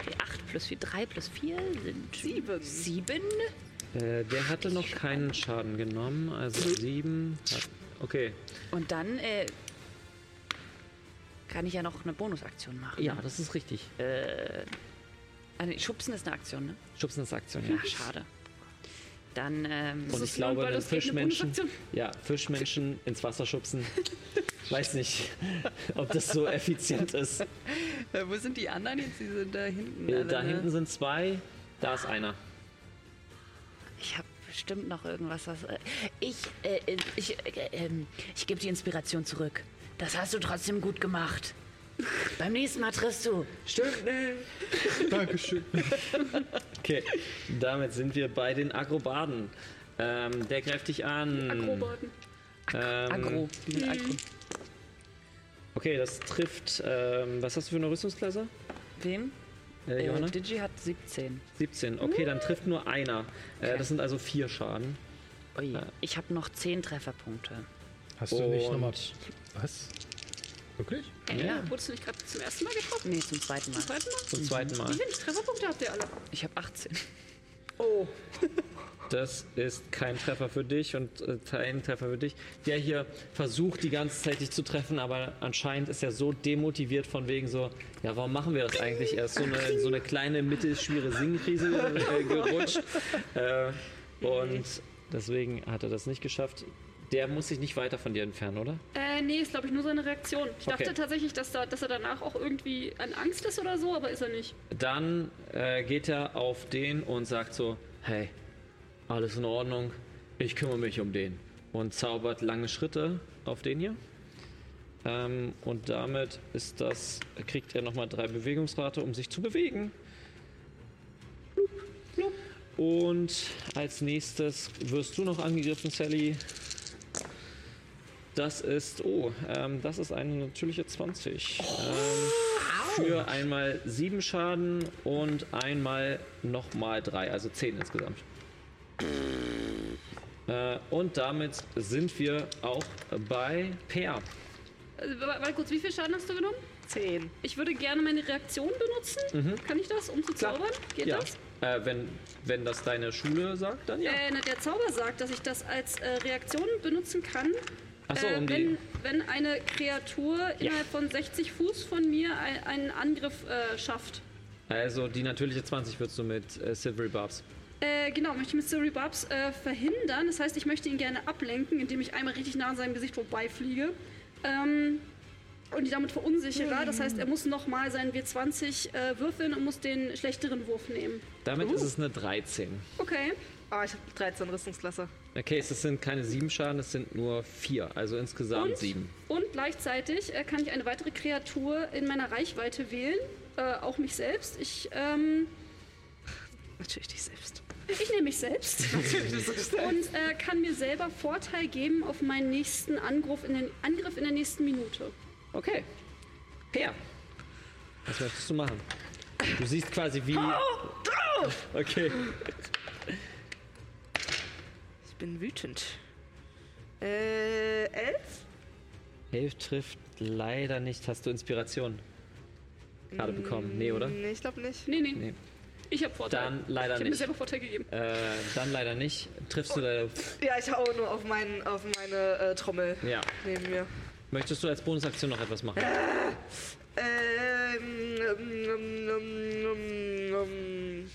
[SPEAKER 5] W8 plus 4, 3 plus 4 sind 7. 7?
[SPEAKER 1] Äh, der hatte noch keinen Schaden genommen, also sieben. hat- Okay.
[SPEAKER 5] Und dann äh, kann ich ja noch eine Bonusaktion machen.
[SPEAKER 1] Ja,
[SPEAKER 5] ne?
[SPEAKER 1] das ist richtig.
[SPEAKER 5] Äh, ah, nee, Schubsen ist eine Aktion, ne?
[SPEAKER 1] Schubsen ist Aktion, ja.
[SPEAKER 5] Ja, schade. Dann, ähm,
[SPEAKER 1] Und ich glaube, wenn Fischmenschen, ja, Fischmenschen ins Wasser schubsen, weiß nicht, ob das so effizient ist.
[SPEAKER 10] Äh, wo sind die anderen jetzt? Die sind da hinten.
[SPEAKER 1] Äh,
[SPEAKER 10] alle,
[SPEAKER 1] Da
[SPEAKER 10] ne?
[SPEAKER 1] hinten sind zwei, da ist einer.
[SPEAKER 5] ich habe bestimmt noch irgendwas, was. Äh, ich, äh, äh, ich, äh, ähm, ich gebe die Inspiration zurück. Das hast du trotzdem gut gemacht. Beim nächsten Mal triffst du. Stimmt, ne?
[SPEAKER 2] Dankeschön.
[SPEAKER 1] Okay, damit sind wir bei den Akrobaten. Ähm, der greift dich an.
[SPEAKER 7] Akrobaten.
[SPEAKER 1] Ähm,
[SPEAKER 5] Agro. Die sind agro.
[SPEAKER 1] Okay, das trifft. Ähm, was hast du für eine Rüstungsklasse?
[SPEAKER 5] Wen?
[SPEAKER 1] Äh, Johanna?
[SPEAKER 5] Äh, Digi hat 17.
[SPEAKER 1] 17. Okay, dann trifft nur einer. Äh,
[SPEAKER 5] Okay.
[SPEAKER 1] das sind also vier Schaden.
[SPEAKER 5] Ui, ich habe noch 10 Trefferpunkte.
[SPEAKER 2] Hast du nicht nochmal.
[SPEAKER 1] Und-
[SPEAKER 2] Was? Wirklich?
[SPEAKER 7] Äh,
[SPEAKER 1] Hm. Ja.
[SPEAKER 7] Wurdest du nicht gerade zum ersten Mal getroffen?
[SPEAKER 5] Nee, zum zweiten Mal.
[SPEAKER 7] Zum zweiten Mal?
[SPEAKER 1] Zum zweiten Mal.
[SPEAKER 7] Wie viele Trefferpunkte habt ihr alle?
[SPEAKER 5] Ich habe 18.
[SPEAKER 1] Das ist kein Treffer für dich und äh, kein Treffer für dich. Der hier versucht die ganze Zeit dich zu treffen, aber anscheinend ist er so demotiviert von wegen so, ja, warum machen wir das eigentlich? Er ist so eine, in so eine kleine mittelschwere Singenkrise äh, gerutscht. Äh, und deswegen hat er das nicht geschafft. Der muss sich nicht weiter von dir entfernen, oder?
[SPEAKER 7] Äh, nee, ist glaube ich nur seine Reaktion. Ich
[SPEAKER 1] Okay.
[SPEAKER 7] dachte tatsächlich, dass, da, dass er danach auch irgendwie an Angst ist oder so, aber ist er nicht.
[SPEAKER 1] Dann äh, geht er auf den und sagt so, hey, alles in Ordnung, ich kümmere mich um den. Und zaubert lange Schritte auf den hier. Ähm, und damit ist das, kriegt er nochmal drei Bewegungsrate, um sich zu bewegen. Blub, blub. Und als nächstes wirst du noch angegriffen, Sally. Das ist, oh, ähm, das ist eine natürliche 20. Ähm, für
[SPEAKER 7] Oh.
[SPEAKER 1] einmal 7 Schaden und einmal nochmal 3, also 10 insgesamt. Äh, und damit sind wir auch bei Per.
[SPEAKER 7] Äh, wa- warte kurz, wie viel Schaden hast du genommen?
[SPEAKER 6] Zehn.
[SPEAKER 7] Ich würde gerne meine Reaktion benutzen. Kann ich das, um zu
[SPEAKER 1] Mhm. Klar.
[SPEAKER 7] zaubern? Geht
[SPEAKER 1] Ja,
[SPEAKER 7] das?
[SPEAKER 1] äh, wenn, wenn das deine Schule sagt, dann ja.
[SPEAKER 7] Äh, na, der Zauber sagt, dass ich das als äh, Reaktion benutzen kann,
[SPEAKER 1] Achso,
[SPEAKER 7] äh,
[SPEAKER 1] um die.
[SPEAKER 7] wenn, wenn eine Kreatur innerhalb von 60 Fuß von mir ein, einen Angriff äh, schafft.
[SPEAKER 1] Also die natürliche 20 würdest du mit äh, Silvery Barbs.
[SPEAKER 7] Äh, genau, möchte ich Mystery Barbs äh, verhindern. Das heißt, ich möchte ihn gerne ablenken, indem ich einmal richtig nah an seinem Gesicht vorbeifliege. Ähm, und ihn damit verunsichere. Das heißt, er muss nochmal seinen W20 äh, würfeln und muss den schlechteren Wurf nehmen.
[SPEAKER 1] Damit
[SPEAKER 7] Uh.
[SPEAKER 1] ist es eine 13.
[SPEAKER 7] Okay.
[SPEAKER 6] Ah, ich habe 13 Rüstungsklasse.
[SPEAKER 1] Okay, es sind keine 7 Schaden, es sind nur 4, also insgesamt
[SPEAKER 7] Und?
[SPEAKER 1] 7.
[SPEAKER 7] Und gleichzeitig äh, kann ich eine weitere Kreatur in meiner Reichweite wählen. Äh, auch mich selbst. Ich, ähm,
[SPEAKER 6] Natürlich dich selbst.
[SPEAKER 7] ich nehme mich selbst. und äh, kann mir selber Vorteil geben auf meinen nächsten Angriff in, den, Angriff in der nächsten Minute.
[SPEAKER 1] Okay. Per. Was möchtest du machen? Du siehst quasi wie.
[SPEAKER 7] Oh!
[SPEAKER 1] Okay.
[SPEAKER 6] Ich bin wütend. Äh, elf?
[SPEAKER 1] Elf trifft leider nicht. Hast du Inspiration? Gerade bekommen. Nee, oder?
[SPEAKER 6] Nee, ich glaube nicht.
[SPEAKER 7] Nee, nee.
[SPEAKER 1] Nee.
[SPEAKER 7] Ich habe Vorteil.
[SPEAKER 1] Dann
[SPEAKER 7] ich
[SPEAKER 1] leider
[SPEAKER 7] habe mir
[SPEAKER 1] nicht.
[SPEAKER 7] selber Vorteil gegeben.
[SPEAKER 1] Äh, dann leider nicht. Triffst du leider.
[SPEAKER 6] Ja, ich hau nur auf, meinen, auf meine äh, Trommel
[SPEAKER 1] Ja.
[SPEAKER 6] neben mir.
[SPEAKER 1] Möchtest du als Bonusaktion noch etwas machen?
[SPEAKER 6] Ähm, ähm, ähm, ähm, ähm.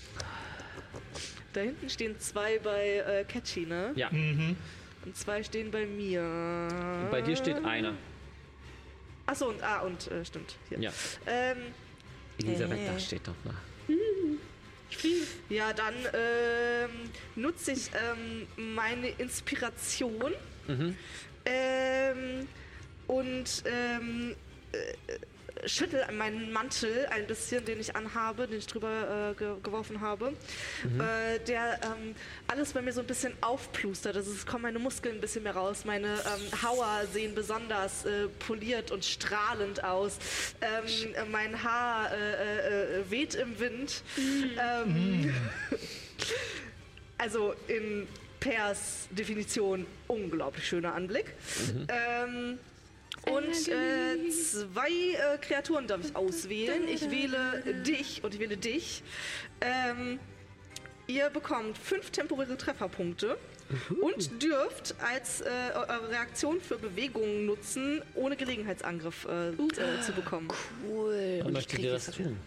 [SPEAKER 6] Da hinten stehen zwei bei äh, Catchy, ne?
[SPEAKER 1] Ja.
[SPEAKER 6] Und zwei stehen bei mir.
[SPEAKER 1] Bei dir steht einer.
[SPEAKER 6] Achso, und ah, und äh, stimmt. Hier.
[SPEAKER 1] Ja.
[SPEAKER 6] Ähm,
[SPEAKER 1] Elisabeth, da steht noch. einer.
[SPEAKER 6] ja, dann ähm, nutze ich ähm, meine Inspiration. Ähm, und ähm, äh, schüttel an meinen Mantel ein bisschen, den ich anhabe, den ich drüber äh, ge geworfen habe, äh, der ähm, alles bei mir so ein bisschen aufplustert. Also es kommen meine Muskeln ein bisschen mehr raus, meine ähm, Hauer sehen besonders äh, poliert und strahlend aus. Ähm, äh, mein Haar äh, äh, äh, weht im Wind. Ähm, also in Pers Definition unglaublich schöner Anblick.
[SPEAKER 5] Mhm.
[SPEAKER 6] Ähm, und äh, zwei äh, Kreaturen darf ich auswählen. Ich wähle dich und ich wähle dich. Ähm, Ihr bekommt fünf temporäre Trefferpunkte
[SPEAKER 5] Mhm.
[SPEAKER 6] und dürft als äh, eure Reaktion für Bewegungen nutzen, ohne Gelegenheitsangriff äh, äh, zu bekommen.
[SPEAKER 5] Cool.
[SPEAKER 1] Dann möchtet ihr das tun.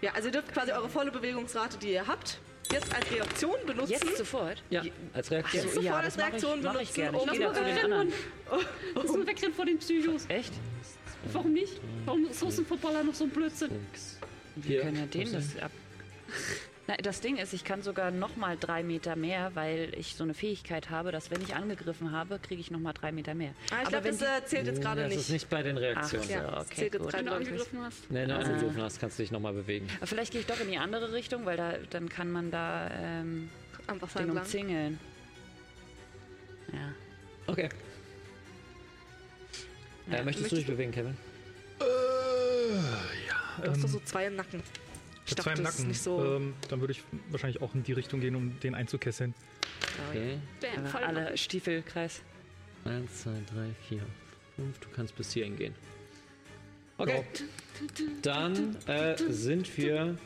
[SPEAKER 6] Ja, also ihr dürft quasi eure volle Bewegungsrate, die ihr habt, jetzt als Reaktion benutzen.
[SPEAKER 5] Jetzt sofort?
[SPEAKER 1] Ja, als Reaktion.
[SPEAKER 6] Jetzt sofort
[SPEAKER 5] ja, das
[SPEAKER 6] als
[SPEAKER 5] mach ich-
[SPEAKER 6] Reaktion
[SPEAKER 5] mach ich
[SPEAKER 6] benutzen,
[SPEAKER 5] gerne. Ich
[SPEAKER 6] um
[SPEAKER 5] geh da zu den anderen.
[SPEAKER 7] Müssen wir wegrennen vor den Psychos.
[SPEAKER 5] Echt?
[SPEAKER 7] Warum nicht? Warum Ressourcenverballer noch so ein Blödsinn?
[SPEAKER 5] Wir können ja den das ab. Na, das Ding ist, ich kann sogar noch mal drei Meter mehr, weil ich so eine Fähigkeit habe, dass wenn ich angegriffen habe, kriege ich noch mal drei Meter mehr.
[SPEAKER 6] Ah, ich
[SPEAKER 5] Aber
[SPEAKER 6] glaube,
[SPEAKER 5] wenn Oh,
[SPEAKER 6] das äh, zählt jetzt gerade
[SPEAKER 1] das ist
[SPEAKER 6] nicht.
[SPEAKER 1] nicht bei den Reaktionen.
[SPEAKER 5] Ach, ja.
[SPEAKER 1] Ja.
[SPEAKER 6] das
[SPEAKER 5] okay,
[SPEAKER 6] zählt jetzt
[SPEAKER 5] gut.
[SPEAKER 7] Wenn du
[SPEAKER 6] gerade nicht.
[SPEAKER 7] angegriffen hast.
[SPEAKER 1] Wenn du angegriffen hast, kannst du dich nochmal bewegen.
[SPEAKER 5] die, vielleicht gehe ich doch in die andere Richtung, weil da, dann kann man da ähm,
[SPEAKER 6] Am Wasser
[SPEAKER 5] den
[SPEAKER 6] entlang.
[SPEAKER 5] umzingeln. Ja.
[SPEAKER 1] Okay. Äh, möchtest du dich bewegen, Kevin?
[SPEAKER 2] Äh.
[SPEAKER 6] Du hast doch so zwei im Nacken. Ich
[SPEAKER 2] Mit zwei
[SPEAKER 6] dachte,
[SPEAKER 2] im
[SPEAKER 6] das ist
[SPEAKER 2] Nacken.
[SPEAKER 6] nicht so.
[SPEAKER 2] ähm, dann würde ich wahrscheinlich auch in die Richtung gehen, um den einzukesseln.
[SPEAKER 1] Okay.
[SPEAKER 7] Bam,
[SPEAKER 5] Aber
[SPEAKER 7] voll
[SPEAKER 5] alle Stiefelkreis.
[SPEAKER 1] Eins, zwei, drei, vier, fünf. Du kannst bis hierhin gehen. Okay. Dann äh, sind wir.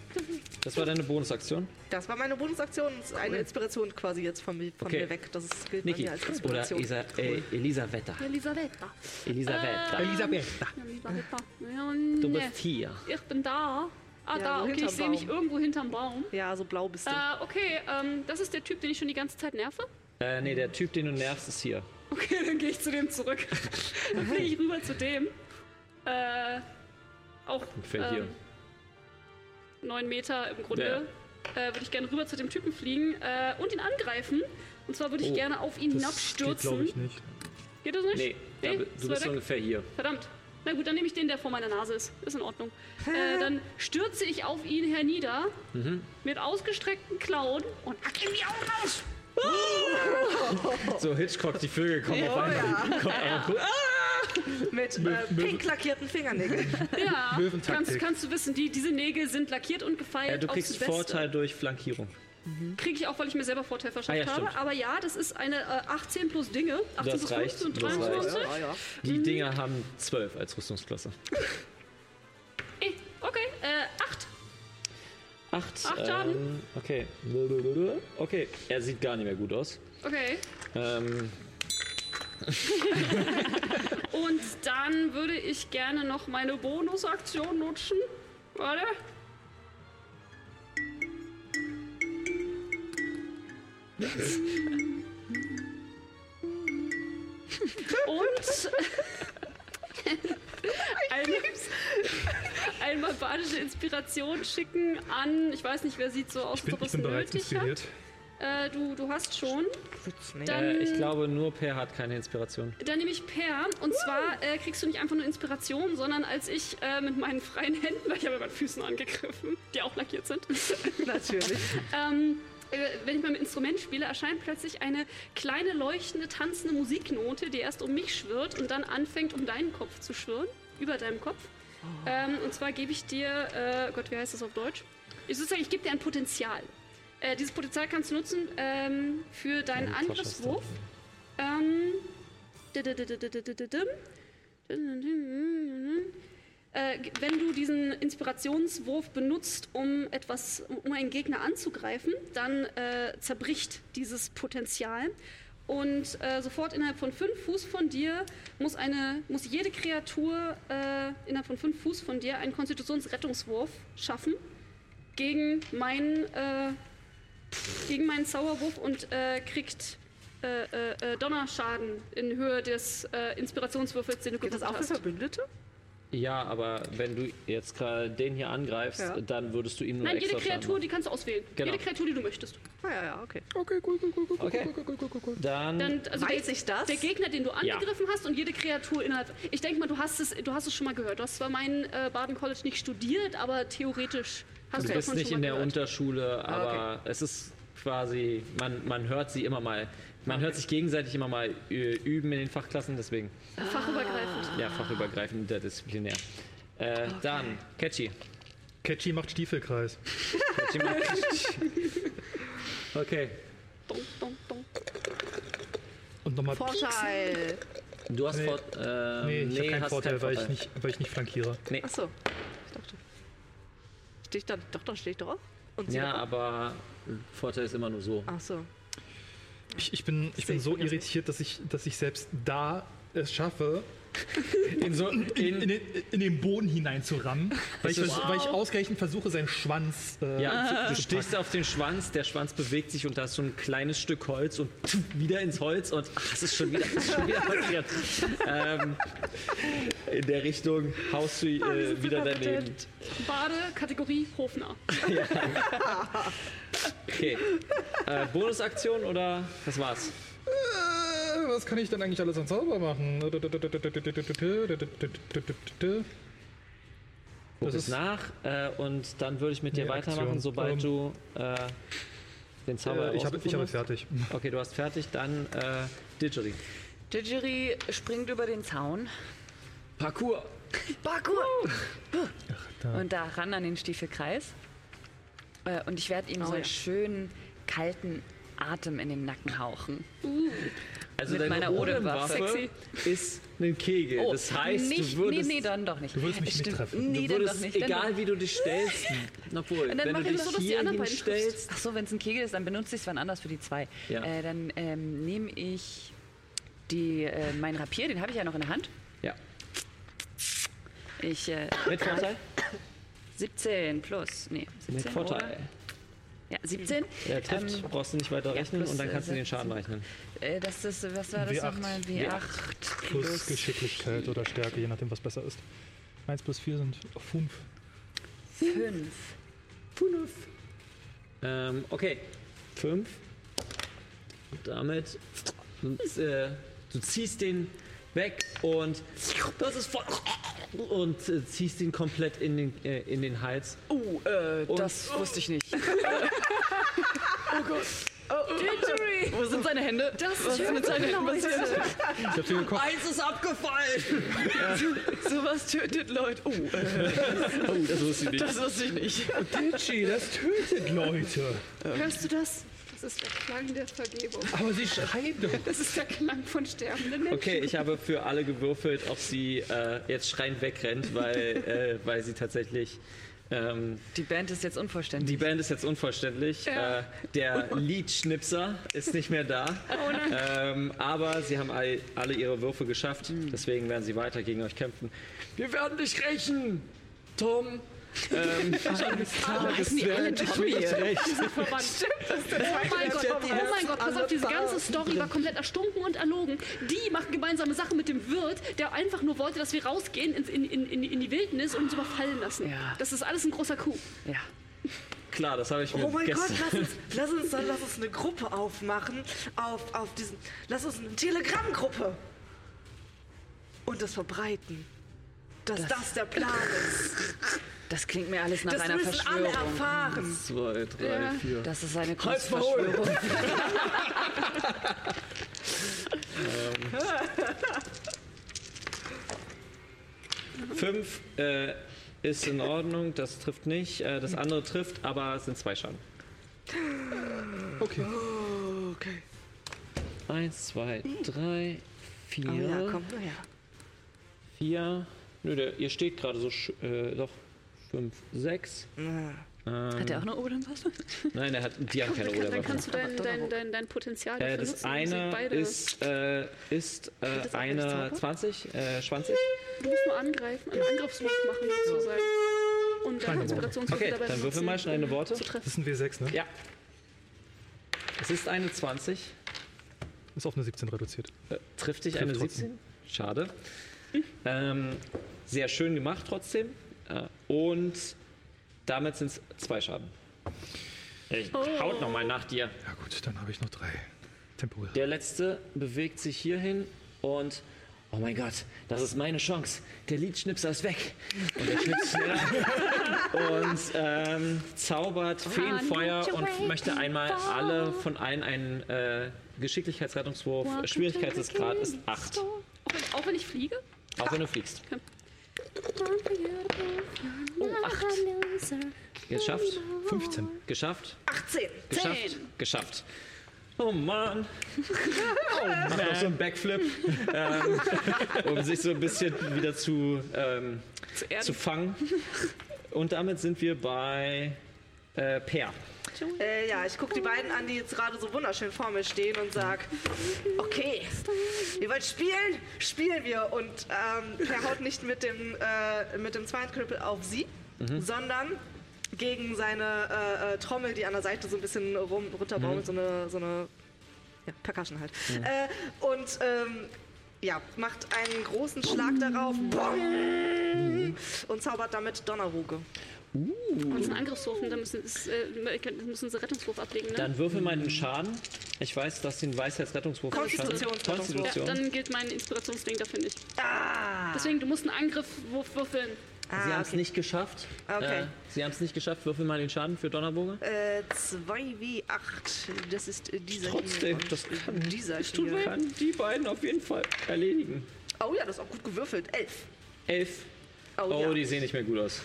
[SPEAKER 1] Das war deine Bonusaktion.
[SPEAKER 6] Das war meine Bonusaktion. Das ist Eine Inspiration quasi jetzt von, mir- von
[SPEAKER 1] Okay.
[SPEAKER 6] mir weg. Das ist, gilt bei
[SPEAKER 1] Niki.
[SPEAKER 6] mir als
[SPEAKER 1] Oder
[SPEAKER 6] Inspiration.
[SPEAKER 1] Isa, äh, Elisavetta.
[SPEAKER 7] Elisabetta.
[SPEAKER 1] Elisavetta.
[SPEAKER 2] Elisabeth,
[SPEAKER 7] Elisabetta. Ja, nee.
[SPEAKER 1] Du bist hier.
[SPEAKER 7] Ich bin da. Ah,
[SPEAKER 6] Ja,
[SPEAKER 7] da,
[SPEAKER 6] so
[SPEAKER 7] okay, ich
[SPEAKER 6] hinterm
[SPEAKER 7] sehe mich
[SPEAKER 6] Baum.
[SPEAKER 7] irgendwo hinterm Baum.
[SPEAKER 6] ja, so blau bist du.
[SPEAKER 7] Äh, okay, ähm, das ist der Typ, den ich schon die ganze Zeit nerve.
[SPEAKER 1] Äh, nee, der Typ, den du nervst, ist hier.
[SPEAKER 7] Okay, dann gehe ich zu dem zurück. dann fliege ich rüber zu dem. Äh, auch ähm,
[SPEAKER 1] Ungefähr hier.
[SPEAKER 7] neun Meter im Grunde. Äh, würde ich gerne rüber zu dem Typen fliegen äh, und ihn angreifen. Und zwar würde ich
[SPEAKER 1] Oh,
[SPEAKER 7] gerne auf ihn
[SPEAKER 2] geht, glaube
[SPEAKER 7] hinabstürzen.
[SPEAKER 2] ich, nicht.
[SPEAKER 7] Geht das nicht?
[SPEAKER 1] Nee, da,
[SPEAKER 7] Nee,
[SPEAKER 1] bi-
[SPEAKER 7] ist
[SPEAKER 1] du bist
[SPEAKER 7] weit weg.
[SPEAKER 1] ungefähr hier.
[SPEAKER 7] Verdammt. Na gut, dann nehme ich den, der vor meiner Nase ist. Ist in Ordnung. Äh, dann stürze ich auf ihn hernieder
[SPEAKER 1] Mhm.
[SPEAKER 7] mit ausgestreckten Klauen und hack ihm die Augen raus. Oh.
[SPEAKER 1] So, Hitchcock, die Vögel kommen auf einmal.
[SPEAKER 6] mit äh, pink lackierten Fingernägeln.
[SPEAKER 7] Ja,
[SPEAKER 2] Löwentaktik.
[SPEAKER 7] kannst, kannst du wissen, die, diese Nägel sind lackiert und gefeilt.
[SPEAKER 1] Äh, du
[SPEAKER 7] aufs
[SPEAKER 1] kriegst
[SPEAKER 7] Beste.
[SPEAKER 1] Vorteil durch Flankierung.
[SPEAKER 7] Kriege ich auch, weil ich mir selber Vorteil verschafft
[SPEAKER 1] Ah, ja,
[SPEAKER 7] habe.
[SPEAKER 1] stimmt.
[SPEAKER 7] Aber ja, das ist eine äh, 18 plus Dinge. 18
[SPEAKER 1] Das
[SPEAKER 7] plus
[SPEAKER 1] reicht,
[SPEAKER 7] 15 und
[SPEAKER 1] das reicht.
[SPEAKER 7] 23.
[SPEAKER 6] Ah, ja.
[SPEAKER 1] Die
[SPEAKER 7] Mhm.
[SPEAKER 1] Dinger haben 12 als Rüstungsklasse.
[SPEAKER 7] Eh, okay, äh, 8.
[SPEAKER 1] Acht.
[SPEAKER 7] Acht
[SPEAKER 1] ähm,
[SPEAKER 7] Schaden.
[SPEAKER 1] okay. Blablabla. Okay, er sieht gar nicht mehr gut aus.
[SPEAKER 7] Okay.
[SPEAKER 1] Ähm,
[SPEAKER 7] Und dann würde ich gerne noch meine Bonusaktion nutzen. Warte. Und ein, ein barbarische Inspiration schicken an, ich weiß nicht, wer sieht so aus,
[SPEAKER 2] Ich bin,
[SPEAKER 7] ob
[SPEAKER 2] ich
[SPEAKER 7] es
[SPEAKER 2] bin bereits
[SPEAKER 7] nötig hat.
[SPEAKER 2] inspiriert.
[SPEAKER 7] Äh, du, du hast schon. Dann,
[SPEAKER 1] äh, ich glaube, nur Per hat keine Inspiration.
[SPEAKER 7] dann nehme ich Per. Und zwar äh, kriegst du nicht einfach nur Inspiration, sondern als ich äh, mit meinen freien Händen, weil ich habe ja mit Füßen angegriffen, die auch lackiert sind,
[SPEAKER 6] Natürlich.
[SPEAKER 7] ähm, äh, wenn ich mal mit Instrument spiele, erscheint plötzlich eine kleine, leuchtende, tanzende Musiknote, die erst um mich schwirrt und dann anfängt, um deinen Kopf zu schwirren, über deinem Kopf. Ähm, und zwar gebe ich dir, äh, Gott, wie heißt das auf Deutsch? Ich sozusagen, ich gebe dir ein Potenzial. Äh, dieses Potenzial kannst du nutzen ähm, für deinen
[SPEAKER 1] Ja, gut, Quatsch,
[SPEAKER 7] Angriffswurf. Ähm, didididididididim. Äh, g- wenn du diesen Inspirationswurf benutzt, um etwas, um einen Gegner anzugreifen, dann äh, zerbricht dieses Potenzial. Und äh, sofort innerhalb von fünf Fuß von dir muss eine, muss jede Kreatur äh, innerhalb von fünf Fuß von dir einen Konstitutionsrettungswurf schaffen gegen meinen, äh, gegen meinen Zauberwurf und äh, kriegt äh, äh, äh, Donnerschaden in Höhe des äh, Inspirationswürfels, den du
[SPEAKER 6] Geht das
[SPEAKER 7] gewürfelt
[SPEAKER 6] auch für
[SPEAKER 7] hast.
[SPEAKER 6] Verbündete?
[SPEAKER 1] Ja, aber wenn du jetzt gerade den hier angreifst,
[SPEAKER 6] Ja.
[SPEAKER 1] dann würdest du ihm nur
[SPEAKER 7] Nein, jede
[SPEAKER 1] extra
[SPEAKER 7] Kreatur,
[SPEAKER 1] Schaden
[SPEAKER 7] die kannst du auswählen.
[SPEAKER 1] Genau.
[SPEAKER 7] Jede Kreatur, die du möchtest.
[SPEAKER 6] Ah, ja, ja, okay.
[SPEAKER 1] machen. Okay. Dann,
[SPEAKER 7] Dann, also
[SPEAKER 6] Weiß
[SPEAKER 7] der,
[SPEAKER 6] ich das?
[SPEAKER 7] der Gegner, den du
[SPEAKER 1] Ja.
[SPEAKER 7] angegriffen hast und jede Kreatur innerhalb. Ich denke mal, du hast es, du hast es schon mal gehört. Du hast zwar mein äh, Baden College nicht studiert, aber theoretisch hast du,
[SPEAKER 1] du
[SPEAKER 7] davon
[SPEAKER 1] bist
[SPEAKER 7] schon
[SPEAKER 1] nicht
[SPEAKER 7] mal
[SPEAKER 1] in der
[SPEAKER 7] gehört. Ah,
[SPEAKER 1] Unterschule, aber es ist quasi, man, man hört sie immer mal,
[SPEAKER 7] Ah,
[SPEAKER 1] man hört sich gegenseitig immer mal äh, üben in den Fachklassen, deswegen
[SPEAKER 7] Fachübergreifend.
[SPEAKER 1] ja, fachübergreifend interdisziplinär. Äh, Dann, Catchy.
[SPEAKER 2] Catchy macht Stiefelkreis.
[SPEAKER 1] Catchy macht- okay,
[SPEAKER 7] Dong, dong, dong.
[SPEAKER 2] Und nochmal.
[SPEAKER 6] Vorteil.
[SPEAKER 1] du hast
[SPEAKER 2] Nee.
[SPEAKER 1] Vor äh,
[SPEAKER 2] Nee, ich habe keinen
[SPEAKER 1] hast
[SPEAKER 2] Vorteil,
[SPEAKER 1] keinen
[SPEAKER 2] weil,
[SPEAKER 1] Vorteil.
[SPEAKER 2] Ich nicht, weil ich nicht flankiere.
[SPEAKER 6] Achso. Ich dachte. Stehe ich da? Doch, da stehe ich doch auch. Und sie
[SPEAKER 1] Ja,
[SPEAKER 6] auch?
[SPEAKER 1] aber Vorteil ist immer nur so.
[SPEAKER 6] Ach so.
[SPEAKER 2] Ich, ich bin, ich bin so irritiert, dass ich, dass ich selbst da es schaffe, in, so, in, in, den, in den Boden hineinzurammen, weil, ich,
[SPEAKER 1] Es ist-
[SPEAKER 2] vers- weil ich ausgerechnet versuche, seinen Schwanz. Äh,
[SPEAKER 1] Ja, du
[SPEAKER 2] zu
[SPEAKER 1] stichst auf den Schwanz, der Schwanz bewegt sich und da ist so ein kleines Stück Holz und wieder ins Holz und ach, es ist schon wieder, es ist schon wieder passiert. ähm, in der Richtung haust du äh, wieder daneben.
[SPEAKER 4] Bade, Kategorie Hofner.
[SPEAKER 1] Okay. Äh, Bonusaktion oder das war's?
[SPEAKER 2] Äh, was kann ich denn eigentlich alles an Zauber machen?
[SPEAKER 1] Guck es
[SPEAKER 2] Das ist-
[SPEAKER 1] nach äh, und dann würde ich mit dir
[SPEAKER 2] Nee,
[SPEAKER 1] weitermachen,
[SPEAKER 2] Aktion.
[SPEAKER 1] sobald du äh, den Zauber
[SPEAKER 2] Äh, ich habe ich
[SPEAKER 1] herausgefunden
[SPEAKER 2] habe
[SPEAKER 1] hast.
[SPEAKER 2] fertig.
[SPEAKER 1] Okay, du hast fertig, dann äh, Didgery.
[SPEAKER 5] Didgery springt über den Zaun.
[SPEAKER 1] Parkour.
[SPEAKER 5] Parkour! Und da ran an den Stiefelkreis. Äh, Und ich werde ihm
[SPEAKER 1] Oh
[SPEAKER 5] so einen schönen, kalten Atem in den Nacken hauchen.
[SPEAKER 1] Also
[SPEAKER 5] Mit
[SPEAKER 1] deine
[SPEAKER 5] meiner
[SPEAKER 1] Odenwaffe Oh,
[SPEAKER 5] Odenwaffe.
[SPEAKER 1] ist ein Kegel. das heißt,
[SPEAKER 5] Oh, nicht,
[SPEAKER 1] du würdest,
[SPEAKER 5] nee, nee, dann doch nicht.
[SPEAKER 2] Du würdest mich
[SPEAKER 5] Stimmt.
[SPEAKER 2] nicht treffen.
[SPEAKER 5] Nee,
[SPEAKER 1] du
[SPEAKER 5] dann doch
[SPEAKER 1] würdest
[SPEAKER 5] nicht. dann
[SPEAKER 1] egal
[SPEAKER 5] doch.
[SPEAKER 1] wie du dich stellst, obwohl,
[SPEAKER 5] Und dann
[SPEAKER 1] wenn
[SPEAKER 5] mach
[SPEAKER 1] du
[SPEAKER 5] ich
[SPEAKER 1] dich
[SPEAKER 5] so, dass die
[SPEAKER 1] hier
[SPEAKER 5] anderen beiden
[SPEAKER 1] hinstellst,
[SPEAKER 5] Ach so, wenn es ein Kegel ist, dann benutze ich es wann anders für die zwei.
[SPEAKER 1] Ja.
[SPEAKER 5] Äh, dann ähm, nehme ich die, äh, mein Rapier, den habe ich ja noch in der Hand.
[SPEAKER 1] ja,
[SPEAKER 5] Ich äh,
[SPEAKER 1] mit Vorteil,
[SPEAKER 5] 17 plus, nee, 17
[SPEAKER 1] mit Vorteil.
[SPEAKER 5] Oder? Ja, 17.
[SPEAKER 1] Der trifft, brauchst du nicht weiter
[SPEAKER 5] ja,
[SPEAKER 1] rechnen
[SPEAKER 5] plus,
[SPEAKER 1] und dann kannst du
[SPEAKER 5] äh,
[SPEAKER 1] den Schaden rechnen.
[SPEAKER 5] Äh, das ist, was war das
[SPEAKER 2] W8.
[SPEAKER 5] nochmal? W8
[SPEAKER 2] Plus Geschicklichkeit oder Stärke, je nachdem, was besser ist. 1 plus 4 sind 5.
[SPEAKER 5] 5.
[SPEAKER 1] Ähm, okay. Fünf. Und damit. Und, äh, du ziehst den weg und. Das ist voll. Und äh, ziehst ihn komplett in den, äh, in den Hals.
[SPEAKER 5] Oh, äh,
[SPEAKER 1] Und-
[SPEAKER 5] das wusste ich nicht. oh Gott. Oh, Injury. Wo sind seine Hände? Das was ist mit seinen Händen passiert?
[SPEAKER 2] Ich habe sie gekocht.
[SPEAKER 5] Eins ist abgefallen. Sowas tötet Leute. Oh, äh,
[SPEAKER 1] Oh, Das wusste ich nicht.
[SPEAKER 5] das wusste ich nicht.
[SPEAKER 2] Ditchy, das tötet Leute.
[SPEAKER 7] Hörst du das? Das ist der Klang der Vergebung.
[SPEAKER 2] Aber sie schreien doch.
[SPEAKER 7] Das ist der Klang von sterbenden Menschen.
[SPEAKER 1] Okay, ich habe für alle gewürfelt, ob sie äh, jetzt schreiend wegrennt, weil, äh, weil sie tatsächlich. Ähm,
[SPEAKER 5] Die Band ist jetzt unvollständig.
[SPEAKER 1] die Band ist jetzt unvollständig. Äh, der Lead-Schnipser ist nicht mehr da. ähm, aber sie haben all, alle ihre Würfe geschafft. Deswegen werden sie weiter gegen euch kämpfen. Wir werden dich rächen, Tom. Ähm,
[SPEAKER 5] heißen die alle Tommy?
[SPEAKER 4] Verwandt. Oh mein Gott, oh mein Gott, pass auf, diese ganze Story war komplett erstunken und erlogen. Die machen gemeinsame Sachen mit dem Wirt, der einfach nur wollte, dass wir rausgehen in, in, in, in, in die Wildnis und uns überfallen lassen.
[SPEAKER 5] Ja.
[SPEAKER 4] Das ist alles ein großer Coup.
[SPEAKER 5] Ja.
[SPEAKER 1] Klar, das habe ich mir
[SPEAKER 6] Oh mein
[SPEAKER 1] gestern.
[SPEAKER 6] Gott, lass uns, lass uns dann lass uns eine Gruppe aufmachen. Auf, auf diesen. Lass uns eine Telegram-Gruppe. Und das verbreiten. Dass das, der Plan ist.
[SPEAKER 5] Das klingt mir alles nach
[SPEAKER 6] Das
[SPEAKER 5] einer
[SPEAKER 6] müssen alle
[SPEAKER 5] Verschwörung.
[SPEAKER 6] erfahren.
[SPEAKER 1] Zwei, drei, vier.
[SPEAKER 5] Das ist eine
[SPEAKER 1] Halt's mal hohl.
[SPEAKER 5] Kunstverschwörung.
[SPEAKER 1] Ähm. Fünf äh, ist in Ordnung, das trifft nicht. Äh, das andere trifft, aber es sind zwei Schaden.
[SPEAKER 2] Okay.
[SPEAKER 6] Okay.
[SPEAKER 1] Eins, zwei, drei, vier.
[SPEAKER 6] Oh ja, komm, na ja.
[SPEAKER 1] Vier. Nö, der, ihr steht gerade so. sch- Äh, doch. Fünf, sechs.
[SPEAKER 5] Hat er auch eine Oberwasser?
[SPEAKER 1] Nein, der hat, die haben keine
[SPEAKER 4] Dann
[SPEAKER 1] Ruderwaffen.
[SPEAKER 4] kannst du dein, dein, dein, dein Potenzial
[SPEAKER 1] Äh,
[SPEAKER 4] dafür
[SPEAKER 1] das
[SPEAKER 4] nutzen. Wir sind
[SPEAKER 1] eine
[SPEAKER 4] beide.
[SPEAKER 1] ist, äh, ist äh,
[SPEAKER 4] auch nicht
[SPEAKER 1] eine
[SPEAKER 4] Zauber?
[SPEAKER 1] 20, äh, 20.
[SPEAKER 4] Du musst nur angreifen, einen Angriffswurf machen sozusagen. Und deine Inspirationswürfel
[SPEAKER 1] Okay,
[SPEAKER 4] dabei
[SPEAKER 1] dann würfel mal
[SPEAKER 4] benutzen,
[SPEAKER 1] schnell eine
[SPEAKER 4] um
[SPEAKER 1] Worte.
[SPEAKER 4] Zu treffen.
[SPEAKER 2] Das sind W6, ne?
[SPEAKER 1] Ja. Es ist eine 20.
[SPEAKER 2] Ist auf eine 17 reduziert.
[SPEAKER 1] Äh, trifft dich
[SPEAKER 2] Trifft
[SPEAKER 1] eine
[SPEAKER 2] trotzdem.
[SPEAKER 1] 17. Schade. Ähm, sehr schön gemacht trotzdem. Äh, und damit sind es zwei Schaden. Ich haut nochmal nach dir.
[SPEAKER 2] Ja gut, dann habe ich noch drei. Temporär.
[SPEAKER 1] Der letzte bewegt sich hierhin und oh mein Gott, das ist meine Chance. Der Liedschnipser ist weg. Und er schnipst schneller und ähm, zaubert Feenfeuer und möchte einmal alle von allen einen äh, Geschicklichkeitsrettungswurf. Schwierigkeitsgrad ist 8.
[SPEAKER 4] Auch wenn, auch wenn ich fliege?
[SPEAKER 1] Auch wenn du fliegst.
[SPEAKER 4] Oh, acht.
[SPEAKER 1] Geschafft.
[SPEAKER 2] 15.
[SPEAKER 1] Geschafft.
[SPEAKER 6] 18.
[SPEAKER 1] Geschafft. Geschafft. Oh Mann. Oh Mann. Macht auch so einen Backflip, ähm, um sich so ein bisschen wieder zu, ähm, zu fangen. Und damit sind wir bei Äh, per.
[SPEAKER 6] Äh, ja, ich gucke die beiden an, die jetzt gerade so wunderschön vor mir stehen und sag, okay, ihr wollt spielen? Spielen wir. Und ähm, er haut nicht mit dem, äh, mit dem zweiten Knüppel auf sie,
[SPEAKER 1] Mhm.
[SPEAKER 6] sondern gegen seine äh, äh, Trommel, die an der Seite so ein bisschen rum,
[SPEAKER 1] Mhm.
[SPEAKER 6] runterbaumelt, so eine, so eine ja, Percussion halt. Äh, und ähm, ja, macht einen großen Schlag darauf
[SPEAKER 1] Mhm.
[SPEAKER 6] Bong! und zaubert damit Donnerwoge.
[SPEAKER 7] Und es ist ein Angriffswurf und da müssen, es, äh, können- müssen sie Rettungswurf ablegen, ne?
[SPEAKER 1] Dann würfel mal den Schaden. Ich weiß, dass den Weisheitsrettungswurf
[SPEAKER 7] Konstitutionsrettungswurf.
[SPEAKER 1] Konstitution.
[SPEAKER 7] Ja, dann gilt mein Inspirationsding dafür nicht.
[SPEAKER 4] Ah.
[SPEAKER 7] Deswegen, du musst einen Angriffwurf würfeln.
[SPEAKER 1] Sie haben es nicht geschafft.
[SPEAKER 6] Okay.
[SPEAKER 1] Äh, Sie haben es nicht geschafft. Würfel mal den Schaden für Donnerbogen.
[SPEAKER 6] Äh, 2W8. Das ist äh, dieser
[SPEAKER 1] Trotzdem,
[SPEAKER 6] hier.
[SPEAKER 1] das kann,
[SPEAKER 6] Dieser
[SPEAKER 1] das tut
[SPEAKER 6] hier.
[SPEAKER 1] kann die beiden auf jeden Fall erledigen.
[SPEAKER 6] Oh ja, das ist auch gut gewürfelt. Elf.
[SPEAKER 1] Elf.
[SPEAKER 6] Oh,
[SPEAKER 1] Oh,
[SPEAKER 6] ja.
[SPEAKER 1] die sehen nicht mehr gut aus.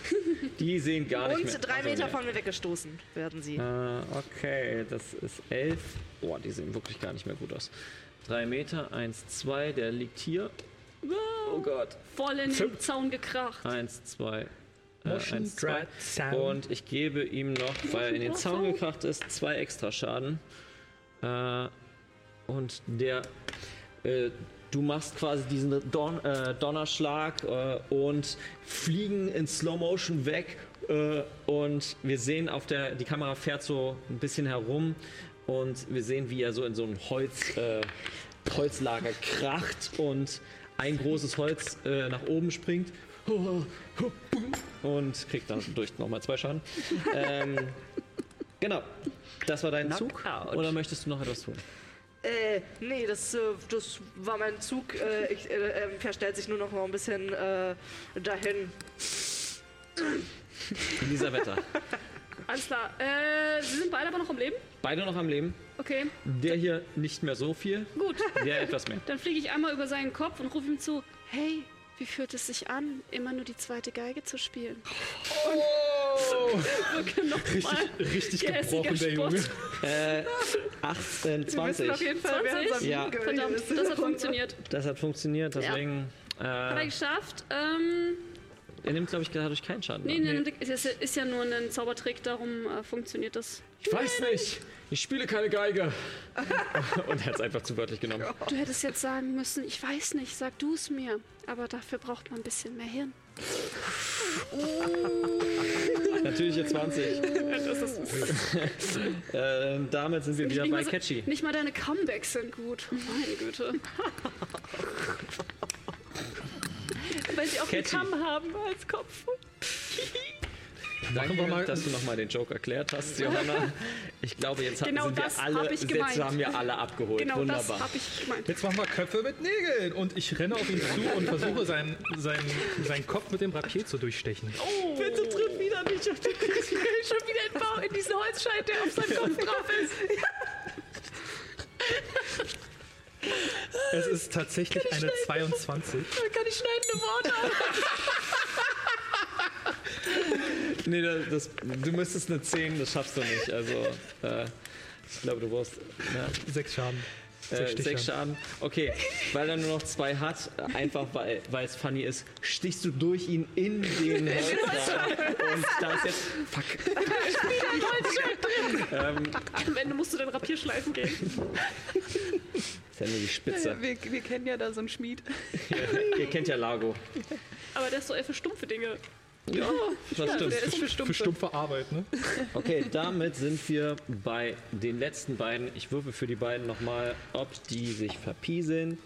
[SPEAKER 1] Die sehen gar nicht
[SPEAKER 6] Und
[SPEAKER 1] mehr.
[SPEAKER 6] drei
[SPEAKER 1] also,
[SPEAKER 6] Meter
[SPEAKER 1] nee.
[SPEAKER 6] von mir weggestoßen werden sie.
[SPEAKER 1] Äh, okay, das ist 11. Boah, die sehen wirklich gar nicht mehr gut aus. 3 Meter, 1, 2, der liegt hier. Oh Gott.
[SPEAKER 7] Voll in den
[SPEAKER 1] Fünf.
[SPEAKER 7] Zaun gekracht.
[SPEAKER 1] 1, 2,
[SPEAKER 8] Motion
[SPEAKER 1] 1, 2.
[SPEAKER 8] Drive Sound.
[SPEAKER 1] äh, Und ich gebe ihm noch, weil er in den Zaun gekracht ist, zwei extra Schaden. Äh, und der. Äh, du machst quasi diesen Don äh, Donnerschlag äh, und fliegen in Slow Motion weg. Äh, und wir sehen auf der. Die Kamera fährt so ein bisschen herum. Und wir sehen, wie er so in so ein Holz, äh, Holzlager kracht und ein großes Holz äh, nach oben springt. Und kriegt dadurch nochmal zwei Schaden. ähm, genau. Das war dein Zug. Oder möchtest du noch etwas tun?
[SPEAKER 6] Äh, nee, das, äh, das war mein Zug. Äh, ich, äh, ähm, verstellt sich nur noch mal ein bisschen äh, dahin.
[SPEAKER 1] Elisabetta.
[SPEAKER 7] Alles klar. Äh, sie sind beide aber noch am Leben?
[SPEAKER 1] Beide noch am Leben.
[SPEAKER 7] Okay,
[SPEAKER 1] Der hier nicht mehr so viel.
[SPEAKER 7] gut.
[SPEAKER 1] Der etwas mehr.
[SPEAKER 7] Dann fliege ich einmal über seinen Kopf und rufe ihm zu, hey, wie fühlt es sich an, immer nur die zweite Geige zu spielen? Und wirke noch mal
[SPEAKER 2] Oh. Richtig
[SPEAKER 7] gehässiger
[SPEAKER 2] gebrochen, der
[SPEAKER 7] Spott.
[SPEAKER 2] Junge.
[SPEAKER 1] Äh, 18,
[SPEAKER 6] Wir müssen auf
[SPEAKER 1] 20.
[SPEAKER 6] jeden Fall während
[SPEAKER 7] 20?
[SPEAKER 6] seinem
[SPEAKER 1] Ja.
[SPEAKER 6] Zug
[SPEAKER 7] Verdammt,
[SPEAKER 6] gewesen.
[SPEAKER 7] das hat funktioniert.
[SPEAKER 1] Das hat funktioniert, deswegen.
[SPEAKER 7] Hat er
[SPEAKER 1] Äh,
[SPEAKER 7] geschafft. Ähm,
[SPEAKER 1] er nimmt, glaube ich, dadurch keinen Schaden.
[SPEAKER 7] nee,
[SPEAKER 1] ne?
[SPEAKER 7] nee, nee. Ist, ja- ist ja nur ein Zaubertrick, darum äh, funktioniert das.
[SPEAKER 1] Ich weiß nicht. Ich spiele keine Geige. Und er hat es einfach zu wörtlich genommen.
[SPEAKER 7] Du hättest jetzt sagen müssen, ich weiß nicht, sag du es mir. Aber dafür braucht man ein bisschen mehr Hirn.
[SPEAKER 1] Natürlich jetzt 20. ähm, damit sind wir wieder
[SPEAKER 7] Nicht mal
[SPEAKER 1] bei
[SPEAKER 7] so-
[SPEAKER 1] Catchy.
[SPEAKER 7] Nicht mal deine Comebacks sind gut. Meine Güte.
[SPEAKER 10] Weil sie auch einen
[SPEAKER 1] Catchy.
[SPEAKER 10] Kamm haben als Kopf.
[SPEAKER 1] Danke,
[SPEAKER 2] wir mal-
[SPEAKER 1] dass du nochmal den Joke erklärt hast, Johanna. Ich glaube, jetzt
[SPEAKER 7] Genau
[SPEAKER 1] sind wir
[SPEAKER 7] das
[SPEAKER 1] alle,
[SPEAKER 7] hab ich gemeint.
[SPEAKER 1] jetzt haben wir alle abgeholt.
[SPEAKER 7] Genau das
[SPEAKER 1] Wunderbar.
[SPEAKER 7] habe ich gemeint.
[SPEAKER 2] Jetzt machen wir Köpfe mit Nägeln und ich renne auf ihn zu und versuche seinen, seinen, seinen Kopf mit dem Rapier zu durchstechen.
[SPEAKER 10] Bitte triff wieder nicht auf den Chris. Schon wieder in, Bau, in diesen Holzscheit, der auf seinem Kopf drauf ist.
[SPEAKER 2] Es ist tatsächlich eine 22.
[SPEAKER 10] Da kann ich schneidende Worte auf.
[SPEAKER 1] Nee, das, das, du müsstest eine 10, das schaffst du nicht. Also, äh, ich glaube, du brauchst ne,
[SPEAKER 2] Sechs Schaden. Sechs
[SPEAKER 1] äh,
[SPEAKER 2] Stiche.
[SPEAKER 1] sechs Schaden. Okay, weil er nur noch zwei hat, äh, einfach weil weil es funny ist, stichst du durch ihn in den Holzrahmen. Und da ist jetzt. Fuck.
[SPEAKER 7] Am Ende musst du dein Rapier schleifen gehen.
[SPEAKER 1] Das ist ja nur die Spitze.
[SPEAKER 10] Wir, wir kennen ja da so einen Schmied.
[SPEAKER 1] Ihr kennt ja Lago.
[SPEAKER 7] Aber der ist so eher für stumpfe Dinge.
[SPEAKER 1] Ja, das stimmt.
[SPEAKER 10] Der ist für
[SPEAKER 2] Für
[SPEAKER 10] stumpf.
[SPEAKER 2] stumpfe Arbeit, ne?
[SPEAKER 1] Okay, damit sind wir bei den letzten beiden. Ich würfe für die beiden nochmal, ob die sich verpieseln.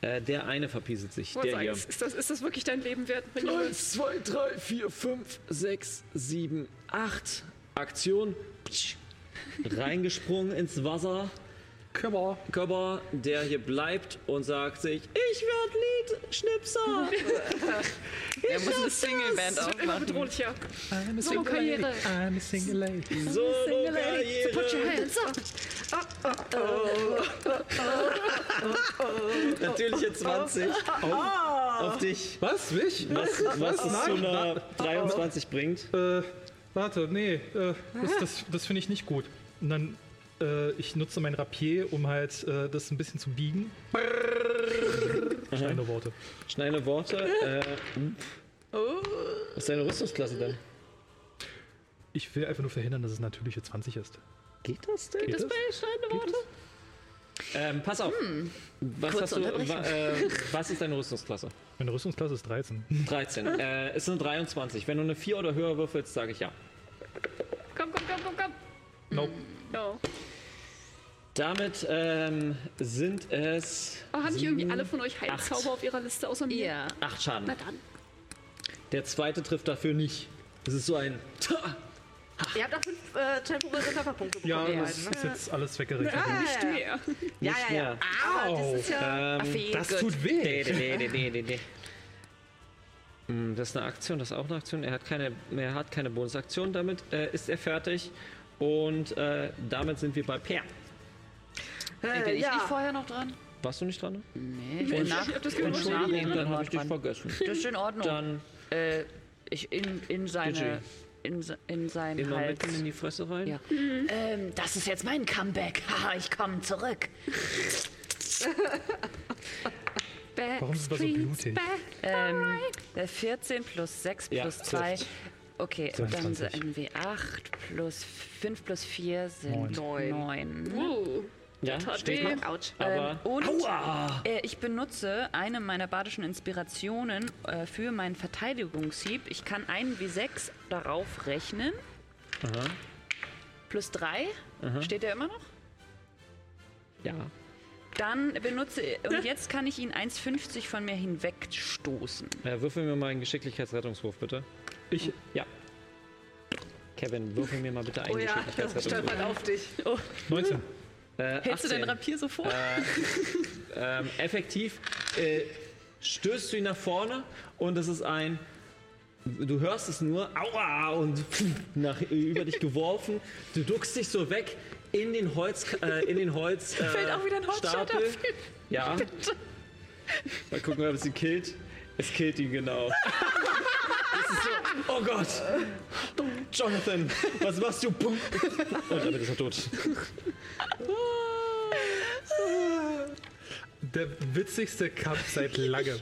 [SPEAKER 1] Äh, der eine verpieselt sich,
[SPEAKER 7] Wollte
[SPEAKER 1] der
[SPEAKER 7] sagen,
[SPEAKER 1] hier.
[SPEAKER 7] Also Ist das, ist das wirklich dein Leben wert? Wenn du-
[SPEAKER 1] 1, 2, 3, 4, 5, 6, 7, 8. Aktion. Psch. Reingesprungen ins Wasser.
[SPEAKER 2] Körper.
[SPEAKER 1] Körper, der hier bleibt und sagt sich, ich werd Lied, Schnipser.
[SPEAKER 10] Er muss eine Single-Band
[SPEAKER 7] Immer
[SPEAKER 10] aufmachen.
[SPEAKER 7] bedrohlicher.
[SPEAKER 2] I'm a
[SPEAKER 7] So, Karriere.
[SPEAKER 2] I'm a single lady.
[SPEAKER 1] Solo-Karriere.
[SPEAKER 7] Put your hands up.
[SPEAKER 1] Natürliche 20. Auf dich.
[SPEAKER 2] Was? Mich?
[SPEAKER 1] Oh. Was, was es zu
[SPEAKER 2] Nein.
[SPEAKER 1] einer 23 bringt.
[SPEAKER 2] Äh, warte, nee, äh, das, das, das finde ich nicht gut. Und dann, äh, ich nutze mein Rapier, um halt äh, das ein bisschen zu biegen. Kleine Worte.
[SPEAKER 1] Schnelle Oh. Worte. Äh, Was ist deine Rüstungsklasse denn?
[SPEAKER 2] Ich will einfach nur verhindern, dass es natürliche 20 ist.
[SPEAKER 1] Geht das denn?
[SPEAKER 2] Geht
[SPEAKER 4] Das
[SPEAKER 2] das?
[SPEAKER 4] bei schneidende Worte.
[SPEAKER 1] Ähm, pass auf. Was,
[SPEAKER 5] Kurze
[SPEAKER 1] hast du,
[SPEAKER 5] Unterbrechung.
[SPEAKER 1] wa, äh, was ist deine Rüstungsklasse?
[SPEAKER 2] Meine Rüstungsklasse ist 13.
[SPEAKER 1] 13. äh, ist eine 23. Wenn du eine 4 oder höher würfelst, sage ich ja.
[SPEAKER 4] Komm, komm, komm, komm, komm.
[SPEAKER 2] Nope.
[SPEAKER 4] No.
[SPEAKER 1] Damit ähm, sind es
[SPEAKER 4] Oh, haben nicht irgendwie alle von euch
[SPEAKER 1] acht.
[SPEAKER 4] Heilzauber auf ihrer Liste außer mir?
[SPEAKER 5] Ja.
[SPEAKER 1] 8 Schaden.
[SPEAKER 4] Na dann.
[SPEAKER 1] Der zweite trifft dafür nicht. Das ist so ein.
[SPEAKER 6] Ihr habt auch fünf äh, temporäre Trefferpunkte
[SPEAKER 2] Ja,
[SPEAKER 6] bekommen. ihr
[SPEAKER 2] das
[SPEAKER 6] beiden,
[SPEAKER 2] ist jetzt alles weggerechnet.
[SPEAKER 6] ne?
[SPEAKER 4] Nicht mehr.
[SPEAKER 1] nicht
[SPEAKER 6] ja, ja, ja.
[SPEAKER 1] mehr.
[SPEAKER 6] Aber das ist ja.
[SPEAKER 1] Ähm,
[SPEAKER 2] Das tut weh.
[SPEAKER 1] nee, nee, nee, nee, nee, nee. Hm, Das ist eine Aktion, das ist auch eine Aktion. Er hat keine, er hat keine Bonusaktion. Damit äh, ist er fertig. Und äh, damit sind wir bei Per.
[SPEAKER 6] Äh,
[SPEAKER 10] Bin ich
[SPEAKER 6] ja.
[SPEAKER 10] nicht vorher noch dran?
[SPEAKER 1] Warst du nicht dran?
[SPEAKER 5] Nee, ich bin nach.
[SPEAKER 4] Ich hab das
[SPEAKER 5] bin
[SPEAKER 4] Gefühl,
[SPEAKER 5] nach
[SPEAKER 1] Entschuldigung,
[SPEAKER 5] dem
[SPEAKER 1] dann
[SPEAKER 5] dran
[SPEAKER 1] habe ich dich
[SPEAKER 5] dran.
[SPEAKER 1] vergessen.
[SPEAKER 5] Das ist in Ordnung.
[SPEAKER 1] Dann
[SPEAKER 5] Äh, ich in, in seine. In, se- in seinen
[SPEAKER 1] immer
[SPEAKER 5] Hals.
[SPEAKER 1] mitten in die Fresse rein.
[SPEAKER 5] halt Ja. Ähm, das ist jetzt mein Comeback. Haha, ich komme zurück.
[SPEAKER 4] Back
[SPEAKER 2] Warum sind wir so blutig?
[SPEAKER 4] Back.
[SPEAKER 5] Ähm, äh, 14 plus 6
[SPEAKER 1] Ja,
[SPEAKER 5] plus 2.
[SPEAKER 1] trifft.
[SPEAKER 5] Okay, dann so
[SPEAKER 2] 22.
[SPEAKER 5] ein W8 plus 5 plus 4 sind 9.
[SPEAKER 6] Neun.
[SPEAKER 4] Uh,
[SPEAKER 1] Ja, steht noch.
[SPEAKER 6] Autsch.
[SPEAKER 1] Aber
[SPEAKER 5] Und Äh, ich benutze eine meiner badischen Inspirationen äh, für meinen Verteidigungshieb. Ich kann einen W6 darauf rechnen. Plus 3. Steht der immer noch?
[SPEAKER 1] ja.
[SPEAKER 5] Dann benutze und jetzt kann ich ihn 1,50 von mir hinwegstoßen.
[SPEAKER 1] Äh, würfel mir mal einen Geschicklichkeitsrettungswurf, bitte.
[SPEAKER 2] Ich,
[SPEAKER 1] Ja. Kevin, würfel mir mal bitte einen
[SPEAKER 6] Oh ja, das
[SPEAKER 1] Geschicklichkeitsrettungswurf.
[SPEAKER 6] stolpert auf dich.
[SPEAKER 2] 19.
[SPEAKER 1] Äh,
[SPEAKER 10] Hältst du
[SPEAKER 1] 18.
[SPEAKER 10] dein Rapier so vor?
[SPEAKER 1] ähm, effektiv äh, stößt du ihn nach vorne und es ist ein. Du hörst es nur, aua, und nach, über dich geworfen. Du duckst dich so weg in den Holz. Äh, in den Holz äh,
[SPEAKER 10] Fällt auch wieder ein Holzscheit
[SPEAKER 1] Stapel.
[SPEAKER 10] dafür.
[SPEAKER 1] Ja. Mal gucken, ob es ihn killt. Es killt ihn genau. Es ist so, oh Gott! Jonathan, was machst du? Pum. Und damit ist er tot.
[SPEAKER 2] Der witzigste Kampf seit langem.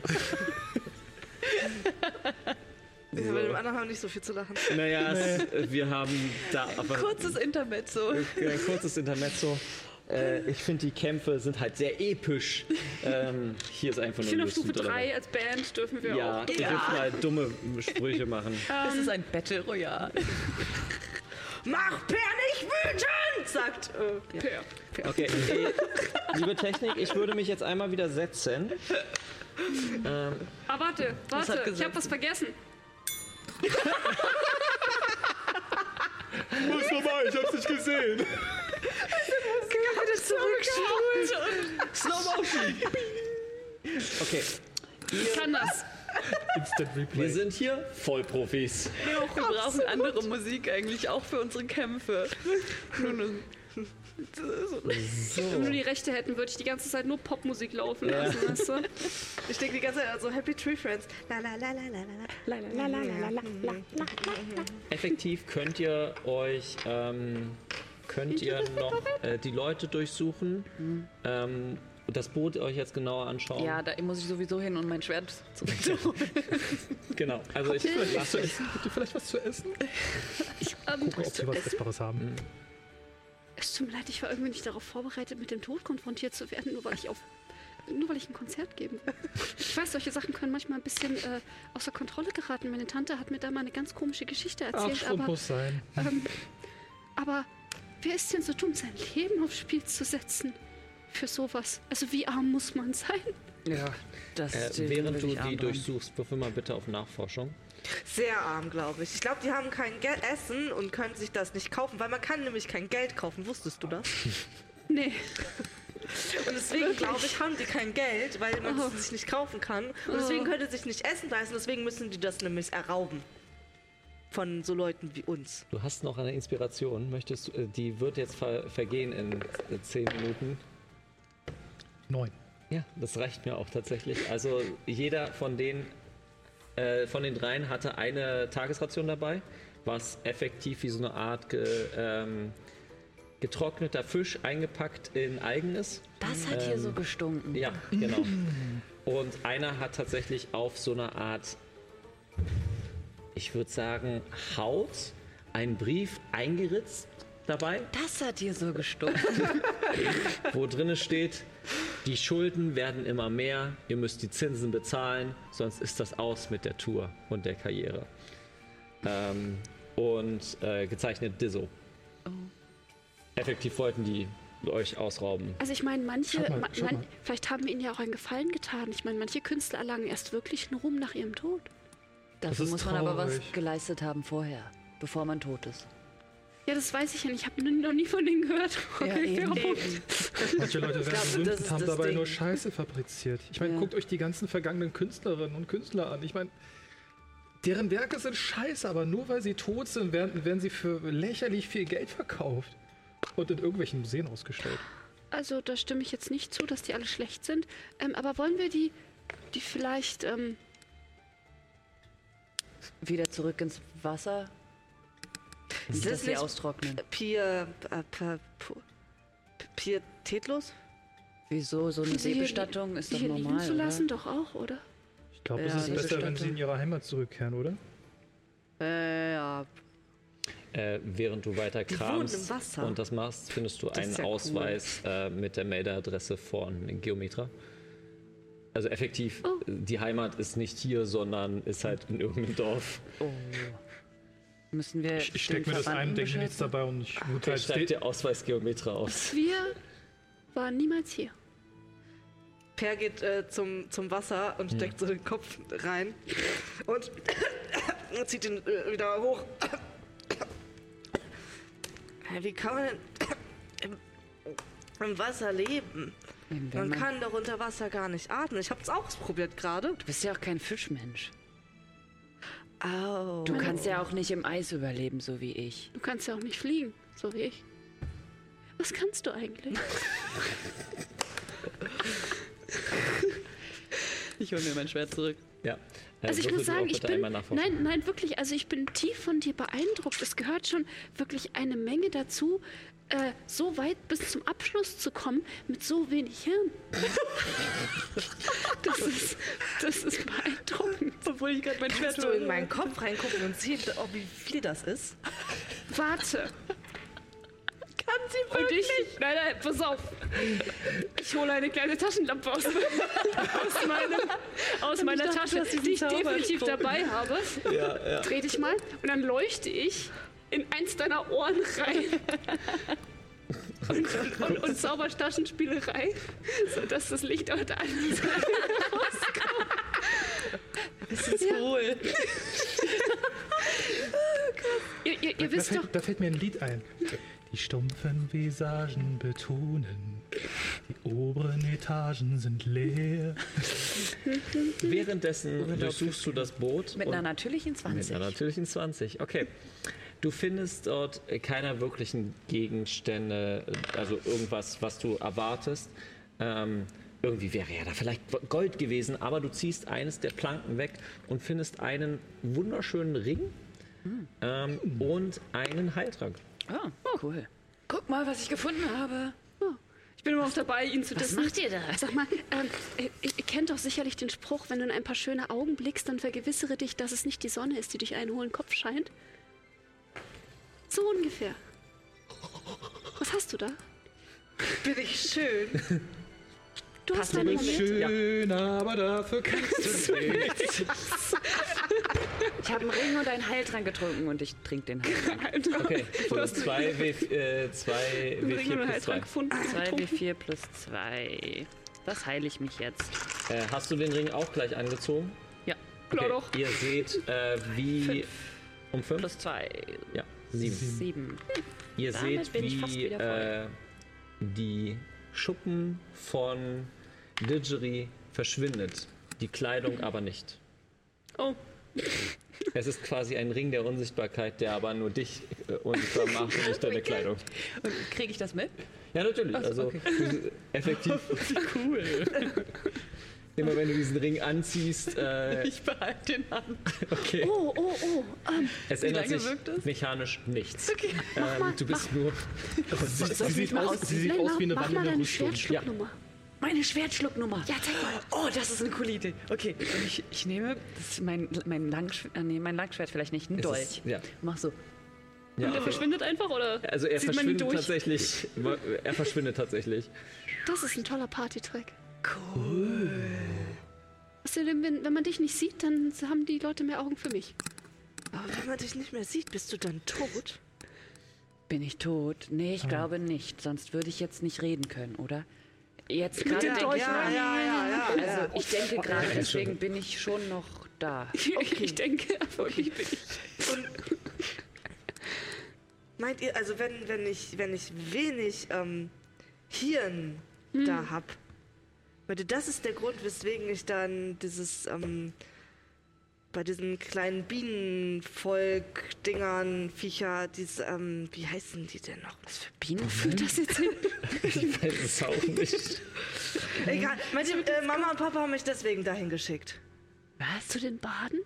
[SPEAKER 6] Ja, bei dem anderen haben nicht so viel zu lachen.
[SPEAKER 1] Naja, es, wir haben da aber
[SPEAKER 10] Kurzes Intermezzo.
[SPEAKER 5] Ähm.
[SPEAKER 1] ein kurzes Intermezzo. Äh, ich finde, die Kämpfe sind halt sehr episch. Ähm, hier ist einfach nur
[SPEAKER 4] ich bin
[SPEAKER 1] ein
[SPEAKER 4] auf Stufe
[SPEAKER 1] bisschen
[SPEAKER 4] 3 als Band dürfen wir
[SPEAKER 1] drüber. Ja,
[SPEAKER 4] auch.
[SPEAKER 1] ich dürfen halt dumme Sprüche machen.
[SPEAKER 10] Das ist ein Battle Royale.
[SPEAKER 6] Mach Per nicht wütend, sagt. Äh,
[SPEAKER 4] Per.
[SPEAKER 1] Okay, äh, liebe Technik, ich würde mich jetzt einmal wieder setzen.
[SPEAKER 4] Ah, warte,
[SPEAKER 10] hat
[SPEAKER 4] warte, ich
[SPEAKER 10] gesagt-
[SPEAKER 4] hab was vergessen.
[SPEAKER 2] Muss vorbei, ich hab's nicht gesehen.
[SPEAKER 1] Okay,
[SPEAKER 4] Ich kann das.
[SPEAKER 2] Instant
[SPEAKER 1] wir
[SPEAKER 2] Replay.
[SPEAKER 1] sind hier Vollprofis.
[SPEAKER 10] Wir brauchen andere Musik eigentlich auch für unsere Kämpfe.
[SPEAKER 4] Wenn wir nur die Rechte hätten, würde ich die ganze Zeit nur Popmusik laufen lassen, weißt du?
[SPEAKER 6] Ich denke die ganze Zeit an so Happy Tree Friends. La la la la la la.
[SPEAKER 1] Effektiv könnt ihr euch, ähm, könnt ihr noch äh, die Leute durchsuchen. Ähm, das Boot euch jetzt genauer anschauen.
[SPEAKER 5] Ja, da muss ich sowieso hin und mein Schwert zurück.
[SPEAKER 1] Genau. Also ich lasse euch
[SPEAKER 2] Habt ihr vielleicht was zu essen?
[SPEAKER 4] Ähm,
[SPEAKER 2] Guck, ob sie was Essbares haben.
[SPEAKER 4] es tut mir leid, ich war irgendwie nicht darauf vorbereitet, mit dem Tod konfrontiert zu werden, nur weil ich auf. Nur weil ich ein Konzert geben will. Ich weiß, solche Sachen können manchmal ein bisschen äh, außer Kontrolle geraten. Meine Tante hat mir da mal eine ganz komische Geschichte erzählt,
[SPEAKER 2] Abschluss
[SPEAKER 4] aber,
[SPEAKER 2] muss sein.
[SPEAKER 4] aber wer ist denn so dumm, sein Leben aufs Spiel zu setzen? Für sowas. Also wie arm muss man sein?
[SPEAKER 5] ja, das
[SPEAKER 1] Äh,
[SPEAKER 5] den
[SPEAKER 1] während
[SPEAKER 5] will
[SPEAKER 1] du
[SPEAKER 5] ich arm
[SPEAKER 1] die
[SPEAKER 5] dran.
[SPEAKER 1] durchsuchst, würfel mal bitte auf Nachforschung.
[SPEAKER 6] Sehr arm, glaube ich. Ich glaube, die haben kein Geld essen und können sich das nicht kaufen, weil man kann nämlich kein Geld kaufen. Wusstest du das?
[SPEAKER 4] Nee.
[SPEAKER 6] Und deswegen, glaube ich, haben die kein Geld, weil man
[SPEAKER 4] Oh.
[SPEAKER 6] es sich nicht kaufen kann. Und deswegen können die sich nicht essen leisten. Deswegen müssen die das nämlich errauben. Von so Leuten wie uns.
[SPEAKER 1] Du hast noch eine Inspiration. Möchtest du, äh, die wird jetzt ver vergehen in äh, zehn Minuten.
[SPEAKER 2] Neun.
[SPEAKER 1] Ja, das reicht mir auch tatsächlich. Also jeder von den äh, von den dreien hatte eine Tagesration dabei, was effektiv wie so eine Art ge ähm, getrockneter Fisch eingepackt in Algen ist.
[SPEAKER 5] Das hat hier so gestunken.
[SPEAKER 1] Ja, genau. Und einer hat tatsächlich auf so einer Art, ich würde sagen, Haut, einen Brief eingeritzt dabei,
[SPEAKER 5] Das hat dir so gestunken.
[SPEAKER 1] wo drinne steht, die Schulden werden immer mehr, ihr müsst die Zinsen bezahlen, sonst ist das aus mit der Tour und der Karriere. Ähm, und äh, gezeichnet Dizzo.
[SPEAKER 6] Oh.
[SPEAKER 1] Effektiv wollten die euch ausrauben.
[SPEAKER 7] Also ich meine, manche,
[SPEAKER 2] Schaut mal,
[SPEAKER 7] ma-
[SPEAKER 2] schaut
[SPEAKER 7] man,
[SPEAKER 2] mal.
[SPEAKER 7] vielleicht haben ihnen ja auch einen Gefallen getan. Ich meine, manche Künstler erlangen erst wirklichen Ruhm nach ihrem Tod.
[SPEAKER 5] Dafür
[SPEAKER 2] ist
[SPEAKER 5] muss man aber was
[SPEAKER 2] traurig.
[SPEAKER 5] geleistet haben vorher, bevor man tot ist.
[SPEAKER 7] Ja, das weiß ich ja nicht. Ich habe noch nie von denen gehört. Okay,
[SPEAKER 5] eben.
[SPEAKER 7] fairer Punkt.
[SPEAKER 2] Manche Leute werden
[SPEAKER 5] glaube,
[SPEAKER 2] berühmt
[SPEAKER 5] das
[SPEAKER 2] und
[SPEAKER 5] ist
[SPEAKER 2] haben
[SPEAKER 5] das
[SPEAKER 2] dabei
[SPEAKER 5] Ding.
[SPEAKER 2] nur Scheiße fabriziert. Ich meine,
[SPEAKER 5] Ja.
[SPEAKER 2] guckt euch die ganzen vergangenen Künstlerinnen und Künstler an. Ich meine, deren Werke sind scheiße, aber nur weil sie tot sind, werden, werden sie für lächerlich viel Geld verkauft und in irgendwelchen Museen ausgestellt.
[SPEAKER 7] Also da stimme ich jetzt nicht zu, dass die alle schlecht sind. Ähm, aber wollen wir die, die vielleicht, ähm,
[SPEAKER 5] Wieder zurück ins Wasser,
[SPEAKER 6] Ist
[SPEAKER 5] dass
[SPEAKER 6] das
[SPEAKER 5] sie
[SPEAKER 6] nicht
[SPEAKER 5] austrocknen.
[SPEAKER 6] Pier, äh, P- P- pietätlos?
[SPEAKER 5] Wieso? So eine
[SPEAKER 7] Sie hier-
[SPEAKER 5] Seebestattung ist
[SPEAKER 7] sie
[SPEAKER 5] doch
[SPEAKER 7] hier liegen
[SPEAKER 5] normal.
[SPEAKER 7] zu lassen?
[SPEAKER 5] Oder?
[SPEAKER 7] Doch auch, oder?
[SPEAKER 2] Ich glaube,
[SPEAKER 5] Ja,
[SPEAKER 2] es ist
[SPEAKER 5] diese
[SPEAKER 2] besser, wenn
[SPEAKER 5] Städte.
[SPEAKER 2] sie in ihre Heimat zurückkehren, oder?
[SPEAKER 6] Äh, ja.
[SPEAKER 1] Äh, während du weiter
[SPEAKER 6] Die wohnen
[SPEAKER 1] kramst
[SPEAKER 6] im Wasser.
[SPEAKER 1] und das machst, findest du einen
[SPEAKER 6] ist ja cool.
[SPEAKER 1] Ausweis äh, mit der Meldeadresse von Geometra. Also effektiv,
[SPEAKER 7] Oh.
[SPEAKER 1] äh, die Heimat ist nicht hier, sondern ist halt in irgendeinem Dorf.
[SPEAKER 5] Müssen wir.
[SPEAKER 2] Ich, ich stecke mir das ein, denke nichts dabei und ich
[SPEAKER 1] Da steigt
[SPEAKER 2] urteile.
[SPEAKER 1] der Ausweis Geometra aus.
[SPEAKER 7] Wir waren niemals hier.
[SPEAKER 6] Per geht äh, zum, zum Wasser und steckt so den Kopf rein und zieht ihn äh, wieder hoch. Hä, Wie kann man denn im, im Wasser leben? Man
[SPEAKER 5] Man
[SPEAKER 6] kann doch unter Wasser gar nicht atmen. Ich hab's auch probiert gerade.
[SPEAKER 5] Du bist ja auch kein Fischmensch.
[SPEAKER 6] Au.
[SPEAKER 5] Du kannst ja auch nicht im Eis überleben, so wie ich.
[SPEAKER 7] Du kannst ja auch nicht fliegen, so wie ich. Was kannst du eigentlich?
[SPEAKER 10] Ich hole mir mein Schwert zurück.
[SPEAKER 1] Ja. Äh,
[SPEAKER 7] Also ich
[SPEAKER 1] würfel
[SPEAKER 7] muss
[SPEAKER 1] du auch
[SPEAKER 7] sagen, ich
[SPEAKER 1] bitte
[SPEAKER 7] bin
[SPEAKER 1] einmal nach
[SPEAKER 7] nein, nein, wirklich. Also ich bin tief von dir beeindruckt. Es gehört schon wirklich eine Menge dazu, äh, so weit bis zum Abschluss zu kommen mit so wenig Hirn. das ist, das ist beeindruckend.
[SPEAKER 10] Obwohl ich gerade mein Schwert
[SPEAKER 6] Kannst du in
[SPEAKER 10] hole.
[SPEAKER 6] meinen Kopf reingucken und sehen, oh, wie viel das ist?
[SPEAKER 7] Warte,
[SPEAKER 10] Kann sie
[SPEAKER 7] und ich, nein, nein, pass auf. Ich hole eine kleine Taschenlampe aus, aus, meinem, aus meiner Tasche, die ich definitiv dabei habe. Dreh dich mal und dann leuchte ich in eins deiner Ohren rein. Und, und, und zauberst Taschenspielerei, sodass das Licht auf der anderen Seite rauskommt. Ja,
[SPEAKER 10] Wohl.
[SPEAKER 7] ihr, ihr, ihr
[SPEAKER 2] Da
[SPEAKER 7] wisst doch,
[SPEAKER 2] fällt, da fällt mir ein Lied ein. Die stumpfen Visagen betonen, die oberen Etagen sind leer.
[SPEAKER 1] Währenddessen durchsuchst du das Boot.
[SPEAKER 5] Mit
[SPEAKER 1] und-
[SPEAKER 5] einer natürlichen
[SPEAKER 1] Mit
[SPEAKER 5] 20.
[SPEAKER 1] einer natürlichen 20, okay. Du findest dort äh, keiner wirklichen Gegenstände, äh, also irgendwas, was du erwartest. Ähm, irgendwie wäre ja da vielleicht Gold gewesen, aber du ziehst eines der Planken weg und findest einen wunderschönen Ring
[SPEAKER 7] Hm.
[SPEAKER 1] ähm, und einen Heiltrank.
[SPEAKER 5] Ah, cool. Guck mal, was ich gefunden habe.
[SPEAKER 7] ich bin immer noch dabei, ihn zu
[SPEAKER 5] Was
[SPEAKER 7] dissen.
[SPEAKER 5] macht ihr da?
[SPEAKER 7] Sag mal, ähm, ihr, ihr kennt doch sicherlich den Spruch, wenn du in ein paar schöne Augen blickst, dann vergewissere dich, dass es nicht die Sonne ist, die durch einen hohlen Kopf scheint. So ungefähr. Was hast du da?
[SPEAKER 6] Bin ich schön.
[SPEAKER 7] Du hast deinen Moment.
[SPEAKER 2] Schön, aber dafür kannst du nicht.
[SPEAKER 5] Ich habe einen Ring und einen Heiltrank getrunken und ich trinke den halt. Heiltrank.
[SPEAKER 1] Okay, von 2 W, äh, zwei W4
[SPEAKER 7] Ring und
[SPEAKER 1] plus 2.
[SPEAKER 7] Heiltrank gefunden.
[SPEAKER 5] 2W4 plus 2. Das heile ich mich jetzt.
[SPEAKER 1] Äh, hast du den Ring auch gleich angezogen?
[SPEAKER 5] Ja,
[SPEAKER 7] Klar doch.
[SPEAKER 1] Ihr seht, äh, wie. Um 5?
[SPEAKER 5] plus 2,
[SPEAKER 1] Ja, 7.
[SPEAKER 5] 7.
[SPEAKER 1] Ihr
[SPEAKER 5] Damit
[SPEAKER 1] seht,
[SPEAKER 5] bin ich fast
[SPEAKER 1] wie
[SPEAKER 5] wieder voll.
[SPEAKER 1] äh, die Schuppen von Didgery verschwindet, die Kleidung aber nicht.
[SPEAKER 7] Oh.
[SPEAKER 1] Es ist quasi ein Ring der Unsichtbarkeit, der aber nur dich äh, unsichtbar macht und nicht deine Kleidung.
[SPEAKER 10] Kriege ich das mit?
[SPEAKER 1] Ja, natürlich. Also du- effektiv.
[SPEAKER 10] Cool.
[SPEAKER 1] Immer wenn du diesen Ring anziehst, äh,
[SPEAKER 10] Ich behalte den an.
[SPEAKER 1] okay.
[SPEAKER 7] Oh, oh, oh. Ähm,
[SPEAKER 1] es ändert
[SPEAKER 10] lange
[SPEAKER 1] sich
[SPEAKER 10] wirkt das?
[SPEAKER 1] mechanisch nichts.
[SPEAKER 7] mach mal,
[SPEAKER 1] Ähm, du bist nur.
[SPEAKER 2] Sie, sie sieht
[SPEAKER 7] mach
[SPEAKER 2] aus, sie sieht
[SPEAKER 7] Nein,
[SPEAKER 2] aus wie eine
[SPEAKER 7] mach, mach mal
[SPEAKER 2] wandelnde
[SPEAKER 7] deine
[SPEAKER 2] Rüstung.
[SPEAKER 7] Schwertschlucknummer.
[SPEAKER 5] Meine Schwertschlucknummer.
[SPEAKER 7] Ja. zeig mal.
[SPEAKER 5] Oh, das ist eine coole Idee. Okay, und ich, ich äh, nehme das ist mein, mein, Langschwert, nee, mein Langschwert vielleicht nicht, ein
[SPEAKER 1] Es
[SPEAKER 5] Dolch.
[SPEAKER 1] ist- ja.
[SPEAKER 5] Mach so.
[SPEAKER 4] Und der verschwindet einfach oder?
[SPEAKER 1] Also er
[SPEAKER 4] zieht man ihn
[SPEAKER 1] verschwindet
[SPEAKER 4] durch?
[SPEAKER 1] tatsächlich. Er verschwindet tatsächlich.
[SPEAKER 7] Das ist ein toller Partytrick. Außerdem, wenn, wenn man dich nicht sieht, dann haben die Leute mehr Augen für mich.
[SPEAKER 6] Aber wenn man dich nicht mehr sieht, bist du dann tot?
[SPEAKER 5] Bin ich tot? Nee,
[SPEAKER 1] Ah.
[SPEAKER 5] ich glaube nicht. Sonst würde ich jetzt nicht reden können, oder? Jetzt gerade denke ich
[SPEAKER 6] ja, ja, ja, ja.
[SPEAKER 5] Also ich denke gerade, deswegen bin ich schon noch da.
[SPEAKER 4] Ich denke, wirklich bin ich.
[SPEAKER 6] Meint ihr, also wenn, wenn, ich, wenn ich wenig ähm, Hirn da hab, meint ihr, das ist der Grund, weswegen ich dann dieses ähm, bei diesen kleinen Bienenvolk-Dingern, Viecher, diese, ähm, wie heißen die denn noch? Was für
[SPEAKER 5] Bienen führt das jetzt hin?
[SPEAKER 1] Ich weiß es auch nicht.
[SPEAKER 6] Egal, meint ihr, äh, Mama und Papa haben mich deswegen dahin geschickt.
[SPEAKER 7] Zu den Baden?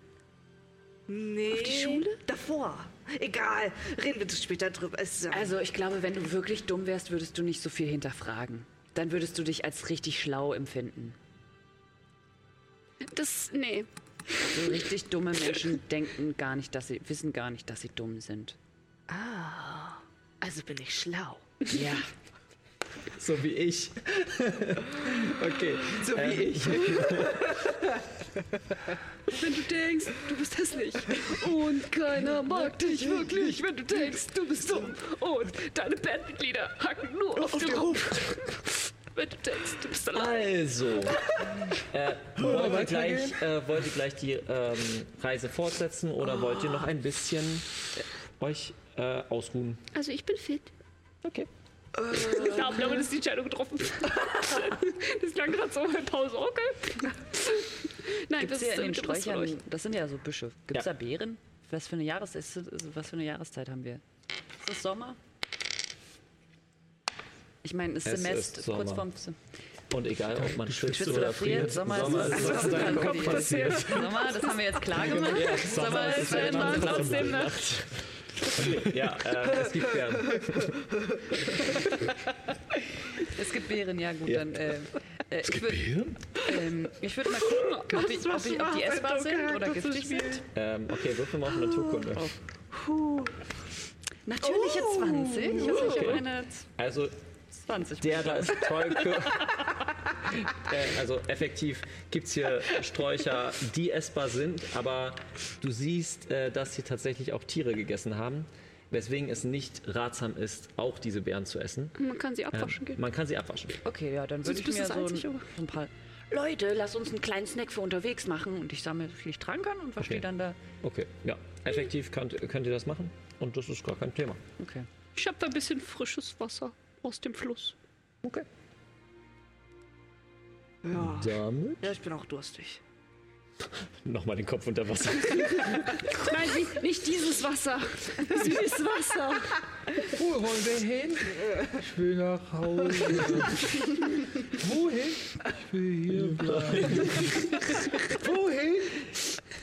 [SPEAKER 6] Nee. Auf die Schule? Davor. Egal, reden wir später drüber. Es ist ja
[SPEAKER 5] Also ich glaube, wenn du wirklich dumm wärst, würdest du nicht so viel hinterfragen. Dann würdest du dich als richtig schlau empfinden.
[SPEAKER 7] Das, nee.
[SPEAKER 5] So richtig dumme Menschen denken gar nicht, dass sie wissen gar nicht, dass sie dumm sind.
[SPEAKER 6] Also bin ich schlau.
[SPEAKER 5] Ja.
[SPEAKER 1] So wie ich. Ähm, Okay. So wie ich.
[SPEAKER 4] Wenn du denkst, du bist hässlich und keiner mag dich wirklich, wenn du denkst, du bist dumm und deine Bandmitglieder hacken nur auf, den Ruf. Wenn du denkst, du bist allein.
[SPEAKER 1] Also, äh, wollt, ihr gleich, äh, wollt ihr gleich die ähm, Reise fortsetzen oder wollt ihr noch ein bisschen äh, euch äh, ausruhen?
[SPEAKER 7] Also ich bin fit.
[SPEAKER 1] Okay.
[SPEAKER 4] Ich habe damit ist die Entscheidung getroffen. das klang gerade so in Pause, okay. Nein,
[SPEAKER 5] Gibt es
[SPEAKER 4] das
[SPEAKER 5] ja in den
[SPEAKER 4] ist das ist von euch.
[SPEAKER 5] Sträuchern, das sind ja so Büsche. Gibt es
[SPEAKER 1] Ja.
[SPEAKER 5] da Beeren? Was für, eine Jahres ist, also was für eine Jahreszeit haben wir? Ist das Sommer? Ich meine, es
[SPEAKER 1] Es
[SPEAKER 5] ist Semester,
[SPEAKER 1] ist
[SPEAKER 5] kurz
[SPEAKER 1] Sommer.
[SPEAKER 5] vorm S-
[SPEAKER 1] Und egal, ob man schwitzt
[SPEAKER 5] Schwitzt
[SPEAKER 1] oder
[SPEAKER 5] oder friert,
[SPEAKER 1] friert,
[SPEAKER 5] Sommer, ist
[SPEAKER 1] ist
[SPEAKER 5] es
[SPEAKER 1] was in deinem
[SPEAKER 5] Sommer,
[SPEAKER 1] Kopf passiert.
[SPEAKER 5] Sommer, das haben wir jetzt klar gemacht.
[SPEAKER 1] genau. Sommer
[SPEAKER 4] ist
[SPEAKER 1] ja
[SPEAKER 4] wenn
[SPEAKER 1] immer
[SPEAKER 4] man
[SPEAKER 1] eine andere
[SPEAKER 4] trotzdem
[SPEAKER 1] Nacht. Ja, äh, es gibt ja.
[SPEAKER 5] Es gibt Beeren, ja gut,
[SPEAKER 1] Ja.
[SPEAKER 5] dann. Äh, äh, ich würd, ähm, ich würde mal gucken, ob, die, ob, die, ob die essbar
[SPEAKER 1] oh
[SPEAKER 5] sind oder giftig sind.
[SPEAKER 1] Ähm, okay, würfel mal auf Naturkunde.
[SPEAKER 5] Natürliche 20.
[SPEAKER 1] Oh.
[SPEAKER 5] Also ich habe eine
[SPEAKER 1] Also,
[SPEAKER 5] 20.
[SPEAKER 1] der da ist toll. äh, also, effektiv gibt es hier Sträucher, die essbar sind, aber du siehst, äh, dass sie tatsächlich auch Tiere gegessen haben, weswegen es nicht ratsam ist, auch diese Beeren zu essen.
[SPEAKER 7] Man kann sie
[SPEAKER 1] Ähm,
[SPEAKER 7] Mhm. abwaschen gehen.
[SPEAKER 1] man kann sie abwaschen.
[SPEAKER 5] Okay, ja, dann würde ich
[SPEAKER 7] bist
[SPEAKER 5] mir
[SPEAKER 7] du
[SPEAKER 5] so ein,
[SPEAKER 7] salzig,
[SPEAKER 5] so
[SPEAKER 7] aber-
[SPEAKER 5] ein paar. Leute, lass uns einen kleinen Snack für unterwegs machen und ich sammle viel Trankern und verstehe
[SPEAKER 1] Okay.
[SPEAKER 5] dann da.
[SPEAKER 1] Okay, ja. Effektiv könnt, könnt ihr das machen und das ist gar kein Thema.
[SPEAKER 5] Okay.
[SPEAKER 4] Ich habe ein bisschen frisches Wasser aus dem Fluss.
[SPEAKER 1] Okay.
[SPEAKER 6] Ja.
[SPEAKER 1] Damit
[SPEAKER 6] ja, ich bin auch durstig.
[SPEAKER 1] nochmal den Kopf unter Wasser.
[SPEAKER 4] Nein, nicht, nicht dieses Wasser. Süßes Wasser.
[SPEAKER 2] Wo wollen wir hin? Ich will nach Hause. Wohin? Ich will hier bleiben. Wohin?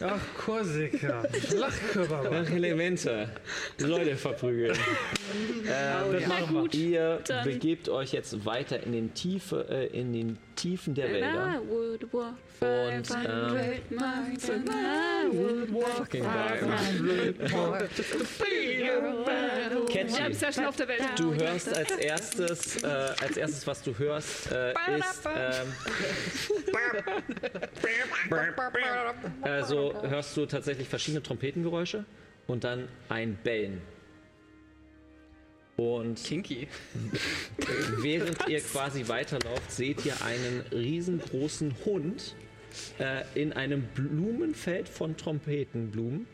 [SPEAKER 2] Ach, Korsika. Lachkörper.
[SPEAKER 1] Elemente. Leute verprügeln. äh, das machen wir. Ihr begebt euch jetzt weiter in den, Tiefe, äh, in den Tiefen der
[SPEAKER 7] Genau.
[SPEAKER 1] Wälder.
[SPEAKER 7] would walk
[SPEAKER 1] Und, ähm,
[SPEAKER 7] 500 miles and I would
[SPEAKER 1] Fucking Bible.
[SPEAKER 4] Ich habe
[SPEAKER 1] Catchy.
[SPEAKER 4] es ja schon auf der Welt.
[SPEAKER 1] Du hörst als erstes, äh, als erstes, was du hörst, äh, ist. Ähm, also hörst du tatsächlich verschiedene Trompetengeräusche und dann ein Bellen. Und
[SPEAKER 10] Kinky.
[SPEAKER 1] Während ihr quasi weiterlauft, seht ihr einen riesengroßen Hund äh, in einem Blumenfeld von Trompetenblumen.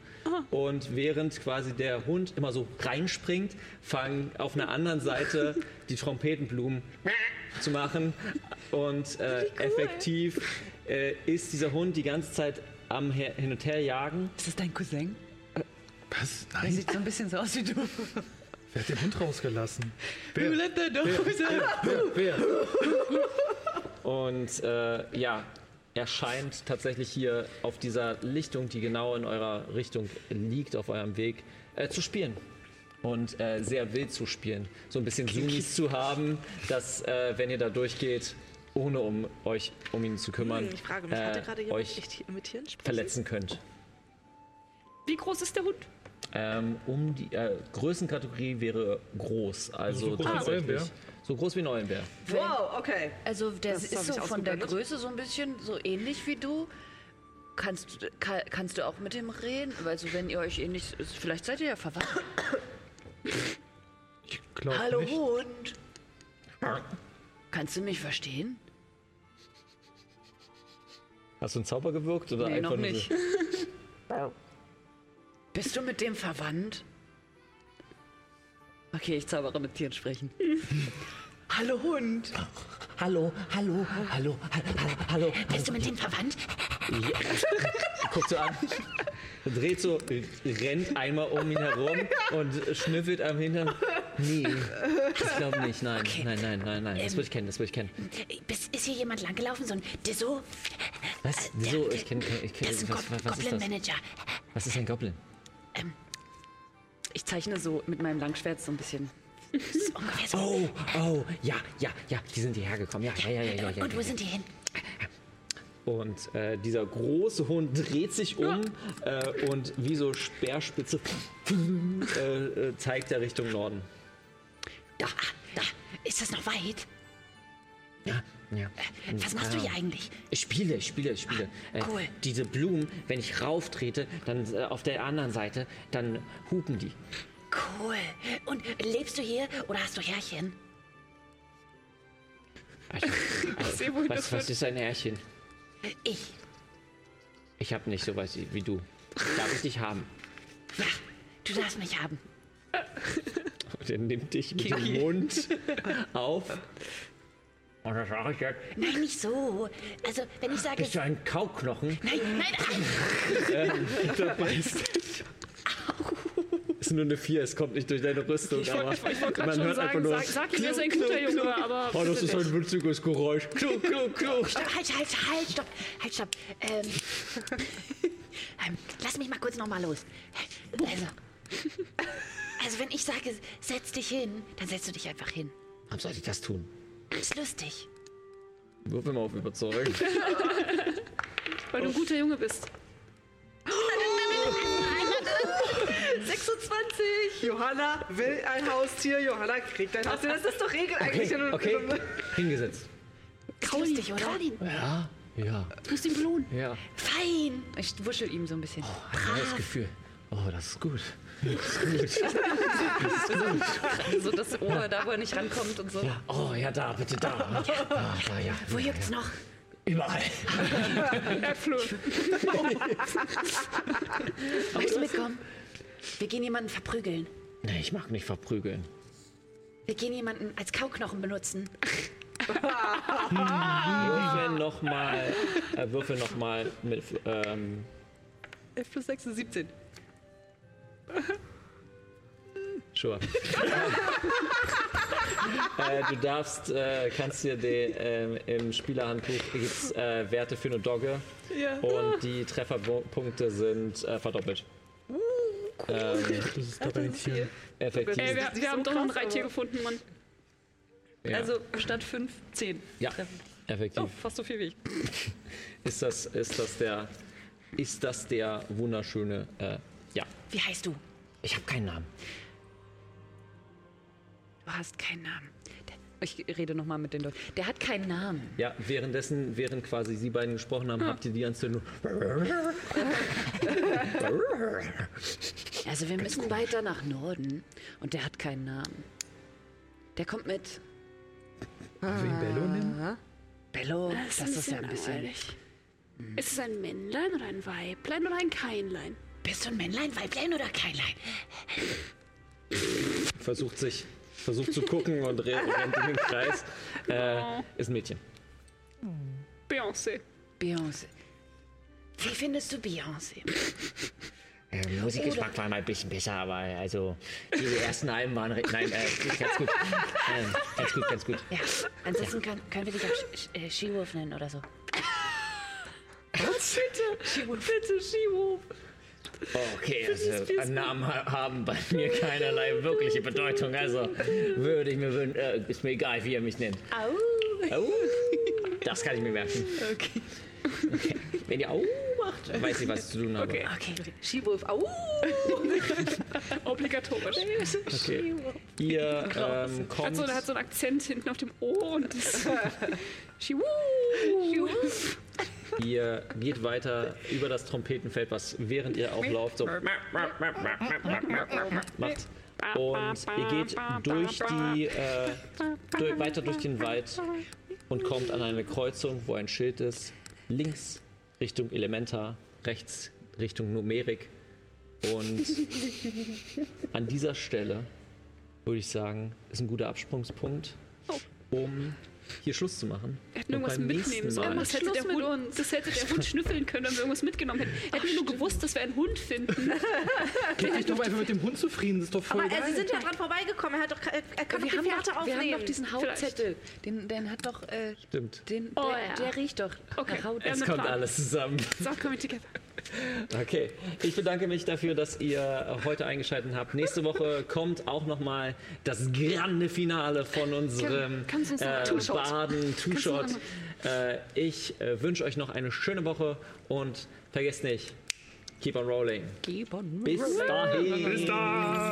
[SPEAKER 1] Und während quasi der Hund immer so reinspringt, fangen auf einer anderen Seite die Trompetenblumen zu machen. Und äh, effektiv äh, ist dieser Hund die ganze Zeit am Her Hin und Her jagen.
[SPEAKER 10] Ist das dein Cousin?
[SPEAKER 2] Was?
[SPEAKER 10] Der
[SPEAKER 2] Nein,
[SPEAKER 10] sieht so ein bisschen so aus wie du.
[SPEAKER 2] wer hat den Hund rausgelassen? Wer?
[SPEAKER 10] Let the dogs out.
[SPEAKER 2] Wer? Wer?
[SPEAKER 1] Und äh, ja, er scheint tatsächlich hier auf dieser Lichtung, die genau in eurer Richtung liegt, auf eurem Weg, äh, zu spielen. Und äh, sehr wild zu spielen. So ein bisschen Zoomies zu haben, dass, äh, wenn ihr da durchgeht, ohne um euch um ihn zu kümmern,
[SPEAKER 6] Ich frage mich, hatte gerade
[SPEAKER 1] äh,
[SPEAKER 6] jemand
[SPEAKER 1] euch
[SPEAKER 6] echt mit Hirn sprechen?
[SPEAKER 1] verletzen könnt.
[SPEAKER 4] Wie groß ist der Hund?
[SPEAKER 1] Ähm, um die äh, Größenkategorie wäre groß, also
[SPEAKER 2] So groß wie ein
[SPEAKER 1] tatsächlich
[SPEAKER 2] Eulenbär?
[SPEAKER 1] so groß wie ein Eulenbär.
[SPEAKER 6] Wow, okay.
[SPEAKER 5] Also der
[SPEAKER 6] Das
[SPEAKER 5] ist
[SPEAKER 6] hab
[SPEAKER 5] so
[SPEAKER 6] ich
[SPEAKER 5] von der
[SPEAKER 6] ausgeblendet.
[SPEAKER 5] Größe so ein bisschen so ähnlich wie du. Kannst, du- ka- kannst du auch mit dem reden? Also wenn ihr euch ähnlich... Vielleicht seid ihr ja verwandt.
[SPEAKER 2] Ich glaube
[SPEAKER 5] Hallo
[SPEAKER 2] nicht.
[SPEAKER 5] Hund. Kannst du mich verstehen?
[SPEAKER 1] Hast du einen Zauber gewirkt oder
[SPEAKER 5] Nee,
[SPEAKER 1] einfach
[SPEAKER 5] noch
[SPEAKER 1] nur
[SPEAKER 5] nicht.
[SPEAKER 1] So?
[SPEAKER 5] Bist du mit dem verwandt? Okay, ich zaubere mit Tieren sprechen. Hallo Hund.
[SPEAKER 8] Hallo, hallo, hallo, ha- ha- hallo.
[SPEAKER 5] Bist du mit dem verwandt?
[SPEAKER 1] Guckt so an, dreht so, rennt einmal um ihn herum und schnüffelt am Hintern. Nee, ich glaube nicht. Nein, nein, nein, nein, nein. Das würde ich kennen, das würde ich kennen.
[SPEAKER 12] Bist, Ähm, ist hier jemand langgelaufen? So ein Deso?
[SPEAKER 1] Was? Wieso? Ich kenne ich kenn,
[SPEAKER 12] Das ist ein Gob-
[SPEAKER 1] was, was, was ist das?
[SPEAKER 12] Goblin-Manager.
[SPEAKER 1] Was ist ein Goblin?
[SPEAKER 5] Ich zeichne so mit meinem Langschwert so ein bisschen.
[SPEAKER 12] Das ist ungefähr so.
[SPEAKER 1] Oh, oh, ja, ja, ja, die sind hierher gekommen. Ja, ja, ja, ja, ja. ja,
[SPEAKER 12] Und
[SPEAKER 1] ja.
[SPEAKER 12] wo sind die hin?
[SPEAKER 1] Und äh, dieser große Hund dreht sich um
[SPEAKER 12] Ah.
[SPEAKER 1] äh, und wie so Speerspitze äh, äh, zeigt er Richtung Norden.
[SPEAKER 12] Da, da. Ist das noch weit? Äh,
[SPEAKER 1] Ja.
[SPEAKER 12] Was machst du hier eigentlich? Ah,
[SPEAKER 1] Ich spiele, ich spiele, ich spiele. Äh,
[SPEAKER 12] cool.
[SPEAKER 1] Diese Blumen, wenn ich rauftrete, dann äh, auf der anderen Seite, dann hupen die.
[SPEAKER 12] Cool. Und lebst du hier oder hast du Härchen?
[SPEAKER 1] Was, was ist ein Härchen?
[SPEAKER 12] Ich.
[SPEAKER 1] Ich habe nicht sowas wie du. Darf ich dich haben?
[SPEAKER 12] Ja, du darfst mich haben.
[SPEAKER 1] Und er nimmt dich mit dem Mund auf. Und Oh, das sage ich jetzt.
[SPEAKER 12] Nein, nicht so. Also, wenn ich sage.
[SPEAKER 1] Bist du ein Kauknochen?
[SPEAKER 12] Nein, nein, nein.
[SPEAKER 1] Da beißt dich. Ist nur eine 4, es kommt nicht durch deine Rüstung.
[SPEAKER 4] Ich
[SPEAKER 1] aber
[SPEAKER 4] wollte wollt gerade
[SPEAKER 1] man
[SPEAKER 4] schon
[SPEAKER 1] hört einfach
[SPEAKER 4] sagen,
[SPEAKER 1] nur.
[SPEAKER 4] sag, sag ihm, er ist ein guter Junge, aber.
[SPEAKER 1] Oh, das ist
[SPEAKER 4] bitte
[SPEAKER 1] ein
[SPEAKER 4] nicht.
[SPEAKER 1] witziges Geräusch. Klug, klug, klug.
[SPEAKER 12] Stopp, halt, halt, halt, stopp. Halt, stopp. Ähm, ähm, lass mich mal kurz nochmal los. Also. Also, wenn ich sage, setz dich hin, dann setzt du dich einfach hin.
[SPEAKER 1] Warum sollte ich das tun?
[SPEAKER 12] Ist lustig.
[SPEAKER 1] Wirf mal auf überzeugen.
[SPEAKER 4] Weil du ein guter Junge bist.
[SPEAKER 6] 26! Johanna will ein Haustier, Johanna kriegt ein Haustier. Das ist doch Regel eigentlich.
[SPEAKER 1] Okay, okay. Hingesetzt.
[SPEAKER 12] Ist lustig, oder?
[SPEAKER 1] Ja, ja,
[SPEAKER 4] Du musst ihn belohnen.
[SPEAKER 1] ja.
[SPEAKER 12] Fein.
[SPEAKER 5] Ich wuschel ihm so ein bisschen.
[SPEAKER 1] Ein neues Gefühl. Oh, das ist gut.
[SPEAKER 10] So das Ohr da, wo er nicht rankommt und so.
[SPEAKER 1] Ja. Oh, ja, da, bitte da. Ah, da ja.
[SPEAKER 12] Wo juckt's noch?
[SPEAKER 1] Überall.
[SPEAKER 12] Möchtest du mitkommen? Wir gehen jemanden verprügeln.
[SPEAKER 1] Nee, Ah, ich mag nicht verprügeln.
[SPEAKER 12] Wir gehen jemanden als Kauknochen benutzen.
[SPEAKER 1] Würfel nochmal. Äh, würfel nochmal mit. Ähm,
[SPEAKER 10] 11 plus 6 ist 17.
[SPEAKER 1] sure. äh, du darfst, äh, kannst dir die, ähm, im Spielerhandbuch gibt's äh, Werte für eine Dogge. Und die Trefferpunkte sind äh, verdoppelt. Ähm,
[SPEAKER 2] Das ist dabei nicht hier.
[SPEAKER 1] effektiv.
[SPEAKER 4] Ey, wir, wir haben doch noch ein Reittier gefunden, Mann.
[SPEAKER 1] Ja.
[SPEAKER 10] Also statt 5, 10.
[SPEAKER 1] ja,
[SPEAKER 10] Oh,
[SPEAKER 1] effektiv.
[SPEAKER 10] fast so viel wie ich.
[SPEAKER 1] Ist das, ist das der, ist das der wunderschöne, äh, ja.
[SPEAKER 12] Wie heißt du?
[SPEAKER 1] Ich habe keinen Namen.
[SPEAKER 5] Du hast keinen Namen. Der- Ich rede nochmal mit den Leuten. Der hat keinen Namen.
[SPEAKER 1] Ja, währenddessen, während quasi Sie beiden gesprochen haben, habt ihr die ganze Zeit nur.
[SPEAKER 5] Also wir müssen weiter nach Norden und der hat keinen Namen. Der kommt mit.
[SPEAKER 2] Wollen wir ihn Bello nennen?
[SPEAKER 5] Bello, das,
[SPEAKER 4] ein
[SPEAKER 5] ist ja ein bisschen.
[SPEAKER 4] langweilig. Ist es ein Männlein oder ein Weiblein oder ein Keinlein?
[SPEAKER 12] Bist du ein Männlein, Weiblein oder Keinlein?
[SPEAKER 1] Versucht sich, versucht zu gucken und re- rennt in den Kreis. Äh, ist ein Mädchen.
[SPEAKER 4] Beyoncé.
[SPEAKER 5] Beyoncé.
[SPEAKER 12] Wie findest du Beyoncé?
[SPEAKER 9] Musikgeschmack war Äh, mal ein bisschen besser, aber also diese ersten Alben waren re- nein, äh, ganz gut. Ähm, ganz gut, ganz gut.
[SPEAKER 12] Ja, ansonsten können, können wir dich auch Sch- Sch- äh, Skiwurf nennen oder so.
[SPEAKER 9] Okay, also an Namen ha- haben bei mir keinerlei wirkliche Bedeutung. Also würde ich mir wünschen, äh, ist mir egal, wie ihr mich nennt. Au. Das kann ich mir merken. Okay. Wenn ihr Au
[SPEAKER 13] gemacht.
[SPEAKER 14] Weiß ich, was zu tun habe.
[SPEAKER 13] Okay, okay. Skiwolf, au!
[SPEAKER 7] Obligatorisch.
[SPEAKER 1] Okay. Ihr ähm, kommt.
[SPEAKER 7] Hat so, der hat so einen Akzent hinten auf dem Ohr und das. Schiwu!
[SPEAKER 13] Skiwolf.
[SPEAKER 1] Ihr geht weiter über das Trompetenfeld, was während ihr auch lauft so macht. Und ihr geht durch die, äh, durch, weiter durch den Wald und kommt an eine Kreuzung, wo ein Schild ist. Links Richtung Elementa, rechts Richtung Numerik. Und an dieser Stelle würde ich sagen, ist ein guter Absprungspunkt, um hier Schluss zu machen.
[SPEAKER 7] Wir hätten irgendwas mitnehmen sollen. Das hätte, der Hund, das hätte der Hund schnüffeln können, wenn wir irgendwas mitgenommen hätten. Hätten wir nur gewusst, dass wir einen Hund finden.
[SPEAKER 2] Geht euch doch einfach mit dem Hund zufrieden, das ist doch voll
[SPEAKER 6] Aber
[SPEAKER 2] geil.
[SPEAKER 6] äh, sie sind ja dran vorbeigekommen. Er, hat doch, ke- er kann
[SPEAKER 5] wir,
[SPEAKER 6] doch
[SPEAKER 5] haben
[SPEAKER 6] die Fährte
[SPEAKER 5] doch, wir
[SPEAKER 6] aufnehmen.
[SPEAKER 5] haben doch diesen Hauptzettel. Den, den hat doch. Äh,
[SPEAKER 1] Stimmt.
[SPEAKER 5] Den,
[SPEAKER 7] Oh,
[SPEAKER 5] der,
[SPEAKER 7] ja.
[SPEAKER 5] der riecht doch.
[SPEAKER 7] Okay,
[SPEAKER 5] nach Haut.
[SPEAKER 7] er
[SPEAKER 1] Es
[SPEAKER 7] mit
[SPEAKER 1] kommt
[SPEAKER 7] Plan.
[SPEAKER 1] alles zusammen.
[SPEAKER 7] So, komm, together.
[SPEAKER 1] Okay, ich bedanke mich dafür, dass ihr heute eingeschaltet habt. Nächste Woche kommt auch nochmal das grande Finale von unserem
[SPEAKER 7] Kann- kannst du uns noch-
[SPEAKER 1] äh,
[SPEAKER 7] Two-Shot.
[SPEAKER 1] Baden Two-Shot.
[SPEAKER 7] Kannst
[SPEAKER 1] Äh, ich äh, wünsche euch noch eine schöne Woche und vergesst nicht, keep on rolling.
[SPEAKER 5] Keep on
[SPEAKER 1] Bis dahin.
[SPEAKER 2] Bis dann!